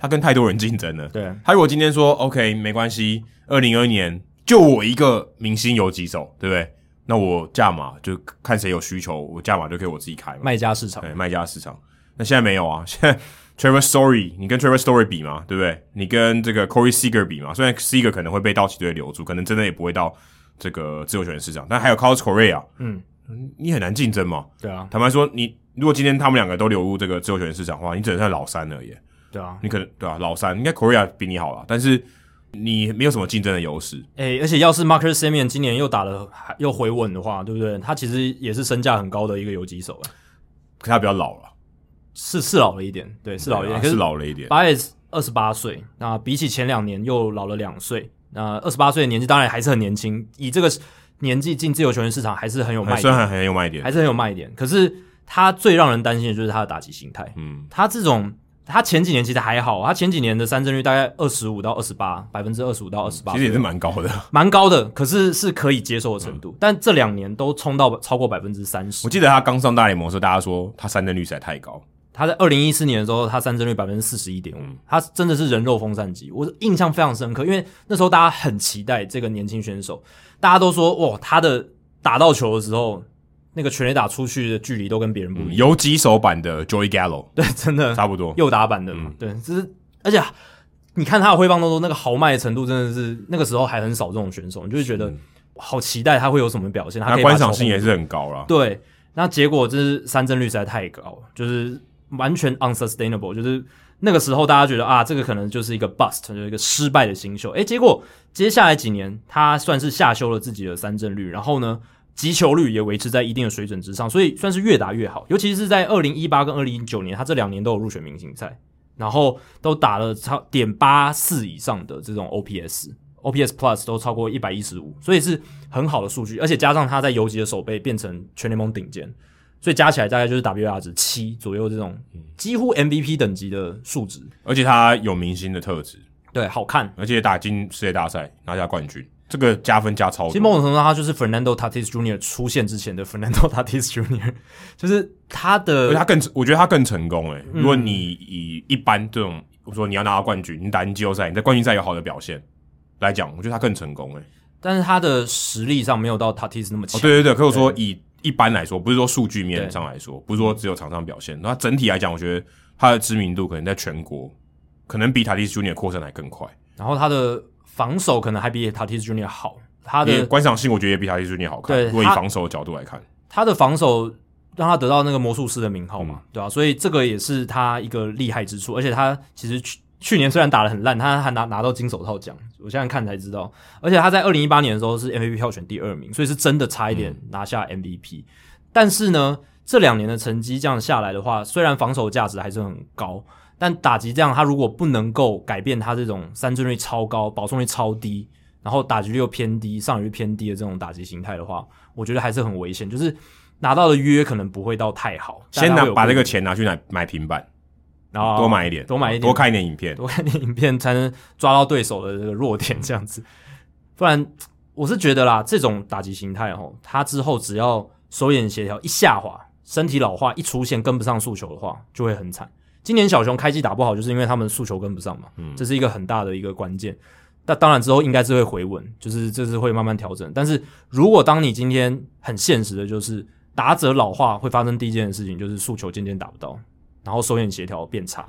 他跟太多人竞争了。对，他如果今天说 OK 没关系，二零二一年就我一个明星有几手，对不对？那我价码就看谁有需求，我价码就给我自己开嘛。卖家市场，对，卖家市场。那现在没有啊，现在 Trevor Story，你跟 Trevor Story 比嘛，对不对？你跟这个 Corey Seager 比嘛，虽然 Seager 可能会被道奇队留住，可能真的也不会到这个自由球员市场，但还有 Carlos Correa，嗯，你很难竞争嘛。对啊，坦白说，你如果今天他们两个都流入这个自由球员市场的话，你只能算老三而已。对啊，你可能对啊，老三应该 Correa 比你好了，但是。你没有什么竞争的优势，诶、欸，而且要是 Marcus Simeon 今年又打了又回稳的话，对不对？他其实也是身价很高的一个游击手，啊可他比较老了，是是老了一点，对，是老了一点，啊是老了一点。巴耶二十八岁，那比起前两年又老了两岁，那二十八岁的年纪当然还是很年轻，以这个年纪进自由球员市场还是很有卖點，虽然很有卖点，还是很有卖点。可是他最让人担心的就是他的打击心态，嗯，他这种。他前几年其实还好，他前几年的三振率大概二十五到二十八，百分之二十五到二十八，嗯其实也是蛮高的，蛮高的，可是是可以接受的程度。嗯、但这两年都冲到超过百分之三十。我记得他刚上大联盟的时候，大家说他三振率实在太高。他在二零一四年的时候，他三振率百分之四十一点五，嗯他真的是人肉风扇机，我印象非常深刻，因为那时候大家很期待这个年轻选手，大家都说哇，他的打到球的时候。那个全垒打出去的距离都跟别人不一样，游击、嗯、手版的 Joey Gallo，对， 真的差不多，右打版的嘛，嗯、对，就是而且、啊、你看他的挥棒动作，那个豪迈的程度真的是那个时候还很少这种选手，你就会觉得好期待他会有什么表现，他观赏性也是很高了。对，那结果就是三振率实在太高了，就是完全 unsustainable，就是那个时候大家觉得啊，这个可能就是一个 bust，就是一个失败的新秀。诶、欸，结果接下来几年他算是下修了自己的三振率，然后呢？击球率也维持在一定的水准之上，所以算是越打越好。尤其是在二零一八跟二零一九年，他这两年都有入选明星赛，然后都打了超点八四以上的这种 OPS、OPS Plus 都超过一百一十五，所以是很好的数据。而且加上他在游击的手背变成全联盟顶尖，所以加起来大概就是 WR 值七左右这种几乎 MVP 等级的数值。而且他有明星的特质，对，好看，而且打进世界大赛拿下冠军。这个加分加超多，其实某种程度上，他就是 Fernando Tatis Jr. 出现之前的 Fernando Tatis Jr.，就是他的，他更，我觉得他更成功诶、欸。嗯、如果你以一般这种，我说你要拿到冠军，你打进季后赛，你在冠军赛有好的表现来讲，我觉得他更成功诶、欸。但是他的实力上没有到 Tatis 那么强、哦哦。对对对，可以说以一般来说，不是说数据面上来说，不是说只有场上表现，那整体来讲，我觉得他的知名度可能在全国，可能比塔蒂斯 Junior 扩散还更快，然后他的防守可能还比 Tatis Junior 好，他因为的观赏性我觉得也比塔蒂斯 Junior 好看。对如果以他防守的角度来看，他的防守让他得到那个魔术师的名号嘛，对吧、所以这个也是他一个厉害之处，而且他其实去去年虽然打得很烂，他还拿拿到金手套奖，我现在看才知道。而且他在二零一八年的时候是 MVP 票选第二名，所以是真的差一嗯点拿下 MVP、但是呢，这两年的成绩这样下来的话，虽然防守价值还是很高，但打击这样，他如果不能够改变他这种三振率超高、保送率超低，然后打击率又偏低、上垒率偏低的这种打击形态的话，我觉得还是很危险。就是拿到的约可能不会到太好，先但他拿会有啊把这个钱拿去买买平板，然后多买一点，多买一点多看一点影片。多看点影片才能抓到对手的这个弱点，这样子。不然，我是觉得啦，这种打击形态哦，他之后只要手眼协调一下滑，身体老化一出现跟不上诉求的话，就会很惨。今年小熊开季打不好，就是因为他们诉求跟不上嘛，这是一个很大的一个关键。那当然之后应该是会回稳，就是这是会慢慢调整。但是如果当你今天很现实的，就是打者老化会发生第一件事情，就是诉求渐渐达不到，然后手眼协调变差。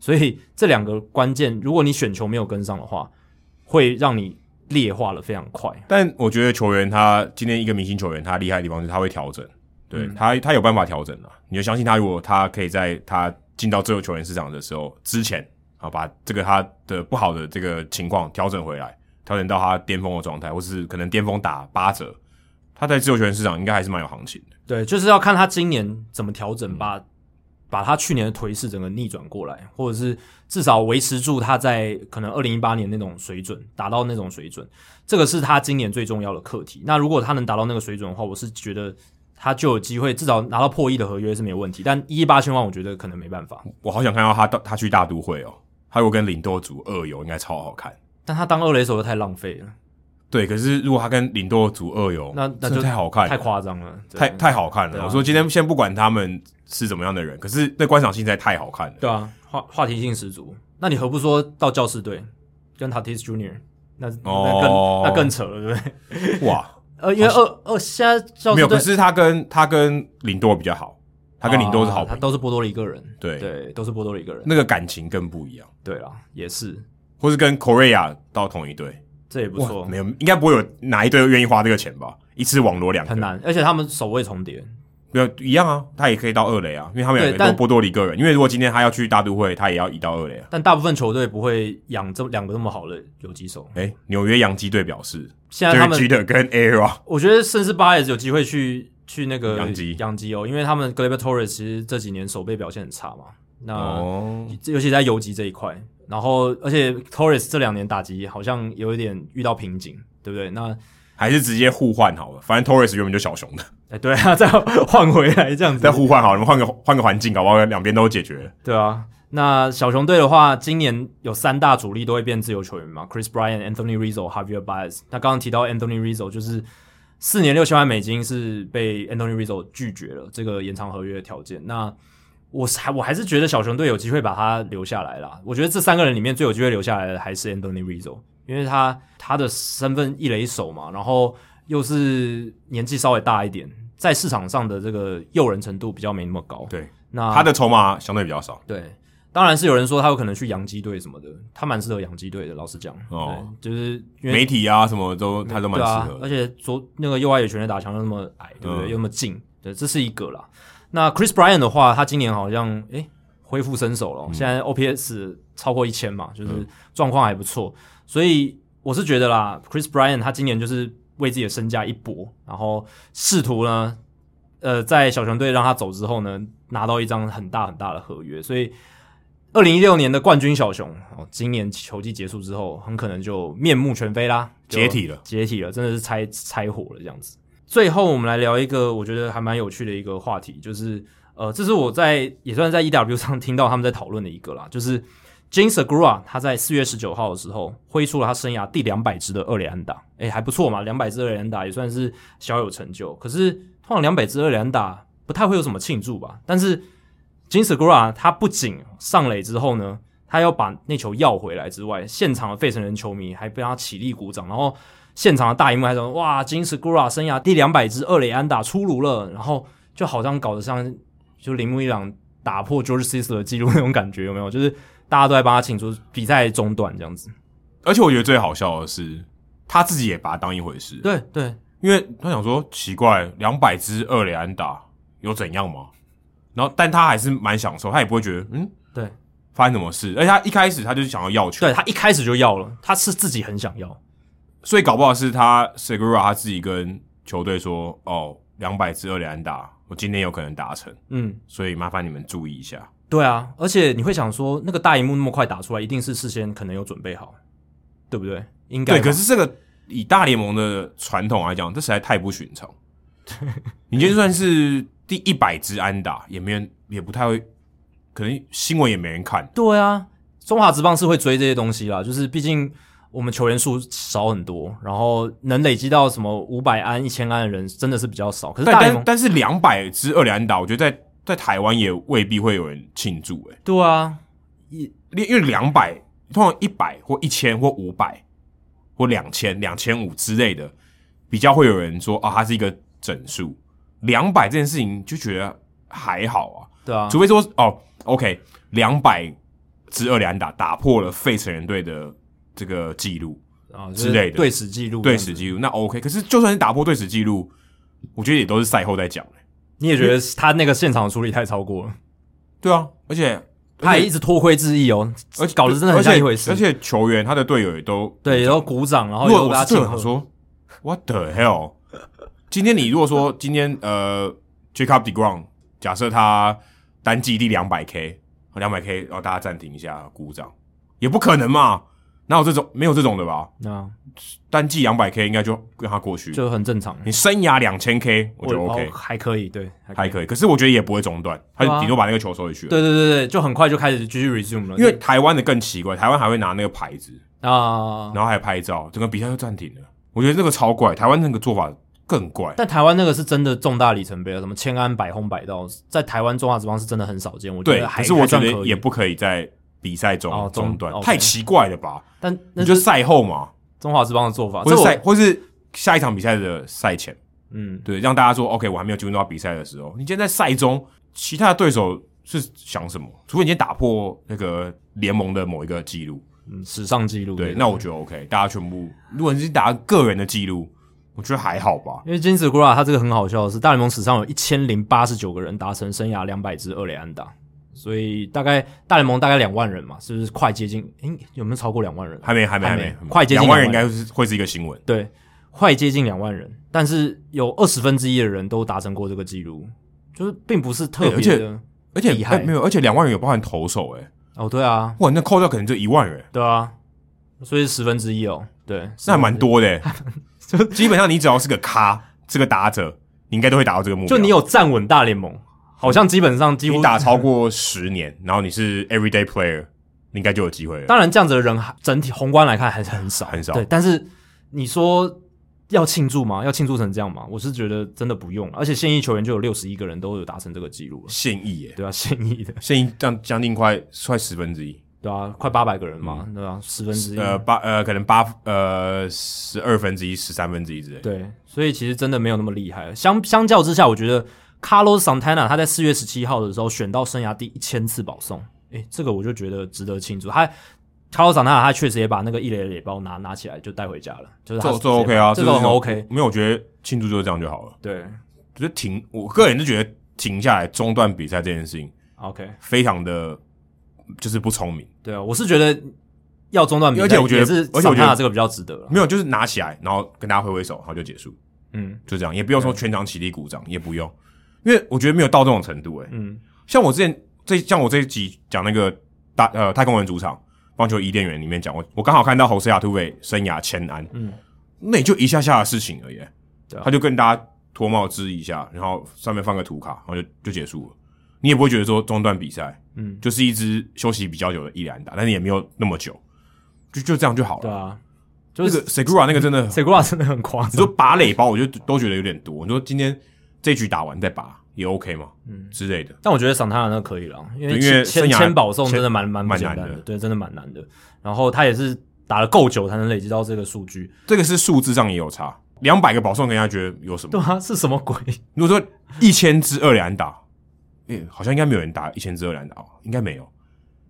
所以这两个关键，如果你选球没有跟上的话，会让你劣化的非常快。但我觉得球员他今天一个明星球员，他厉害的地方就是他会调整，对、嗯他他有办法调整啊。你就相信他，如果他可以在他进到自由球员市场的时候之前啊，把这个他的不好的这个情况调整回来，调整到他巅峰的状态，或是可能巅峰打八折，他在自由球员市场应该还是蛮有行情的。对，就是要看他今年怎么调整，把把他去年的颓势整个逆转过来，或者是至少维持住他在可能二零一八年那种水准，达到那种水准，这个是他今年最重要的课题。那如果他能达到那个水准的话，我是觉得他就有机会至少拿到破亿的合约是没有问题。但一亿八千万，我觉得可能没办法。我好想看到他到他去大都会哦，他如果跟领舵组二游应该超好看。但他当二垒手又太浪费了，对，可是如果他跟领舵组二游，那那真就的太好看了，太夸张了，对哎太太好看对了。啊我说今天先不管他们是怎么样的人，可是那观赏性实在太好看了。对啊，话话题性十足。那你何不说到教士队跟 Tatis Junior？那那更、哦那更扯了，对不对？哇，呃，因为二二现在教没士有，可队是他跟他跟领舵比较好，他跟领舵是好啊他朋友，都是波多黎各人，对对，都是波多黎各人。那个感情更不一样。对啦，也是，或是跟 Korea 到同一队，这也不哇错，没有，应该不会有哪一队愿意花这个钱吧？一次网罗两个很，难，而且他们守卫重叠，没有一样啊，他也可以到二垒啊，因为他们对两个但都波多黎各人，因为如果今天他要去大都会，他也要移到二垒啊。但大部分球队不会养这两个那么好的游击手。哎，纽约洋基队表示现在他们，Jerry，Jeter 跟啊 Era 我觉得甚至巴也有机会去去那个洋基洋基哦，因为他们 Gleyber Torres 其实这几年守备表现很差嘛，那、哦，尤其在游击这一块。然后，而且 Torres 这两年打击好像有一点遇到瓶颈，对不对？那还是直接互换好了，反正 Torres 原本就小熊的。哎，对啊， 再换回来这样子再，互换好了，你们换个换个环境，搞不好两边都解决了。对啊。那小熊队的话，今年有三大主力都会变自由球员嘛，Chris Bryant、Anthony Rizzo、Javier Baez。那刚刚提到 Anthony Rizzo，就是四年六千万美金是被 Anthony Rizzo 拒绝了这个延长合约的条件。那我是还我还是觉得小熊队有机会把他留下来啦。我觉得这三个人里面最有机会留下来的还是 Anthony Rizzo，因为他他的身份一垒手嘛，然后又是年纪稍微大一点，在市场上的这个诱人程度比较没那么高。对，那他的筹码相对比较少，对，当然是有人说他有可能去洋基队什么的，他蛮适合洋基队的。老实讲，哦对，就是因为媒体啊什么都他都蛮对适啊。合的。而且昨那个右外野全垒打墙又那么矮，对不对？嗯又那么近，对，这是一个啦。那 Chris Bryan 的话，他今年好像诶恢复身手了哦，嗯现在 OPS 超过一千嘛，就是状况还不错。所以我是觉得啦，Chris Bryan 他今年就是为自己的身价一搏，然后试图呢，呃，在小熊队让他走之后呢，拿到一张很大很大的合约，所以。二零一六年的冠军小熊哦，今年球季结束之后，很可能就面目全非啦，就解体了解体了，真的是拆拆伙了这样子。最后，我们来聊一个我觉得还蛮有趣的一个话题，就是呃，这是我在也算在 EW 上听到他们在讨论的一个啦，就是 James Agura 他在四月十九号的时候挥出了他生涯第两百支的二垒安打，诶、还不错嘛，两百支二垒安打也算是小有成就。可是通常两百支二垒安打不太会有什么庆祝吧？但是 James Agura 他不仅上垒之后呢，他要把那球要回来之外，现场的费城人球迷还被他起立鼓掌，然后现场的大荧幕还说哇，金斯古拉生涯第两百支二垒安打出炉了，然后就好像搞得像就铃木一朗打破 George Sisler 的记录那种感觉，有没有？就是大家都在帮他庆祝比赛中断这样子。而且我觉得最好笑的是，他自己也把它当一回事。，对对，因为他想说奇怪，两百支二垒安打有怎样吗？然后，但他还是蛮享受，他也不会觉得嗯，对，发生什么事。而且他一开始他就是想要要球，对他一开始就要了，他是自己很想要。所以搞不好是他 Segura 他自己跟球队说，哦，两百支二垒安打，我今天有可能达成，嗯，所以麻烦你们注意一下。对啊，而且你会想说，那个大荧幕那么快打出来，一定是事先可能有准备好，对不对？应该对，吧可是这个以大联盟的传统来讲，这实在太不寻 常。你就算是第一百支安打，也没人，也不太会，可能新闻也没人看。对啊，中华职棒是会追这些东西啦，就是毕竟我们球员数少很多，然后能累积到什么五百安、一千安的人真的是比较少。可是但大联但盟，但是两百支二垒安打，我觉得在在台湾也未必会有人庆祝、欸，对啊，因为因为两百，通常一百或一千或五百或两千、两千五之类的，比较会有人说啊，它是一个整数。两百这件事情就觉得还好对啊啊，，除非说哦，OK，两百支二连打打破了费城人队的这个记录，啊之类的对史记录，对史，记录，那 OK。可是就算是打破对史记录，我觉得也都是赛后再讲、欸、你也觉得他那个现场处理太超过了，对啊，而且他也一直脱盔致意哦，而且搞得真的很像一回事而。且而且球员他的队友也都对，然后鼓掌，然后如又果给我他是队庆友，我贺，说 What the hell？今天你如果说今天呃 Jacob Degrom 假设他单季第两百 K，两哦百 K，然后大家暂停一下鼓掌，也不可能嘛？哪有这种没有这种的吧？啊，单季两百 K 应该就让他过去。就很正常。你生涯两千 K，我觉得我 OK，还可以，对，还可以还可以。可是我觉得也不会中断，他对啊就顶多把那个球收回去了。对对对对，就很快就开始继续 resume 了，因为台湾的更奇怪，台湾还会拿那个牌子，啊、然后还拍照，整个比赛就暂停了。我觉得这个超怪，台湾那个做法更怪。但台湾那个是真的重大里程碑啊了，什么千安百轰百道，在台湾中华职棒是真的很少见，我觉对，得还可是我觉还算得可以也不可以在比赛哦中中中断， OK 太奇怪了吧？但那你就就赛后嘛，中华职棒的做法，或这者我赛，或是下一场比赛的赛前，嗯，对，让大家说 OK，我还没有进入到比赛的时候，你今天在赛中，其他的对手是想什么？除非你今天打破那个联盟的某一个记录，嗯史上记录。对，那我觉得 OK，大家全部，如果你是打个人的记录，我觉得还好吧。因为金子古拉他这个很好笑的是，大联盟史上有一千零八十九个人达成生涯两百支二垒安打，所以大概大联盟大概两万人嘛，是不是快接近？诶、有没有超过两万人？还没，还没，还还没没，快接近两万人，应两万该是会是一个新闻。对，快接近两万人，但是有二十分之一的人都达成过这个记录，就是并不是特对哎而别且的。而且厉害哎没有，而且两万人有包含投手、欸，哎，哦，对啊，哇，那扣掉可能就一万人、对啊，所以十分之一哦，对，那还蛮。多的欸、 基本上你只要是个咖，是个打者，你应该都会达到这个目标。就你有站稳大联盟，好像基本上几乎你打超过十年，然后你是 everyday player，你应该就有机会了。当然这样子的人还整体宏观来看还是很少，很少对，但是你说要庆祝吗？要庆祝成这样吗？我是觉得真的不用了，而且现役球员就有六十一个人都有达成这个记录了，现役耶、对啊，现役的，现役将将近快快十分之一，对啊，快八百个人嘛，对啊，十分之一，嗯呃八呃可能八呃十二分之一、十三分之一之类。对，所以其实真的没有那么厉害。相相较之下，我觉得 Carlos Santana 他在四月十七号的时候选到生涯第一千次保送，诶，这个我就觉得值得庆祝。他 Carlos Santana 他确实也把那个一垒垒包拿拿起来就带回家了，就是他这是这直接 OK 啊，这个很是 OK。没有，我觉得庆祝就是这样就好了。对我觉得停，我个人就觉得停下来中断比赛这件事情，OK，非常的就是不聪明。对啊，我是觉得要中断比赛，而且我觉得也是而且我觉 Santana 得这个比较值得了。没有，就是拿起来，然后跟大家挥挥手，然后就结束，嗯就这样，也不用说全场起立鼓掌，也不用，因为我觉得没有到这种程度、欸。嗯，像我之前这像我这一集讲那个大呃太空人主场棒球伊甸园里面讲，我我刚好看到侯斯亚突卫生涯千安，嗯嗯，那也就一下下的事情而已、欸对啊他就跟大家脱帽致意一下，然后上面放个图卡，然后就就结束了。你也不会觉得说中断比赛，嗯嗯，就是一支休息比较久的伊兰达，但是也没有那么久，就就这样就好对了。啊，就那是个 Segura 那个真的很 s e g u a 真的很夸你张说。拔垒包，我就都觉得有点多。你说今天这局打完再拔也 OK 吗？嗯，之类的。但我觉得赏他的那可以了，因为对因为千生涯千保送真的蛮蛮不蛮简单难的对，真的蛮难的。然后他也是打了够久才能累积到这个数 据。这个是数字上也有差，两百个保送跟人家觉得有什对么？啊，是什么鬼？如果说一千支二连打，诶、好像应该没有人打一千支二连打哦，应该没有，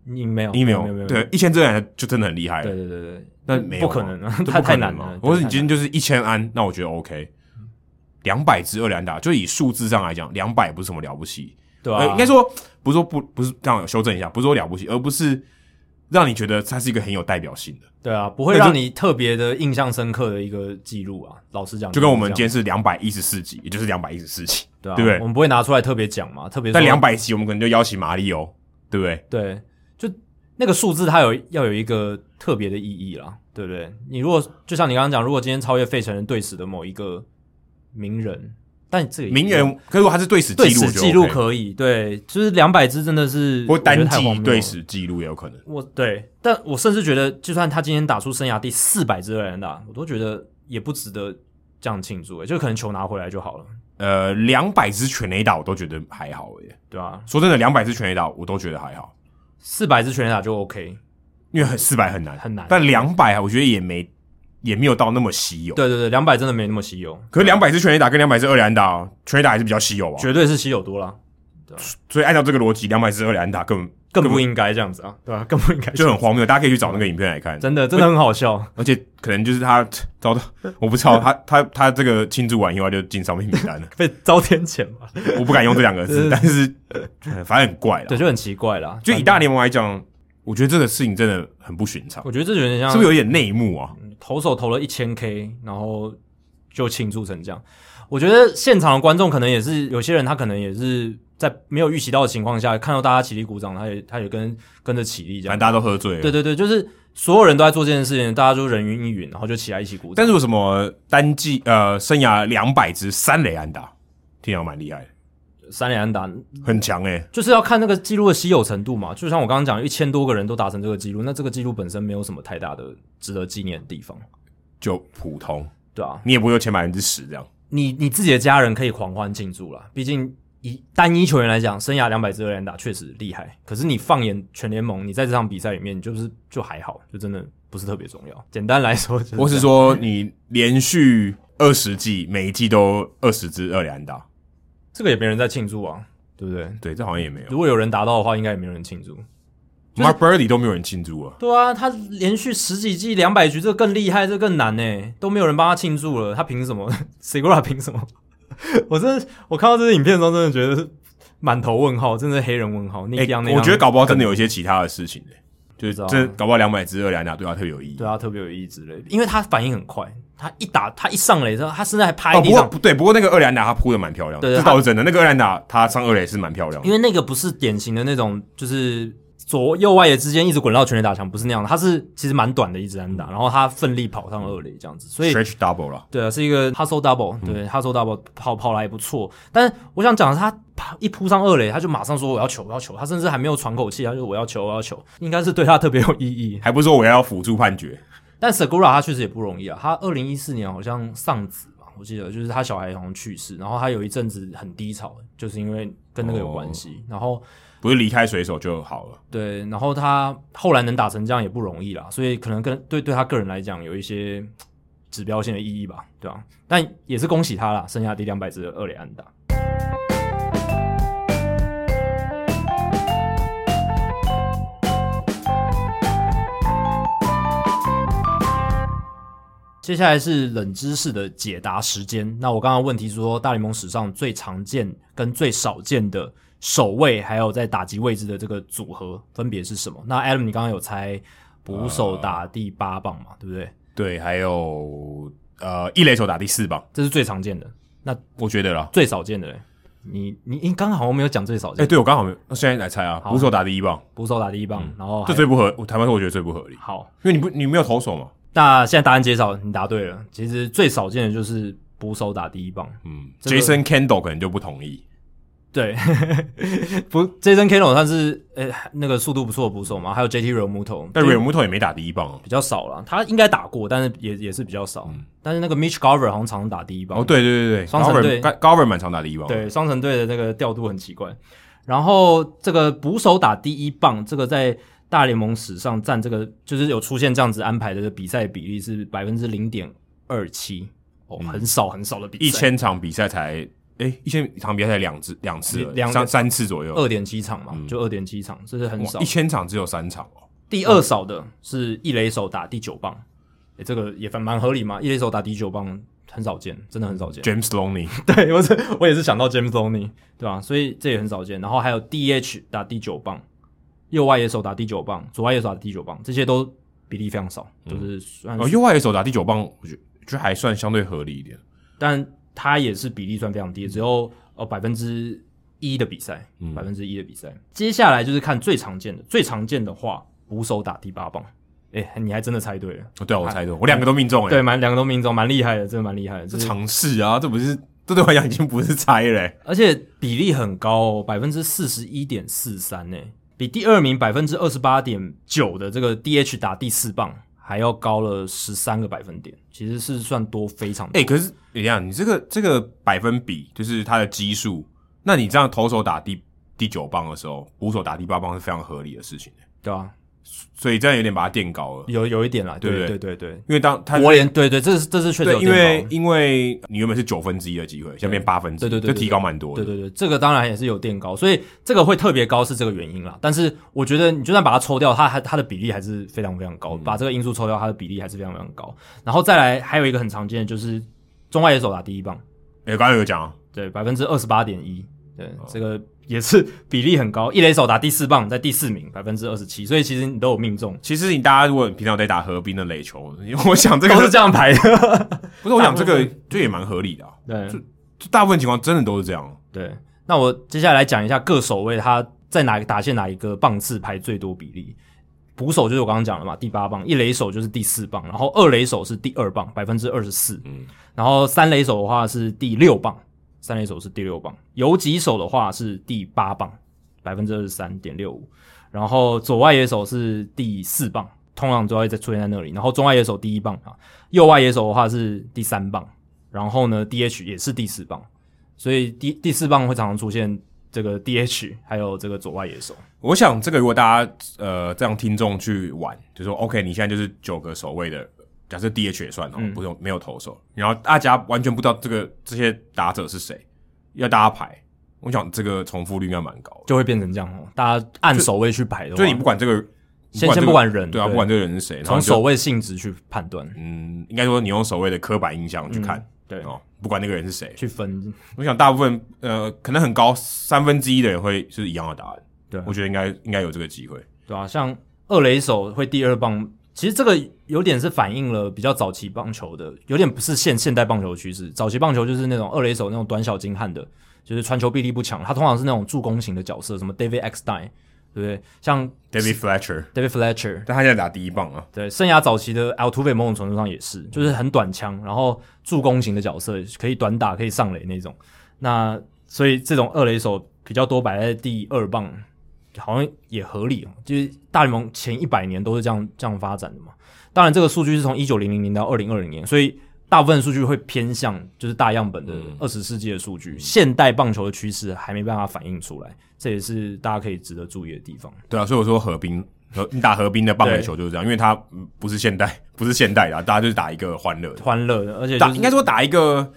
你没有，应该没有，没有，没有，对，一千支二连打就真的很厉害了对，，对对对，但没有不啊可能啊，这太不可太能难嘛了。我说你对今天就是一千安，那我觉得 OK。两百支二连打，就以数字上来讲，两百不是什么了不起，对啊吧？呃，应该说不是说不不是这样修正一下，不是说了不起，而不是让你觉得它是一个很有代表性的，对啊，不会那就让你特别的印象深刻的一个记录啊。老实讲，就跟我们是今这样天是两百一十四集，也就是两百一十四集，对啊，对不对我们不会拿出来特别讲嘛，特别但说两百集我们可能就邀请马里欧，对不对？对，就那个数字它有要有一个特别的意义啦，对不对？你如果就像你刚刚讲，如果今天超越费城人队史的某一个名人，但这个也名人，可是如果他是对史队记录，史就记录 OK 可以，对，就是两百支真的是或我觉得单太荒季谬对了史记录也有可能。我对，但我甚至觉得，就算他今天打出生涯第四百支二连打，我都觉得也不值得这样庆祝、欸，就可能球拿回来就好了，呃，两百支全垒打我都觉得还好耶。对吧、说真的，两百支全垒打我都觉得还好，四百支全垒打就 OK，因为很四百很难很难但两百我觉得也没也没有到那么稀有。对对对，两百真的没那么稀有，可是两百支全垒打跟两百支二垒安打，全垒打还是比较稀有啊。绝对是稀有多了，所以按照这个逻辑，两百支二垒安打根本更不应该这样子啊，对吧、更不应该，就很荒谬。大家可以去找那个影片来看，真的真的很好笑，而且可能就是他遭到，我不知道他他他这个庆祝完以后他就进伤病名单了。被遭天谴啊吧？ 我不敢用这两个字，但是呃反正很怪 嗯对，了。就很奇怪啦。就以大联盟来讲，我觉得这个事情真的很不寻常，我觉得这有点像是不是有点内幕啊？投手投了一千 K，然后就庆祝成这样。我觉得现场的观众可能也是有些人，他可能也是在没有预期到的情况下，看到大家起立鼓掌，他也他也跟跟着起立这反样。正大家都喝醉了。对对对，就是所有人都在做这件事情，大家就人云亦云，然后就起来一起鼓掌。但是为什么单季呃生涯两百支三垒安打，听起来蛮厉害的，三连安打很强哎、欸。就是要看那个记录的稀有程度嘛。就像我刚刚讲，一千多个人都达成这个记录，那这个记录本身没有什么太大的值得纪念的地方，就普通，对啊，你也不会有前百分之十这样。你你自己的家人可以狂欢庆祝啦，毕竟以单一球员来讲，生涯两百支二连打确实厉害。可是你放眼全联盟，你在这场比赛里面，你就是就还好，就真的不是特别重要。简单来说就是这样，我是说，你连续二十季，每一季都二十支二垒安打，这个也没人在庆祝啊，对不对？对，这好像也没有。如果有人达到的话，应该也没有人庆祝。 Mark Birdy 都没有人庆祝啊，对啊，他连续十几季两百局，这个更厉害，这个更难呢，都没有人帮他庆祝了，他凭什么 ？Segura 凭什么？ 我真的，我看到这些影片的时候，真的觉得是满头问号，真的是黑人问号。那哎、样那我样觉得搞不好真的有一些其他的事情、欸、就是知道啊这搞不好两百支二垒安打对他特别有意义。对他啊特别有意义之类的，因为他反应很快，他一打他一上来之后，他甚至还趴在哦，不地过上，不对，不过那个二垒安打他扑的蛮漂亮的，对对啊这倒是真的。那个二垒安打他上二垒是蛮漂亮的因，为那个不是典型的那种就是左右外野之间一直滚到全垒打墙，不是那样的，他是其实蛮短的一直安打，然后他奋力跑上二垒这样子，所以 stretch double 啦。对啊，是一个 hustle double，对、hustle double 跑跑来也不错，但是我想讲的是他啪一扑上二垒，他就马上说我要球，我要球，他甚至还没有喘口气，他就我要球，我要球，应该是对他特别有意义。还不是说我要辅助判决，但 Segura 他确实也不容易啊，他二零一四年好像丧子吧，我记得就是他小孩好像去世，然后他有一阵子很低潮，就是因为跟那个有关系。然后不是离开水手就好了。对，然后他后来能打成这样也不容易啦，所以可能跟对对他个人来讲有一些嘖指标性的意义吧，对啊？但也是恭喜他啦，剩下第两百支的二垒安打。接下来是冷知识的解答时间。那我刚刚问题说，大联盟史上最常见跟最少见的守卫，还有在打击位置的这个组合分别是什么？那 Adam，你刚刚有猜捕手打第八棒嘛，对不对？对，还有呃一垒手打第四棒，这是最常见的，我觉得啦。最少见的嘞。你你你刚刚好像没有讲最少哎、见，对我刚好没有，现在来猜啊，好捕手打第一棒，捕手打第一棒，然后还这最不合，我台湾说我觉得最不合理，因好。为你不你没有投手嘛，那现在答案揭晓，你答对了。其实最少见的就是捕手打第一棒，嗯这个，Jason Kendall 可能就不同意，对， 不，Jason Kano 算是呃、那个速度不错的捕手嘛，还有 JT Realmuto，但 r e m u t o 也没打第一棒哦。比较少了，他应该打过，但是也也是比较少。但是那个 Mitch Garver 好像常常打第一棒，嗯哦，对对对对双城队 g o v e r 蛮常打第一棒，，对，双城队的那个调度很奇怪。然后这个捕手打第一棒，这个在大联盟史上占这个就是有出现这样子安排的比赛比例是百分之零点二七，哦，嗯很少很少的比赛，一千场比赛才哎一千场比赛才两次两次而已，两三三次左右，二点七场嘛，就二点七场，这是很少嗯哇一。千场只有三场哦。第二少的是一垒手打第九棒，诶这个也蛮蛮合理嘛，一垒手打第九棒很少见，真的很少见。 James Loney 对，我是我也是想到 James Loney，对吧、所以这也很少见。然后还有 DH 打第九棒，右外野手打第九棒，左外野手打第九棒，这些都比例非常少，就是算，哦，右外野手打第九棒，我觉得觉得还算相对合理一点。但他也是比例算非常低，只有呃百分之一的比赛，百分之一的比赛。接下来就是看最常见的，最常见的话，捕手打第八棒。哎、你还真的猜对了，哦对啊，我猜对，我两个都命中哎、对，蛮两个都命中，蛮厉害的，真的蛮厉害的。这这尝试啊，这不是这对我来讲已经不是猜了、欸，而且比例很高、哦，百分之四十一点四三呢，比第二名百分之二十八点九的这个 DH 打第四棒还要高了十三个百分点，其实是算多非常多。哎、可是你样，你这个这个百分比就是它的基数，那你这样投手打第第九棒的时候，捕手打第八棒是非常合理的事情、欸对啊，所以这样有点把它垫高了，有有一点啦，对对对对对，因为当他国联对对，这是这是确实对，有因为垫高。因为你原本是九分之一的机会，现在变八分之对一，对对对就提高蛮多的。对对对，这个当然也是有垫高，所以这个会特别高是这个原因啦。但是我觉得你就算把它抽掉，它还它的比例还是非常非常嗯高，把这个因素抽掉，它的比例还是非常非常高。然后再来还有一个很常见的就是中外野手打第一棒，哎、刚刚有讲啊，对，百分之二十八点一，对，哦这个也是比例很高。一垒手打第四棒，在第四名，百分之二十七，所以其实你都有命中，其实你大家如果平常在打合并的垒球， 我想这都哦是个这样排的。 不是我想这个就也蛮合理的、啊，对就大部分情况真的都是这样。啊对，那我接下来讲一下各守卫他在哪打线哪一个棒次排最多比例。捕手就是我刚刚讲了嘛，第八棒；一垒手就是第四棒，然后二垒手是第二棒，百分之二十四。嗯，然后三垒手的话是第六棒，三垒手是第六棒，游击手的话是第八棒，百分之二十三点六五，然后左外野手是第四棒，通常都会再出现在那里，然后中外野手第一棒啊，右外野手的话是第三棒，然后呢 DH 也是第四棒，所以第第四棒会常常出现这个 DH，还有这个左外野手。我想这个如果大家呃这样听众去玩，就说 OK，你现在就是九个守卫的，假设 DH 也算哦，嗯不用没有投手，然后大家完全不知道这个这些打者是谁，要大家排，我想这个重复率应该蛮高的。就会变成这样哦，大家按守卫去排的话，就你不管这个，先这个啊先不管人对啊，对不管这个人是谁，然后从你就守卫性质去判断、嗯，应该说你用所谓的刻板印象去看，对哦，不管那个人是谁，去分，我想大部分呃，可能很高三分之一的人会是一样的答案，对啊我觉得应该应该有这个机会，对吧、像二垒手会第二棒，其实这个有点是反映了比较早期棒球的，有点不是现现代棒球的趋势。早期棒球就是那种二垒手那种短小精悍的，就是传球臂力不强，他通常是那种助攻型的角色，什么 David Eckstein，对不对？像 David Fletcher， David Fletcher，但他现在打第一棒啊，对，生涯早期的 Altuve 某种程度上也是，就是很短枪，然后助攻型的角色，可以短打，可以上垒那种。那所以这种二垒手比较多摆在第二棒，好像也合理哦。就是大联盟前一百年都是这样这样发展的嘛。当然，这个数据是从一九零零年到二零二零年，所以大部分数据会偏向就是大样本的嗯二十世纪的数据。现代棒球的趋势还没办法反映出来，这也是大家可以值得注意的地方。对啊，所以我说河滨和你打河滨的棒垒球就是这样，因为他嗯不是现代， 不是现代的啊，大家就是打一个欢乐的，欢乐的，而且、就打是、应该说打一个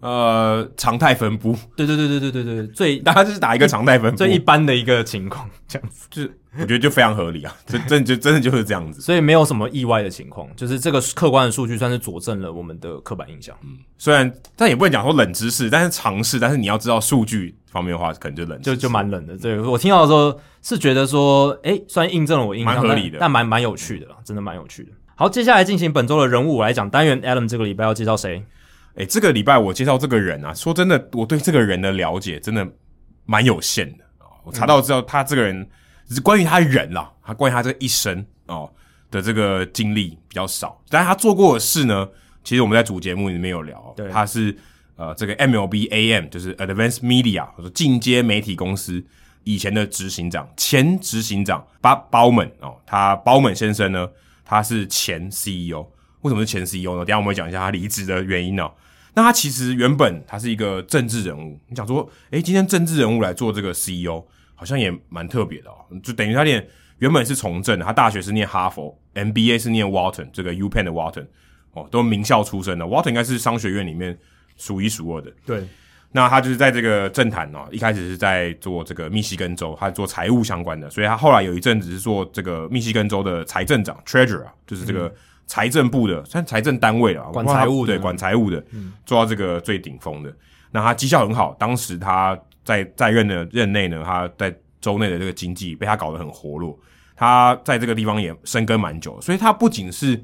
呃常态分布，对对对对对对对，最大家就是打一个常态分布，最一般的一个情 况，这样子，就是我觉得就非常合理啊，这真就真的就是这样子。所以没有什么意外的情况，就是这个客观的数据算是佐证了我们的刻板印象。虽然但也不能讲说冷知识，但是尝试，但是你要知道数据方面的话，可能就冷知就识就蛮冷的。对我听到的时候是觉得说，诶，算印证了我印象，蛮合理的但但蛮蛮有趣的啦，真的蛮有趣的。好，接下来进行本周的人物我来讲单元，Adam 这个礼拜要介绍谁？哎、这个礼拜我介绍这个人啊，说真的，我对这个人的了解真的蛮有限的哦我嗯查到知道他这个人，只是关于他人啦、他关于他这一生哦的这个经历比较少，但是他做过的事呢，其实我们在主节目里面有聊，对他是呃这个 MLB AM 就是 Advanced Media，我说进阶媒体公司以前的执行长，前执行长巴包门哦，他包门先生呢，他是前 CEO。为什么是前 CEO 呢？等一下我们会讲一下他离职的原因哦。那他其实原本他是一个政治人物，你想 E 说，诶，今天政治人物来做这个 CEO，好像也蛮特别的哦，就等于他有点原本是从政的，他大学是念哈佛，MBA 是念 Wharton 这个 U Penn 的 Wharton，哦，都名校出身的，Wharton 应该是商学院里面数一数二的。对，那他就是在这个政坛哦，一开始是在做这个密西根州，他做财务相关的，所以他后来有一阵子是做这个密西根州的财政长 （treasurer），就是这个财政部的，算财政单位了，管财务的嗯对，管财务的，做到这个最顶峰的。那他绩效很好，当时他在在任的任内呢，他在州内的这个经济被他搞得很活络，他在这个地方也深耕蛮久，所以他不仅是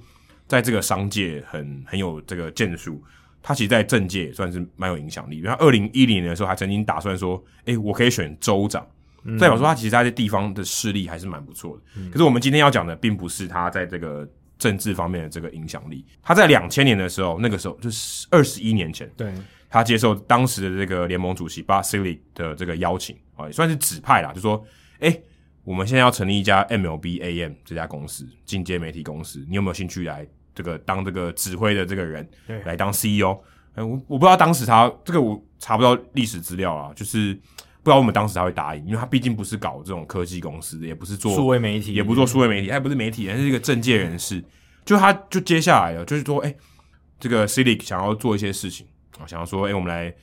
在这个商界很很有这个建树，他其实在政界也算是蛮有影响力。因为他二零一零年的时候，还曾经打算说，诶、我可以选州长，代表说他其实他在地方的势力还是蛮不错的。可是我们今天要讲的，并不是他在这个政治方面的这个影响力，他在两千年的时候，那个时候就是二十一年前，对，他接受当时的这个联盟主席巴西利的这个邀请啊，也算是指派啦，就说，哎、我们现在要成立一家 MLB AM 这家公司，进阶媒体公司，你有没有兴趣来这个当这个指挥的这个人对，来当 CEO？哎、我我不知道当时他这个我查不到历史资料啊，就是不知道我们当时他会答应，因为他毕竟不是搞这种科技公司的，也不是做数位媒体也不做数位媒体，他也不是媒体人，他是一个政界人士。就他就接下来了，就是说，哎、这个 Cilic 想要做一些事情啊，想要说，哎、我们来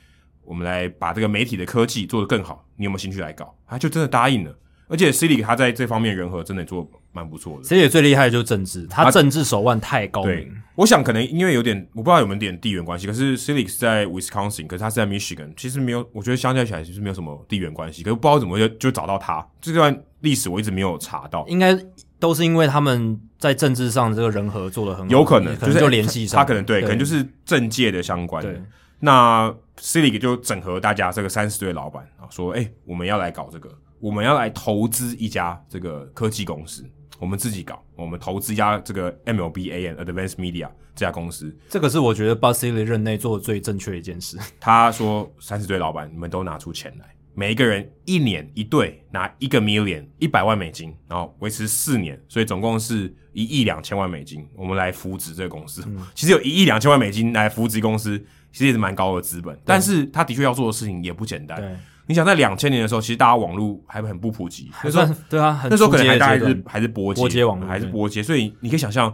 我们来把这个媒体的科技做得更好，你有没有兴趣来搞？他就真的答应了，而且 Cilic 他在这方面人和真的做得蛮不错的。其实也最厉害的就是政治，他政治手腕太高对明。，我想可能因为有点，我不知道有没有点地缘关系。可是 Cilic 是在 Wisconsin，可是他是在 Michigan，其实没有，我觉得相较起来其实没有什么地缘关系。可是不知道怎么就就找到他，这段历史我一直没有查到。应该都是因为他们在政治上这个人和做的很好，有可能可是哎能就联系上，他可能对，可能就是政界的相关的对。那 Silic 就整合大家这个三十岁的老板啊，说：“哎、我们要来搞这个，我们要来投资一家这个科技公司，我们自己搞，我们投资一家这个 MLBAN Advanced Media 这家公司。这个是我觉得 b a s i l i 任内做的最正确的一件事。”他说：“三十岁老板，你们都拿出钱来，每一个人一年一对拿一个 million 一百万美金，然后维持四年，所以总共是一亿两千万美金，我们来扶植这个公司。嗯其实有一亿两千万美金来扶植公司，其实也是蛮高的资本，但是他的确要做的事情也不简 单。对，你想，在两千年的时候，其实大家网络还很不普及，那时候算对啊，很那时候可能初阶的还大概阶是段还是波拨接网络还是对波接，所以你可以想象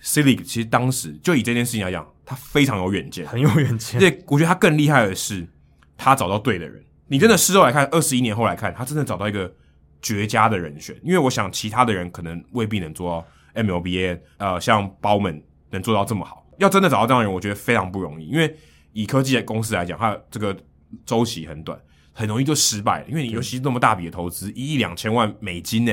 c i l i c 其实当时就以这件事情来讲，他非常有远见。很有远而见，且我觉得他更厉害的是，他找到对的人。你真的事后来看，二十一年后来看，他真的找到一个绝佳的人选。因为我想，其他的人可能未必能做到 MLBA，呃，像包们能做到这么好。要真的找到这样的人，我觉得非常不容易。因为以科技公司来讲，它这个周期很短，很容易就失败了。因为你尤其是那么大笔的投资，一亿两千万美金呢、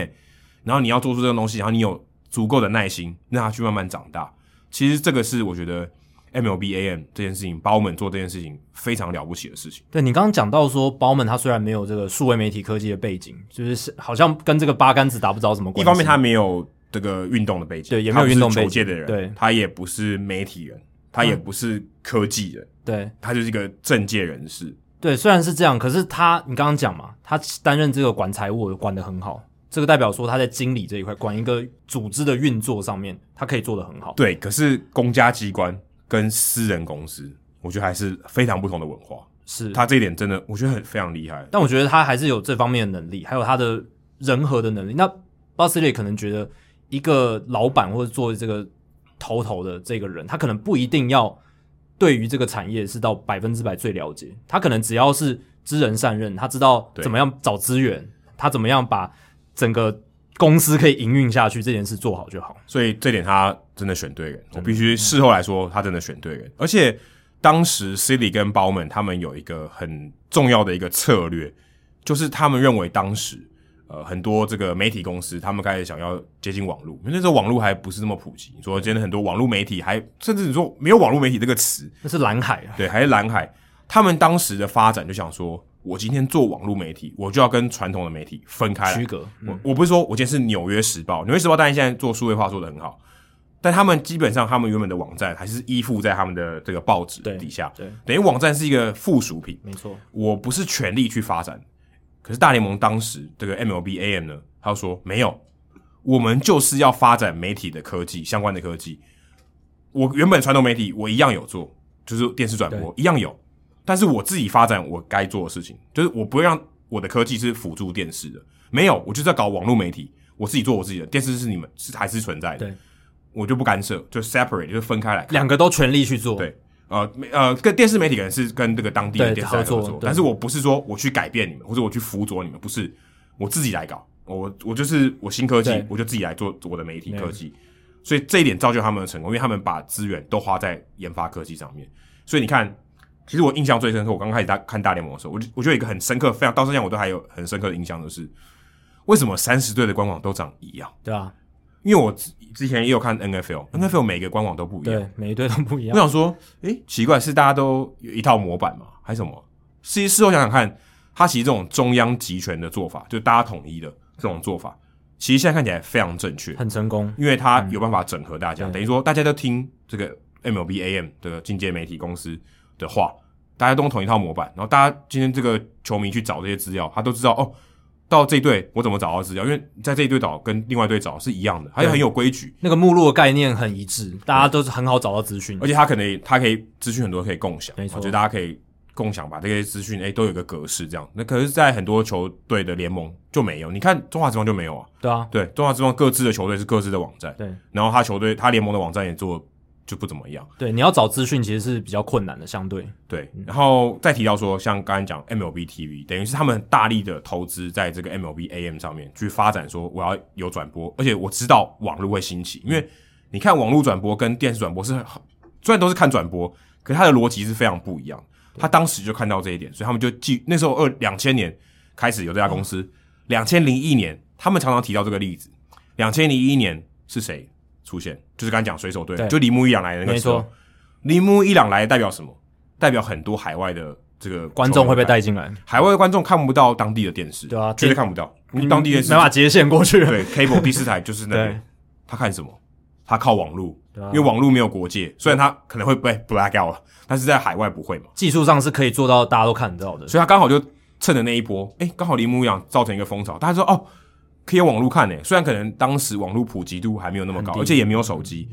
然后你要做出这个东西，然后你有足够的耐心，让它去慢慢长大。其实这个是我觉得 MLBAM 这件事情，包们做这件事情非常了不起的事情。对你刚刚讲到说，包们他虽然没有这个数位媒体科技的背景，就是是好像跟这个八竿子打不着什么关系。一方面他没有这个运动的背景，对也没有运动背景他不是球界的人，对嗯他也不是媒体人，他也不是科技人，对他就是一个政界人士。对，虽然是这样，可是他你刚刚讲嘛，他担任这个管财务管得很好，这个代表说他在经理这一块管一个组织的运作上面，他可以做得很好。对，可是公家机关跟私人公司，我觉得还是非常不同的文化。是，他这一点真的，我觉得很非常厉害。但我觉得他还是有这方面的能力，还有他的人和的能力。那巴斯利可能觉得一个老板或者做这个头头的这个人，他可能不一定要对于这个产业是到百分之百最了解，他可能只要是知人善任，他知道对怎么样找资源，他怎么样把整个公司可以营运下去这件事做好就好。所以这点他真的选对人，我必须事后来说，他真的选对人。而且当时 c i l y 跟包们他们有一个很重要的一个策略，就是他们认为当时呃很多这个媒体公司，他们开始想要接近网络，因为那时候网络还不是那么普及。你说今天很多网络媒体还甚至你说没有网络媒体这个词，那是蓝海啊，对，还是蓝海，他们当时的发展就想说，我今天做网络媒体，我就要跟传统的媒体分开来区隔。嗯我我不是说我今天是纽约时报，纽约时报当然现在做数位化做的很好，但他们基本上他们原本的网站还是依附在他们的这个报纸对底下，对，等于网站是一个附属品，没错，我不是全力去发展。可是大联盟当时这个 MLB AM 呢，他说没有，我们就是要发展媒体的科技相关的科技。我原本传统媒体我一样有做，就是电视转播一样有，但是我自己发展我该做的事情，就是我不会让我的科技是辅助电视的，没有，我就是要搞网络媒体，我自己做我自己的，电视是你们是还是存在的，对，我就不干涉，就 separate 就分开来看。两个都全力去做，对呃没呃，跟电视媒体可能是跟这个当地的对电视台合合作作，对但是我不是说我去改变你们，或者我去辅佐你们，不是我自己来搞，我我就是我新科技对，我就自己来做我的媒体对科技，所以这一点造就他们的成功，因为他们把资源都花在研发科技上面，所以你看。其实我印象最深刻，我刚开始大看大联盟的时候，我就我就有一个很深刻，非常到现在我都还有很深刻的印象，就是为什么三十队的官网都长一样？对吧？因为我之之前也有看 NFL，NFL 每个官网都不一样，对，每一队都不一样，我想说，诶、奇怪，是大家都有一套模板吗？还是什么？其实事后想想看，它其实这种中央集权的做法，就大家统一的这种做法，其实现在看起来非常正确，很成功，因为它有办法整合大家，嗯对等于说大家都听这个 MLB AM 的境界媒体公司的话，大家都用同一套模板，然后大家今天这个球迷去找这些资料，他都知道哦。到这一队，我怎么找到资料？因为在这一队找跟另外一队找是一样的，还很有规矩，那个目录的概念很一致，大家都是很好找到资讯而，且它可能它可以资讯很多可以共享，嗯没错我觉得大家可以共享把这些资讯哎都有个格式这样。那可是，在很多球队的联盟就没有，你看中华职棒就没有啊。对啊，对，中华职棒各自的球队是各自的网站，对然后他球队他联盟的网站也做得就不怎么样。对，你要找资讯其实是比较困难的，相对对，然后再提到说，像刚才讲 MLB TV，等于是他们大力的投资在这个 MLB AM 上面去发展，说我要有转播，而且我知道网络会兴嗯起，因为你看网络转播跟电视转播是很虽然都是看转播，可是它的逻辑是非常不一样。他当时就看到这一点，所以他们就记那时候二两千年开始有这家公嗯司，两千零一年他们常常提到这个例子，两千零一年是谁出现？就是刚才讲水手队对，就铃木一朗来的那个没时候错。铃木一朗来代表什么？代表很多海外的这个观众会被球迷看，带进来，海外的观众看不到当地的电视，对啊绝对看不到，因为当地也电没视办法接线过去， 对 cable 第四台就是那对边，他看什么？他靠网络，对啊因为网络没有国界，虽然他可能会被 black out 了，但是在海外不会嘛，技术上是可以做到大家都看得到的，所以他刚好就趁着那一波，哎、刚好铃木一朗造成一个风潮，大家说哦，可以有网络看呢、欸虽然可能当时网络普及度还没有那么高，很低嗯而且也没有手机，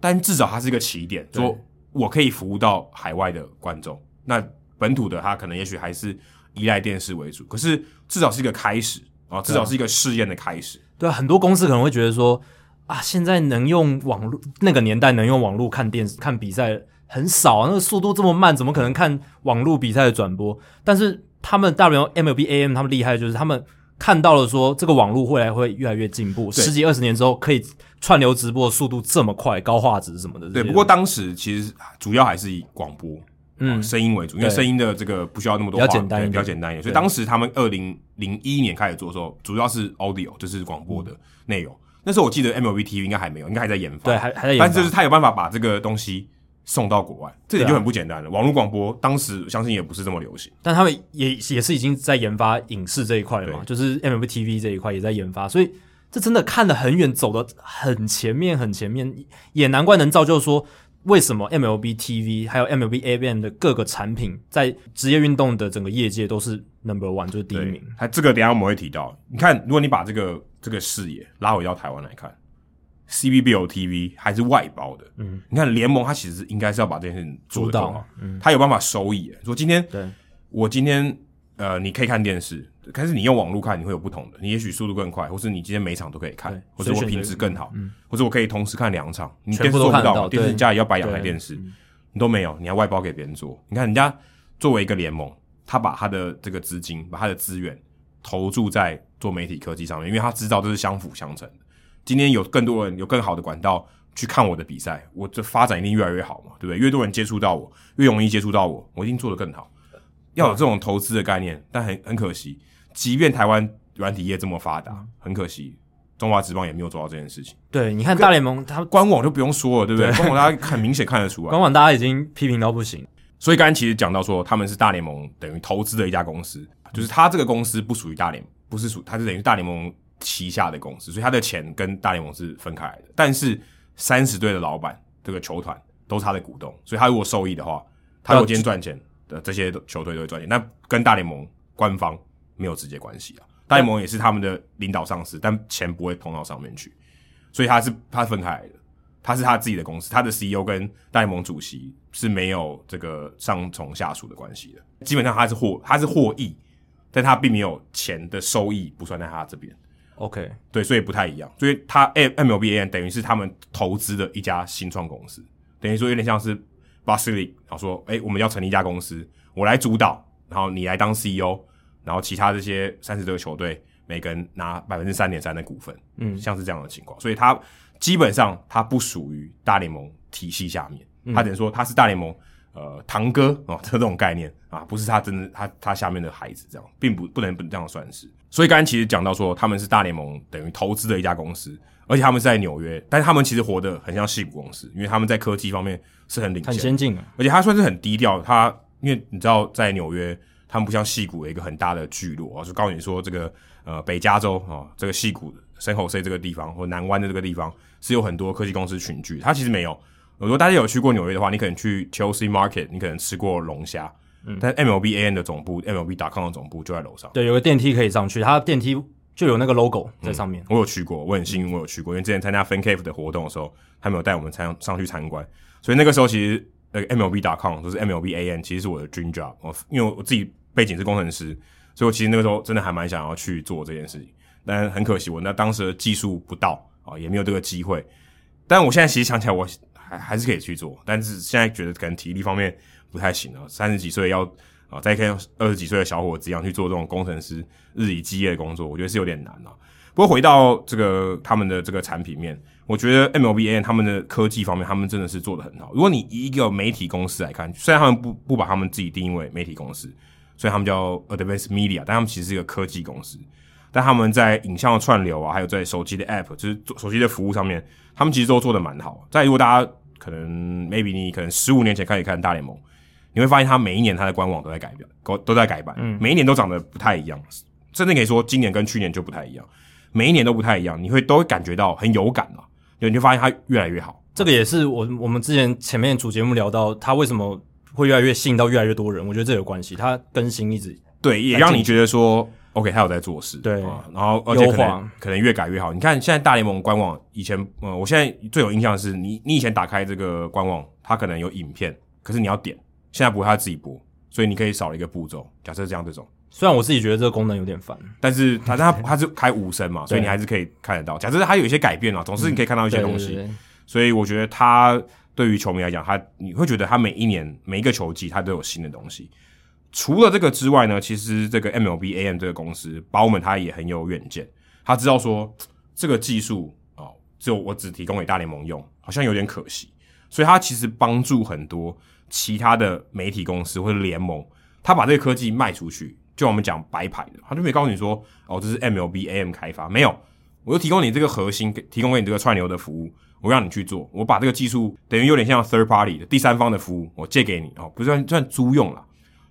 但至少它是一个起点，对说我可以服务到海外的观众。那本土的他可能也许还是依赖电视为主，可是至少是一个开始啊，至少是一个试验的开始。对啊，很多公司可能会觉得说啊，现在能用网络，那个年代能用网络看电视、看比赛很少、啊，那个速度这么慢，怎么可能看网络比赛的转播？但是他们大 W MLB AM 他们厉害的就是他们。看到了说这个网络未来会越来越进步，对十几二十年之后可以串流直播的速度这么快，高画质什么的。对，不过当时其实主要还是以广播。嗯，嗯声音为主，因为对声音的这个不需要那么比多话，较简单对一点比较简单一点。所以对当时他们二零零一年开始做的时候，主要是 audio，就是广播的内容。那时候我记得 MLB TV 应该还没有，应该还在研发。对，还还在研发，但是就是他有办法把这个东西送到国外，这点对啊就很不简单了。网络广播当时相信也不是这么流行，但他们也也是已经在研发影视这一块了嘛，对就是 MLB TV 这一块也在研发，所以这真的看得很远，走得很前面，很前面，也难怪能造就说为什么 MLB TV 还有 MLB ABM 的各个产品在职业运动的整个业界都是 number one，就是第一对，名。还这个等一下我们会提到。你看，如果你把这个这个视野拉回到台湾来看，CBBO TV 还是外包的，嗯，你看联盟它其实应该是要把这件事情做主得导更好，嗯，它有办法收益。说今天对我今天呃，你可以看电视，可是你用网络看，你会有不同的。你也许速度更快，或是你今天每场都可以看对，或者随我选嗯品质更好，或者我可以同时看两场。你全电部视都做不看得到到嘛，电视对家也要摆两台对电视，你都没有，你要外包给别人做。你看人家作为一个联盟，他把他的这个资金，把他的资源投注在做媒体科技上面，因为他知道这是相辅相成的。今天有更多人有更好的管道去看我的比赛，我这发展一定越来越好嘛，对不对？越多人接触到我，越容易接触到我，我一定做得更好。要有这种投资的概念，但很很可惜，即便台湾软体业这么发达，很可惜，中华职棒也没有做到这件事情。对，你看大联盟，他官网就不用说了，对不对？官网大家很明显看得 出来官。网大家已经批评到不行，所以刚才其实讲到说，他们是大联盟等于投资的一家公司，就是他这个公司不属于大联，不是属，它是等于大联盟旗下的公司，所以他的钱跟大联盟是分开来的。但是三十队的老板，这个球团都是他的股东，所以他如果受益的话，他如果今天赚钱，呃，这些球队都会赚钱，那跟大联盟官方没有直接关系啊。大联盟也是他们的领导上司，但钱不会碰到上面去，所以他是他分开来的。他是他自己的公司，他的 CEO 跟大联盟主席是没有这个上从下属的关系的。基本上他是获他是获益，但他并没有钱的收益不算在他这边。 OK，对，所以不太一样。所以它 M MLB N 等于是他们投资的一家新创公司，等于说有点像是 b a s i l i 然后说，哎、我们要成立一家公司，我来主导，然后你来当 E CEO，然后其他这些三十多个球队每个人拿百分之三点三的股份，嗯像是这样的情况。所以它基本上它不属于大联盟体系下面，它等于说它是大联盟。呃，堂哥哦， 这种概念啊，不是他真的，他他下面的孩子这样，并不不能不能这样算是。所以刚才其实讲到说，他们是大联盟等于投资的一家公司，而且他们是在纽约，但是他们其实活得很像戏骨公司，因为他们在科技方面是很领很先，先进啊。而且他算是很低调。他因为你知道，在纽约，他们不像戏谷有一个很大的聚落啊，就告诉你说这个呃北加州啊、哦，这个戏谷圣侯塞这个地方或南湾的这个地方是有很多科技公司群聚，它其实没有。如果大家有去过纽约的话，你可能去 Chelsea Market，你可能吃过龙虾，但 MLB AN 的总部、MLB.com 的总部就在楼上。对，有个电梯可以上去，它电梯就有那个 logo 在上面。我有去过，我很幸运，我有去过，因为之前参加 Fan Cave 的活动的时候，他们有带我们参上去参观，所以那个时候其实那个 MLB.com 就是 MLBAN，其实是我的 dream job。我因为我自己背景是工程师，所以我其实那个时候真的还蛮想要去做这件事情，但很可惜，我那当时的技术不到啊、也没有这个机会。但我现在其实想起来，我还还是可以去做，但是现在觉得可能体力方面不太行了，三十几岁要。啊，再跟二十几岁的小伙子一样去做这种工程师日以继夜的工作，我觉得是有点难啊。不过回到这个他们的这个产品面，我觉得 MLBN 他们的科技方面，他们真的是做的很好。如果你以一个媒体公司来看，虽然他们不不把他们自己定义为媒体公司，所以他们叫 Advanced Media，但他们其实是一个科技公司。但他们在影像的串流啊，还有在手机的 App，就是做手机的服务上面，他们其实都做的蛮好。再如果大家可能 maybe 你可能十五年前开始看大联盟，你会发现它每一年它的官网都在改变，都都在改版，每一年都长得不太一样，甚至可以说今年跟去年就不太一样。每一年都不太一样，你会都会感觉到很有感啊，对，你就发现它越来越好。这个也是我我们之前前面主节目聊到，它为什么会越来越吸引到越来越多人，我觉得这有关系，它更新一直对，也让你觉得说，OK，他有在做事，对啊然后而且可优能化可能越改越好。你看现在大联盟官网，以前呃，我现在最有印象的是你你以前打开这个官网，它可能有影片，可是你要点，现在不会它自己播，所以你可以少了一个步骤。假设这样这种，虽然我自己觉得这个功能有点烦，但是它它它是开无声 嘛，所以你还是可以看得到。假设它有一些改变啊，总是你可以看到一些对东对西。对所以我觉得他对于球迷来讲，他你会觉得他每一年每一个球季他都有新的东西。除了这个之外呢，其实这个 MLB AM 这个公司，包们他也很有远见，他知道说这个技术哦，只有我只提供给大联盟用，好像有点可惜，所以他其实帮助很多其他的媒体公司或者联盟，他把这个科技卖出去，就我们讲白牌的，他就没告诉你说哦，这是 MLB AM 开发，没有，我就提供你这个核心，给提供给你这个串流的服务，我让你去做，我把这个技术等于有点像 third party 的第三方的服务，我借给你哦，不算算租用啦，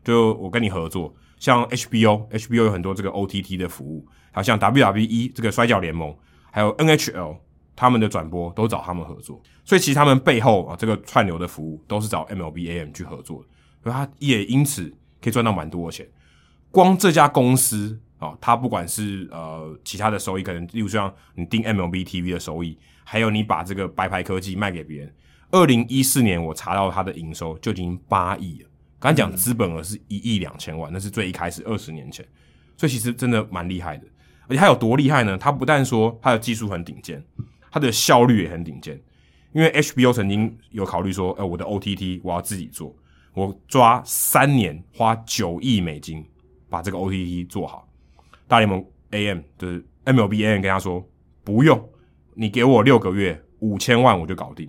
就我跟你合作。像 HBO，HBO 有很多这个 OTT 的服务，还有像 WWE 这个摔角联盟，还有 NHL 他们的转播都找他们合作，所以其实他们背后啊这个串流的服务都是找 MLB AM 去合作的，所以他也因此可以赚到蛮多的钱。光这家公司啊、哦，它不管是呃其他的收益，可能例如像你订 MLB TV 的收益，还有你把这个白牌科技卖给别人。二零一四年我查到它的营收就已经八亿了，刚才讲资本额是一亿两千万，那是最一开始二十年前，所以其实真的蛮厉害的。而且它有多厉害呢？它不但说它的技术很顶尖，它的效率也很顶尖。因为 HBO 曾经有考虑说，呃，我的 OTT 我要自己做，我抓三年花九亿美金把这个 OTT 做好。大联盟 AM 就是 MLB AM 跟他说不用，你给我六个月五千万我就搞定，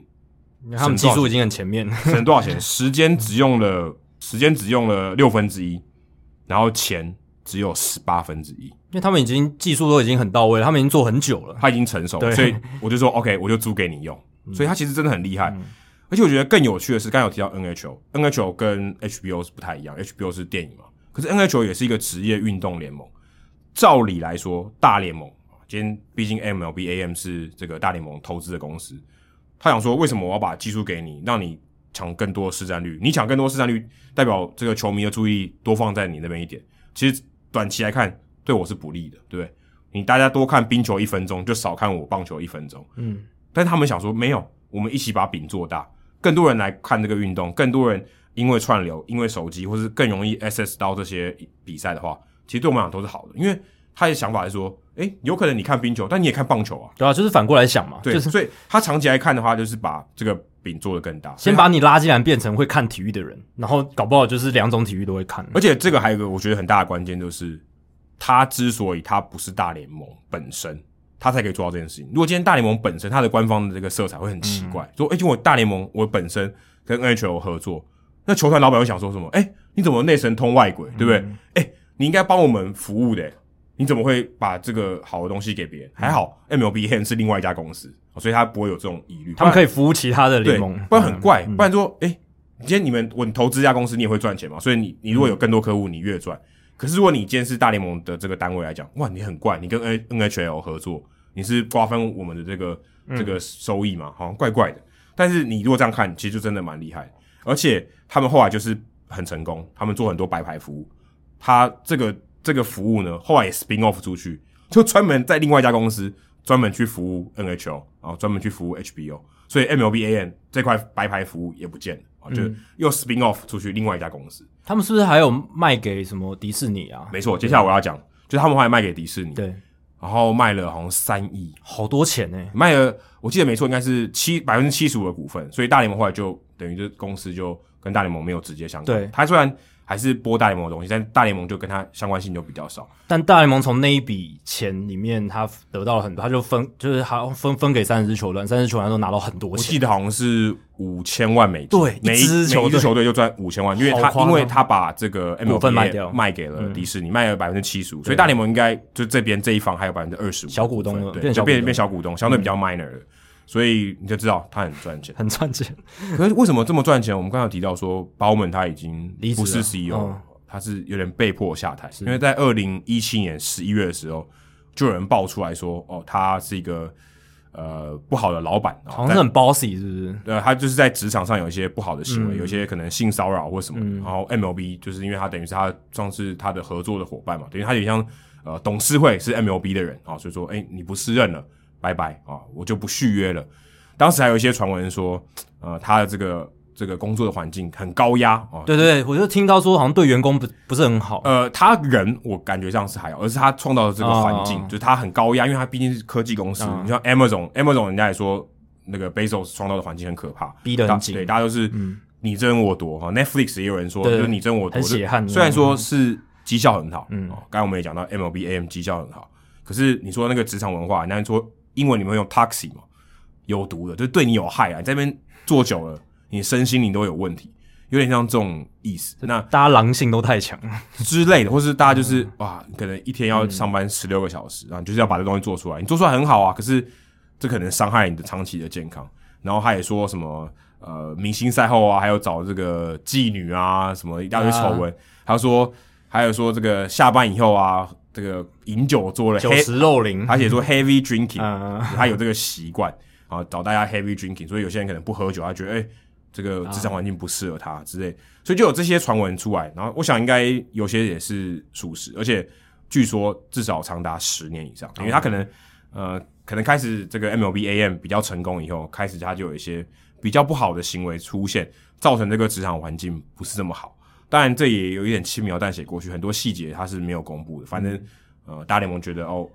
因为他们技术已经很前面，省多少钱？时间只用了时间只用了六分之一，然后钱只有十八分之一， 因为他们已经技术都已经很到位了，他们已经做很久了。他已经成熟了，对所以我就说 OK，我就租给你用。所以他其实真的很厉害，而且我觉得更有趣的是，刚刚有提到 NHL，NHL 跟 HBO 是不太一样，HBO 是电影嘛，可是 NHL 也是一个职业运动联盟。照理来说，大联盟今天毕竟 MLB AM 是这个大联盟投资的公司，他想说为什么我要把技术给你，让你抢更多的市占率？你抢更多市占率，代表这个球迷的注意力多放在你那边一点。其实短期来看，对我是不利的，对不对？你大家多看冰球一分钟，就少看我棒球一分钟。嗯，但是他们想说，没有，我们一起把饼做大，更多人来看这个运动，更多人因为串流、因为手机，或是更容易 access 到这些比赛的话，其实对我们来讲都是好的，因为他的想法是说，哎、有可能你看冰球，但你也看棒球啊，对啊，就是反过来想嘛，对，就是所以他长期来看的话，就是把这个饼做得更大，先把你拉进来变成会看体育的人，然后搞不好就是两种体育都会看。而且这个还有一个我觉得很大的关键就是，他之所以他不是大联盟本身，他才可以做到这件事情。如果今天大联盟本身它的官方的这个色彩会很奇嗯怪，说哎，诶就我大联盟我本身跟 NHL 合作，那球团老板会想说什么？哎，你怎么内神通外鬼，对不对？嗯哎，你应该帮我们服务的。诶你怎么会把这个好的东西给别人？还好 MLB Hand 是另外一家公司，所以他不会有这种疑虑。嗯他们可以服务其他的对，联盟，嗯不然很怪。不然说，哎、今天你们我投资一家公司，你也会赚钱嘛？所以你你如果有更多客户，你越赚。可是如果你今天是大联盟的这个单位来讲，哇，你很怪，你跟 N NHL 合作，你是瓜分我们的这个嗯这个收益嘛？好像怪怪的。但是你如果这样看，其实就真的蛮厉害的。而且他们后来就是很成功，他们做很多白牌服务，他这个这个服务呢，后来也 spin off 出去，就专门在另外一家公司专门去服务 NHL，然后专门去服务 HBO，所以 MLBAN 这块白牌服务也不见了，啊，就嗯又 spin off 出去另外一家公司。他们是不是还有卖给什么迪士尼啊？没错，接下来我要讲，就是他们后来卖给迪士尼，对，然后卖了好像三亿，好多钱欸呢、卖了我记得没错，应该是七百分之七十五的股份，所以大联盟后来就等于就是公司就跟大联盟没有直接相关。对他虽然还是播大联盟的东西，但大联盟就跟他相关性就比较少。但大联盟从那一笔钱里面，他得到了很多，他就分就是他分分给三十支球队，三十支球队都拿到很多我钱记。得好像是五千万美金，对每一支球队每一支球队就赚五千万，因为好他夸张因为他把这个 M 股份卖掉嗯卖给了迪士尼，卖了百分之七十五，所以大联盟应该就这边这一方还有百分之二十五小股东了对，变就小变股东变小股东，相对比较 minor 的，所以你就知道他很赚钱。很赚钱，可是为什么这么赚钱？我们刚才有提到说，包门他已经离职不了是 CEO，了、嗯他是有点被迫下台，因为在二零一七年十一月的时候，就有人爆出来说，哦，他是一个呃不好的老板，哦 好像是很 bossy，是不是？呃，他就是在职场上有一些不好的行为，有一些可能性骚扰或什么的。然后 MLB 就是因为他等于是他算是他的合作的伙伴嘛，等于他有点像呃董事会是 MLB 的人啊、所以说，哎、你不适任了，拜拜啊、我就不续约了。当时还有一些传闻说，呃，他的这个这个工作的环境很高压啊、对对，对我就听到说好像对员工不不是很好，呃，他人我感觉上是还好，而是他创造的这个环境，哦嗯就是他很高压，因为他毕竟是科技公司。你像 Amazon，Amazon 人家也说那个 Bezos 创造的环境很可怕，逼得很大紧嗯对，大家都是你争我夺哈。Netflix 也有人说，就对是你争我夺，很血汗就虽然说是绩效很好，嗯，哦刚才我们也讲到 MLB AM 绩效很好，可是你说那个职场文化，人家说英文你们用 toxic 嘛，有毒的，就是对你有害啊。你在那边坐久了，你身心灵都有问题，有点像这种意思。那大家狼性都太强，之类的，或是大家就是、哇，可能一天要上班十六个小时，然后就是要把这东西做出来。你做出来很好啊，可是这可能伤害你的长期的健康。然后他也说什么呃，明星赛后啊，还有找这个妓女啊，什么一大堆丑闻。他说，还有说这个下班以后啊，这个饮酒做了九黑，十肉林，而且说 heavy drinking，、 嗯，他有这个习惯啊，找大家 heavy drinking，所以有些人可能不喝酒，他觉得哎、这个职场环境不适合他之类，所以就有这些传闻出来。然后我想应该有些也是属实，而且据说至少长达十年以上，因为他可能呃，可能开始这个 MLB AM 比较成功以后，开始他就有一些比较不好的行为出现，造成这个职场环境不是这么好。当然，这也有一点轻描淡写过去，很多细节他是没有公布的。反嗯正，呃，大联盟觉得哦，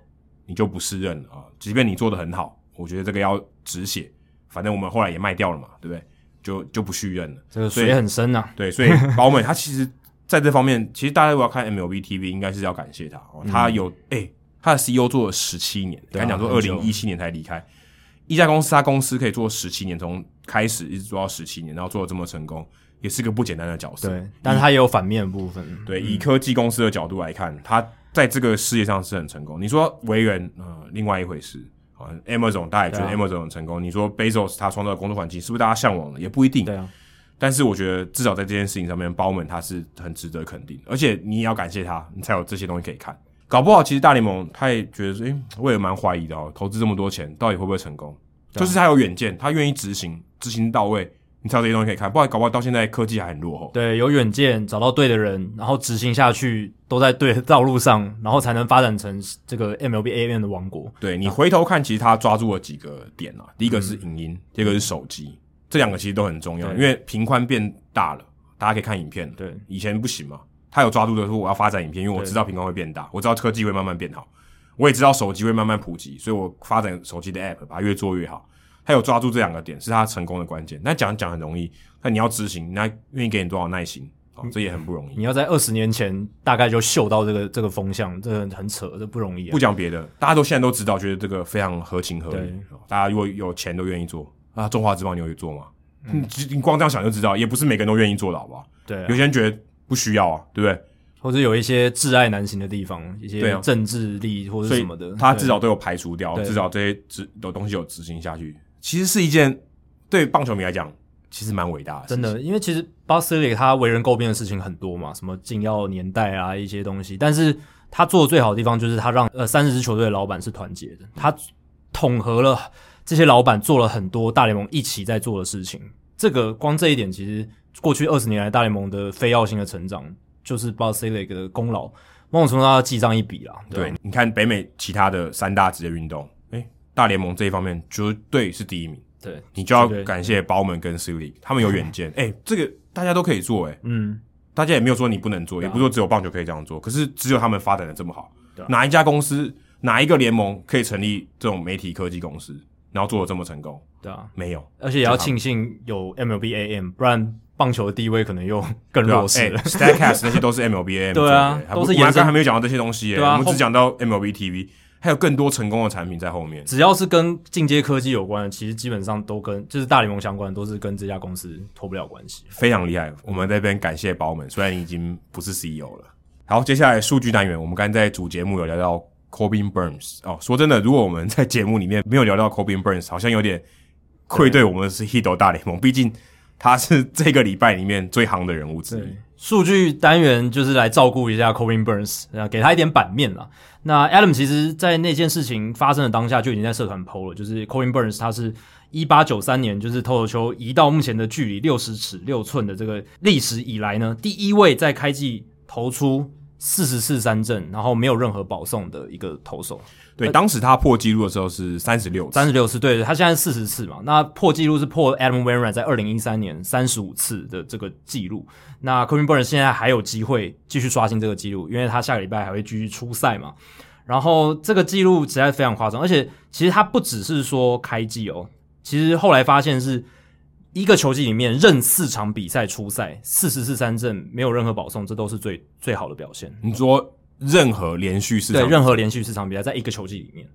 你就不适任了啊。即便你做的很好，我觉得这个要止血。反正我们后来也卖掉了嘛，对不对？就就不续任了。这个水很深啊，对， 所以保美他其实在这方面，其实大家如果要看 MLB TV，应该是要感谢他哦。他有哎、他的 CEO 做了十七年，嗯对啊刚才讲说二很久零一七年才离开一家公司，他公司可以做十七年，从开始一直做到十七年，然后做的这么成功，也是个不简单的角色。对，但是它也有反面的部分，对，以科技公司的角度来看，它在这个事业上是很成功。你说为人，呃，另外一回事啊。Amazon 大家也觉得对啊 Amazon 很成功，你说 Bezos 他创造的工作环境是不是大家向往的？也不一定。对啊，但是我觉得至少在这件事情上面，包们他是很值得肯定，而且你也要感谢他，你才有这些东西可以看。搞不好其实大联盟他也觉得说，诶、我也蛮怀疑的哦，投资这么多钱到底会不会成功？对啊就是他有远见，他愿意执行，执行到位，你才有这些东西可以看。不然搞不好到现在科技还很落后。对，有远见，找到对的人，然后执行下去，都在对的道路上，然后才能发展成这个 MLB A N 的王国。对你回头看，其实他抓住了几个点啊。第一个是影音，第二个是手机，这两个其实都很重要，嗯对因为频宽变大了，大家可以看影片。对，以前不行嘛，他有抓住的说我要发展影片，因为我知道屏幕会变大，我知道科技会慢慢变好，我也知道手机会慢慢普及，所以我发展手机的 app，把它越做越好。他有抓住这两个点，是他成功的关键。那讲讲很容易，那你要执行，那愿意给你多少耐心？嗯哦，这也很不容易。你要在二十年前大概就嗅到这个这个风向，这个很扯，这不容易、啊。不讲别的，大家都现在都知道，觉得这个非常合情合理对。哦大家如果有钱都愿意做啊，中华之邦你有去做吗？你只你光这样想就知道，也不是每个人都愿意做的，好不好？嗯对、有啊，些人觉得不需要啊，对不对？或者有一些挚爱难行的地方，一对些啊政治力或者所什以么的，他对至少都有排除掉，对至少这些执有东西有执行下去，其实是一件对棒球迷来讲其实蛮伟大的，真。的，因为其实巴斯里他为人诟病的事情很多嘛，什么禁药年代啊一些东西，但是他做的最好的地方就是他让呃三十支球队的老板是团结的，他统合了这些老板做了很多大联盟一起在做的事情。这个光这一点，其实过去二十年来大联盟的非要性的成长，就是 b o s i l i 的功劳，某种程度上要记账一笔啦。对，你看北美其他的三大职业运动，哎、大联盟这一方面绝对是第一名，对，你就要绝对感谢包门跟 s u l i 他们有远见，哎、这个大家都可以做、哎，嗯，大家也没有说你不能做，也对啊不是说只有棒球可以这样做，可是只有他们发展的这么好对，啊哪一家公司、哪一个联盟可以成立这种媒体科技公司，然后做的这么成功？对啊，没有，而且也要庆幸有 MLBAM，不然棒球的地位可能又更对吧、啊？弱势哎、了。 s t a t c a s t 那些都是 MLB AM 对啊做的都是我们延刚伸刚还没有讲到这些东西、耶哎对啊我们后只讲到 MLB TV，还有更多成功的产品在后面。只要是跟进阶科技有关的，其实基本上都跟就是大联盟相关的，都是跟这家公司脱不了关系。非常厉害。我们这边感谢保门，虽然你已经不是 CEO 了。好，接下来数据单元，我们刚才在主节目有聊到 Corbin Burns 哦。说真的，如果我们在节目里面没有聊到 Corbin Burns，好像有点愧对我们是 Hito 大联盟，毕竟他是这个礼拜里面最行的人物之一。，数据单元就是来照顾一下 Corbin Burns，啊，给他一点版面啦。那 Adam 其实，在那件事情发生的当下就已经在社团 PO 了，就是 Corbin Burns 他是一八九三年，就是投手球移到目前的距离六十尺六寸的这个历史以来呢，第一位在开季投出四十四三振，然后没有任何保送的一个投手。对，当时他破纪录的时候是三十六，呃三十六次，对，他现在四十次嘛，那破纪录是破 Adam Wainwright 在二零一三年三十五次的这个记录。那 Corbin Burns 现在还有机会继续刷新这个记录，因为他下个礼拜还会继续出赛嘛。然后这个记录实在非常夸张，而且其实他不只是说开季哦，其实后来发现是一个球季里面任四场比赛出赛，四十次三振，没有任何保送，这都是最最好的表现。你说任何连续市对，场任何连续四场比赛在一个球季里面。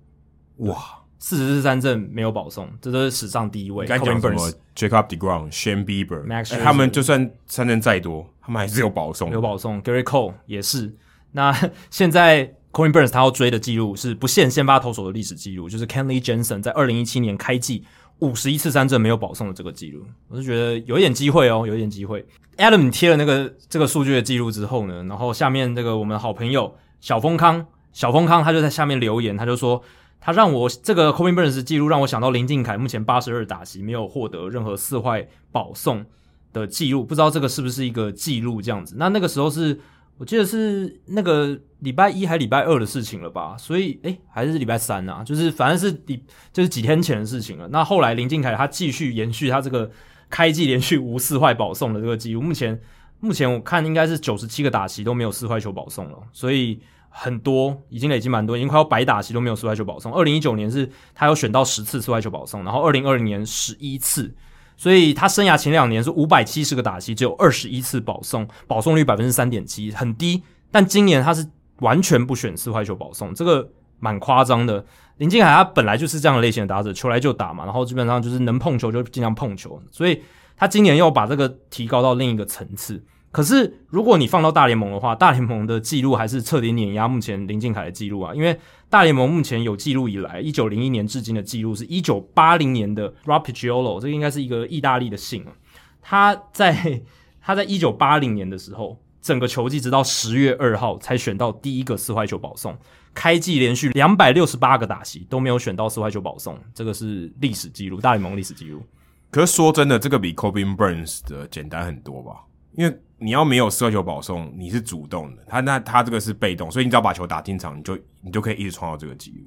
哇，四十次三振没有保送，这都是史上第一位。你刚才讲 Corbin 什 Burns 么 Jacob Degrom、Shane Bieber，、 Max 哎他们就算三振再多，他们还是有保送的。有保送，Gary Cole 也是。那 现在 Corbin Burns 他要追的记录是不限先发投手的历史记录，就是 Kenley Jensen 在二零一七年开季五十一次三振没有保送的这个记录，我就觉得有一点机会哦，有一点机会。Adam 你贴了那个这个数据的记录之后呢，然后下面这个我们好朋友小丰康，小丰康他就在下面留言，他就说。他让我这个 Corbin Burns 的记录让我想到林敬凯目前八十二打席没有获得任何四坏保送的记录，不知道这个是不是一个记录这样子。那那个时候是我记得是那个礼拜一还礼拜二的事情了吧？所以诶、还是礼拜三啊，就是反正是礼就是几天前的事情了。那后来林敬凯他继续延续他这个开季连续无四坏保送的这个记录，目前目前我看应该是九十七个打席都没有四坏球保送了，所以。很多已经累积蛮多，已经快要百打席都没有四坏球保送。二零一九年是他有选到十次四坏球保送，然后二零二零年十一次，所以他生涯前两年是五百七十个打击，只有二十一次保送，保送率百分之三点七，很低。但今年他是完全不选四坏球保送，这个蛮夸张的。林敬海他本来就是这样的类型的打者，球来就打嘛，然后基本上就是能碰球就尽量碰球，所以他今年又把这个提高到另一个层次。可是如果你放到大联盟的话，大联盟的记录还是彻底碾压目前林敬凯的记录啊，因为大联盟目前有记录以来，一九零一年至今的记录是一九八零年的 Rapigiolo，这个应该是一个意大利的姓啊。他在他在一九八零年的时候，整个球季直到十月二号才选到第一个四坏球保送，开季连续两百六十八个打席都没有选到四坏球保送，这个是历史记录，大联盟历史记录。可是说真的，这个比 Corbin Burns 的简单很多吧？因为你要没有射球保送，你是主动的，他那他这个是被动，所以你只要把球打进场，你就你就可以一直创造这个记录，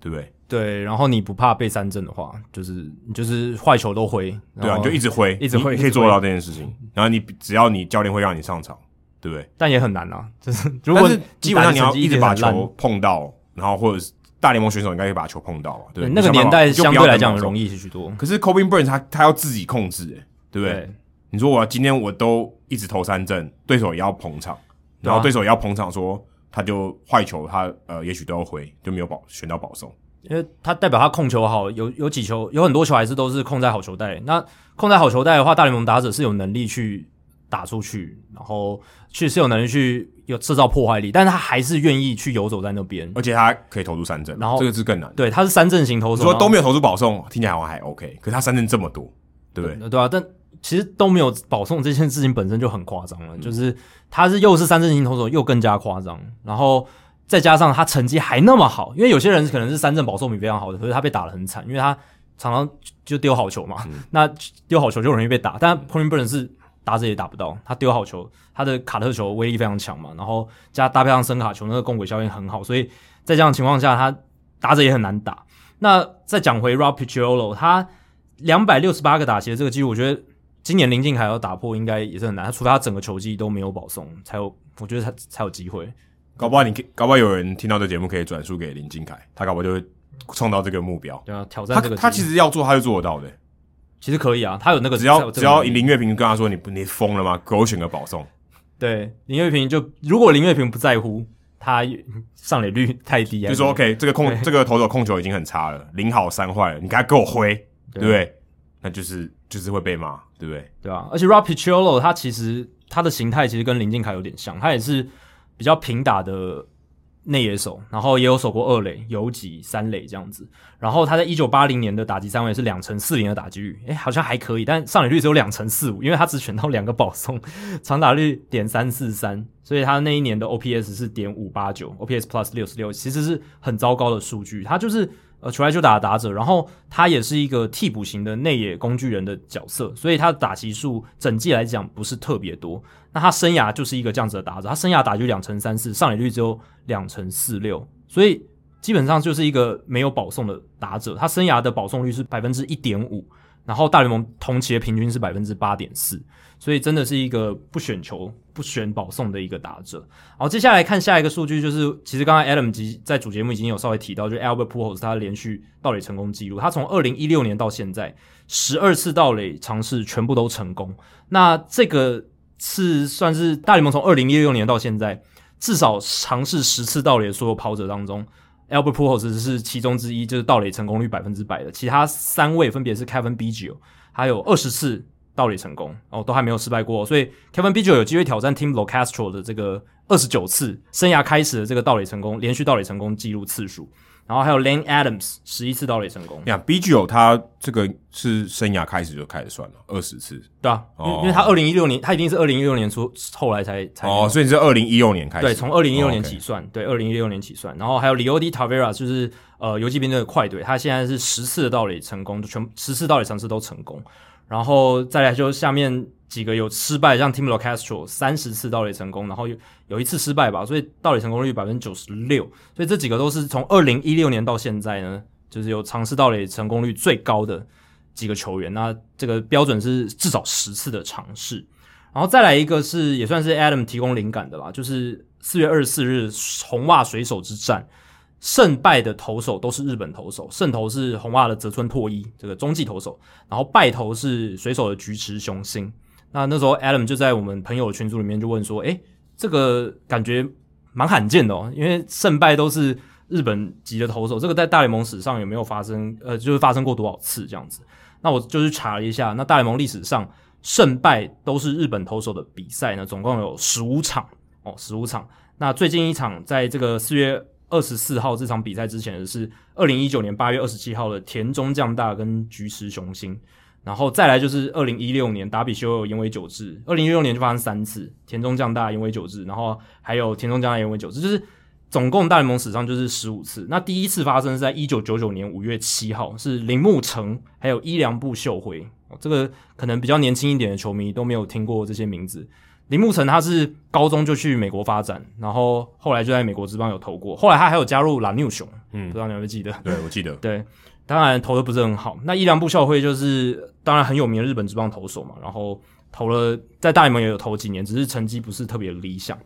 对不对？对，然后你不怕被三振的话，就是你就是坏球都挥，对啊，你就一直直挥，一直挥一直挥你你可以做到这件事情。然后你只要你教练会让你上场，对不对？但也很难啊，就是 如但果是基本上你要一一直把很烂球碰到，然后或者是大联盟选手应该可以把球碰到嘛，啊对对不对？那个年代相对来讲容易。易许多，可是 Kobe Bryant 他他要自己控制、欸，对不对？对你说我今天我都一直投三振，对手也要捧场，对啊然后对手也要捧场说他就坏球他呃也许都要回，就没有保选到保送。因为他代表他控球好，有有几球有很多球还是都是控在好球带。那控在好球带的话，大联盟打者是有能力去打出去，然后去是有能力去有制造破坏力，但是他还是愿意去游走在那边。而且他可以投出三振，然后这个是更难。对，他是三阵型投你手，说然后都没有投出保送，听起来好像还 OK，可是他三振这么多，对不对？对啊，但其实都没有保送这件事情本身就很夸张了，就是他是又是三振型投手，又更加夸张，然后再加上他成绩还那么好，因为有些人可能是三振保送比非常好的，可是他被打得很惨，因为他常常就丢好球嘛，那丢好球就容易被打，但 p o i n t b r n 是。打者也打不到，他丢好球，他的卡特球威力非常强嘛，然后加搭配上声卡球，那个共轨效应很好，所以在这样的情况下，他打者也很难打。那再讲回 Rob Picciolo，他两百六十八个打席的这个记录，我觉得今年林敬凯要打破应该也是很难，他除非他整个球季都没有保送，才有我觉得才才有机会。搞不好你可以搞不好有人听到这节目可以转述给林敬凯，他搞不好就会创造这个目标。对啊，挑战他这个他其实实要做，他就做得到的、其实可以啊，他有那个只才要有这只个要能力林月平跟他说你不你疯了吗？给我选个保送，对林月平就如果林月平不在乎他上垒率太低啊，就说 OK，这个控对这个投手控球已经很差了，零好三坏了，你给他给我挥，对不对？那就是就是会被骂，对不对？对啊，而且 Rob Picciolo 他其实他的形态其实跟林敬凯有点像，他也是比较平打的内野手，然后也有守过二垒、游击、三垒这样子。然后他在一九八零年的打击三围是两成四零的打击率，诶，好像还可以，但上垒率只有两成四五，因为他只选到两个保送，长打率点三四三，所以他那一年的 OPS 是点五八九，OPS Plus 六十六，其实是很糟糕的数据。他就是呃球来就打的打者，然后他也是一个替补型的内野工具人的角色，所以他的打席数整季来讲不是特别多。那他生涯就是一个这样子的打者，他生涯打就两成三四，上垒率只有两成四六，所以基本上就是一个没有保送的打者。他生涯的保送率是百分之一点五，然后大联盟同期的平均是百分之八点四，所以真的是一个不选球、不选保送的一个打者。好，接下来看下一个数据，就是其实刚才 Adam 及在主节目已经有稍微提到，就是 Albert Pujols 他连续盗垒成功记录，他从二零一六年到现在十二次盗垒尝试全部都成功。那这个是算是大联盟从二零一六年到现在至少尝试十次盗垒的所有跑者当中。Albert Pujols 是其中之一，就是盗垒成功率百分之百的。其他三位分别是 Kevin Biggio、还有二十次盗垒成功，哦，都还没有失败过、所以 Kevin b i g g i 有机会挑战 Tim Locastro 的这个二十九次生涯开始的这个盗垒成功，连续盗垒成功记录次数。然后还有 Lane Adams 十一次盗垒成功你，看 B G O 他这个是生涯开始就开始算了，二十次对啊，因为哦因为他二零一六年，他一定是二零一六年初后来才才哦，所以你是二零一六年开始，哦对，从二零一六年起 OK 算，对，二零一六年起算。然后还有 Leody Tavera，就是呃游击兵队的快队，他现在是十次的盗垒成功，就全十次盗垒尝试都成功。然后再来就下面几个有失败，像 Tim Locastro 三十次盗垒成功，然后有有一次失败吧，所以盗垒成功率百分之九十六。所以这几个都是从二零一六年到现在呢，就是有尝试盗垒成功率最高的几个球员。那这个标准是至少十次的尝试。然后再来一个是也算是 Adam 提供灵感的啦，就是四月二十四日红袜水手之战，胜败的投手都是日本投手，胜投是红袜的泽村拓一这个中继投手，然后败投是水手的菊池雄心。那那时候 Adam 就在我们朋友群组里面就问说，诶，这个感觉蛮罕见的哦，因为胜败都是日本籍的投手，这个在大联盟史上有没有发生？呃，就是发生过多少次这样子？那我就是查了一下，那大联盟历史上胜败都是日本投手的比赛呢，总共有十五场哦，十五场。那最近一场在这个四月二十四号这场比赛之前的是二零一九年八月二十七号的田中将大跟菊池雄心，然后再来就是二零一六年达比修有岩尾久志，二零一六年就发生三次田中将大、岩尾久志，然后还有田中将大、岩尾久志，就是总共大联盟史上就是十五次。那第一次发生是在一九九九年五月七号，是铃木诚还有伊良部秀辉。哦这个可能比较年轻一点的球迷都没有听过这些名字。铃木诚他是高中就去美国发展，然后后来就在美国职棒有投过，后来他还有加入蓝牛熊，嗯，不知道你有没有记得？对我记得对，当然投的不是很好。那伊良部孝辉就是当然很有名的日本职棒投手嘛，然后投了在大联盟也有投几年，只是成绩不是特别理想。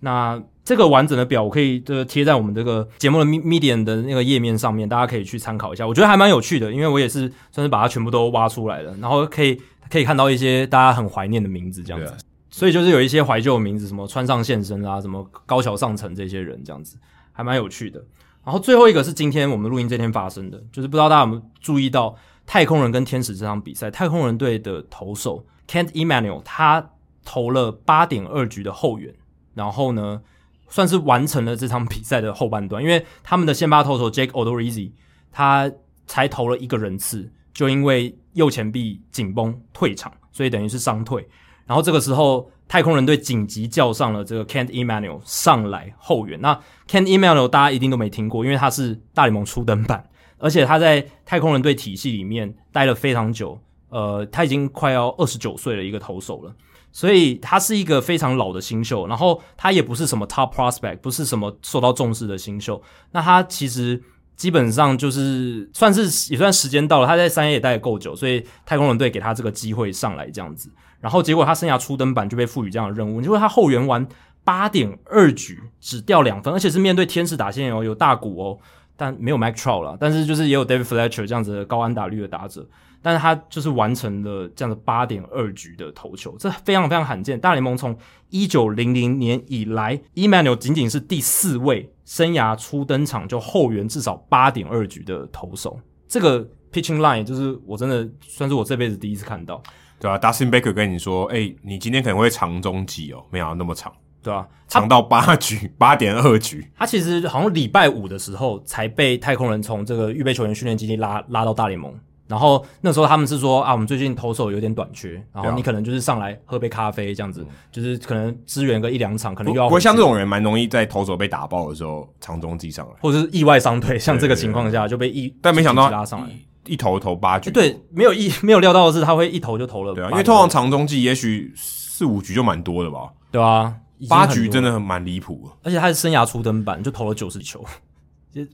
那这个完整的表，我可以就是贴在我们这个节目的 Medium 的那个页面上面，大家可以去参考一下。我觉得还蛮有趣的，因为我也是算是把它全部都挖出来了，然后可以可以看到一些大家很怀念的名字这样子。对啊所以就是有一些怀旧的名字，什么川上宪生啊啦，什么高桥上层这些人这样子，还蛮有趣的。然后最后一个是今天我们录音这天发生的，就是不知道大家有没有注意到太空人跟天使这场比赛，太空人队的投手 Kent Emanuel 他投了八点二局的后援，然后呢算是完成了这场比赛的后半段，因为他们的先发投手 Jake Odorizzi 他才投了一个人次，就因为右前臂紧绷退场，所以等于是伤退。然后这个时候，太空人队紧急叫上了这个 Kent Emanuel 上来后援。那 Kent Emanuel 大家一定都没听过，因为他是大联盟初登板，而且他在太空人队体系里面待了非常久，呃，他已经快要二十九岁的一个投手了。所以他是一个非常老的新秀，然后他也不是什么 top prospect，不是什么受到重视的新秀。那他其实基本上就是算是也算时间到了，他在三 A 也待得够久，所以太空人队给他这个机会上来这样子。然后结果他生涯初登板就被赋予这样的任务，结果他后援完八点二局只掉两分，而且是面对天使打线哦，有大谷哦，但没有 Mike Trout 啦，但是就是也有 David Fletcher 这样子的高安打率的打者，但是他就是完成了这样的八点二局的投球，这非常非常罕见。大联盟从一九零零年以来，Emanuel 仅仅是第四位生涯初登场就后援至少八点二局的投手，这个 pitching line 就是我真的算是我这辈子第一次看到。对啊，Dustin Baker 跟你说，哎、你今天可能会长中计哦，没想到那么长，对啊，他长到八局，八点二局，他其实好像礼拜五的时候才被太空人从这个预备球员训练基地拉拉到大联盟。然后那时候他们是说啊，我们最近投手有点短缺，然后对啊你可能就是上来喝杯咖啡这样子，就是可能支援个一两场，可能不又要不过回去像这种人蛮容易在投手被打爆的时候长中计上来，或者是意外伤退，像这个对对情况下就被一但没想紧到急拉上来，一一投投八局，哎对，没有意 没有料到的是他会一投就投了八个，对啊，因为通常长中计也许四五局就蛮多的吧，对啊，已经八很局多真的很蛮离谱的，而且他是生涯初登板就投了九十 球，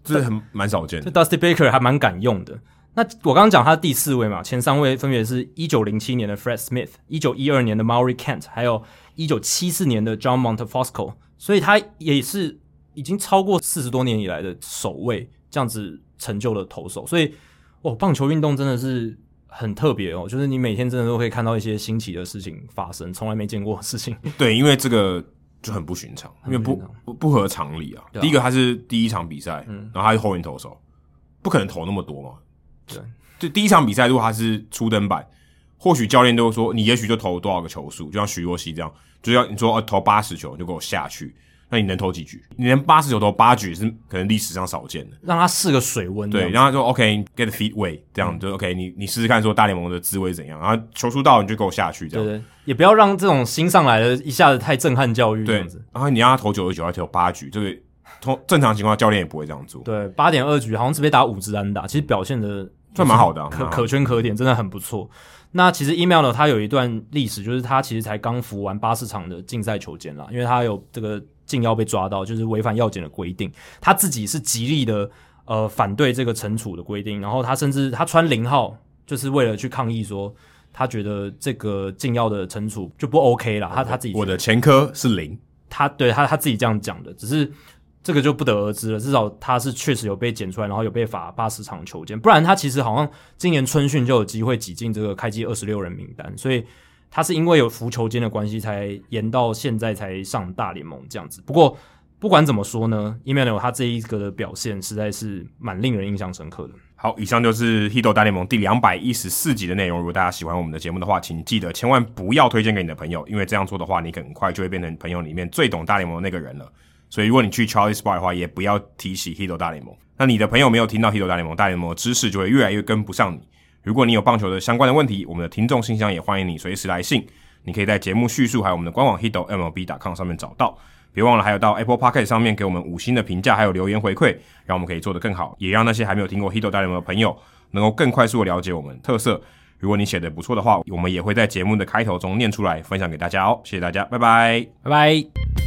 这很蛮少见这的。 Dusty Baker 还蛮敢用的。那我刚刚讲他第四位嘛，前三位分别是一九零七年的 Fred Smith、一九一二年的 Maury Kent，还有一九七四年的 John Montefosco，所以他也是已经超过四十多年以来的首位这样子成就的投手。所以，哇，棒球运动真的是很特别哦，就是你每天真的都可以看到一些新奇的事情发生，从来没见过的事情。 对，因为这个就很不寻常，因为不很不寻不不合常理啊。对啊嗯第一个他是第一场比赛，然后他是后援投手，不可能投那么多嘛。对，就第一场比赛如果他是初登板，或许教练都会说你也许就投多少个球数，就像徐若曦这样，就要你说、哦投八十球你就给我下去，那你能投几局？你连八十球投八局是可能历史上少见的。让他试个水温这样对，子，然后他说 OK get the feet way 这嗯样、就 OK，你你试试看说大联盟的滋味怎样，然后球数到你就给我下去这对样。对，也不要让这种新上来的一下子太震撼教育这对样子。，然后你让他投九十九，还投八局，这个通正常情况下教练也不会这样做。对，八点二局好像只被打五支安打，其实表现的算蛮好的啊可蛮好可圈可点，真的很不错。那其实 email 呢，他有一段历史，就是他其实才刚服完八十场的竞赛球监啦，因为他有这个禁药被抓到，就是违反药检的规定，他自己是极力的呃反对这个惩处的规定，然后他甚至他穿零号就是为了去抗议说。他觉得这个禁药的惩处就不 OK 啦，他他自己觉得我的前科是零，他对他他自己这样讲的，只是这个就不得而知了。至少他是确实有被检出来，然后有被罚八十场球监，不然他其实好像今年春训就有机会挤进这个开机二十六人名单，所以他是因为有服球监的关系，才延到现在才上大联盟这样子。不过不管怎么说呢 e m a n u e l 他这一个的表现实在是蛮令人印象深刻的。好，以上就是《h i d o 大联盟》第两百一十四集的内容。如果大家喜欢我们的节目的话，请记得千万不要推荐给你的朋友，因为这样做的话，你很快就会变成朋友里面最懂大联盟的那个人了。所以，如果你去 Charlie Spot 的话，也不要提起 h i d o 大联盟。那你的朋友没有听到 h i d o 大联盟，大联盟的知识就会越来越跟不上你。如果你有棒球的相关的问题，我们的听众信箱也欢迎你随时来信。你可以在节目叙述还有我们的官网 h i d o MLB com 上面找到。别忘了还有到 Apple p o c k e t 上面给我们五星的评价，还有留言回馈，让我们可以做得更好，也让那些还没有听过 Hito 大联盟的朋友能够更快速的了解我们特色。如果你写的不错的话，我们也会在节目的开头中念出来，分享给大家哦。谢谢大家，拜拜。拜拜。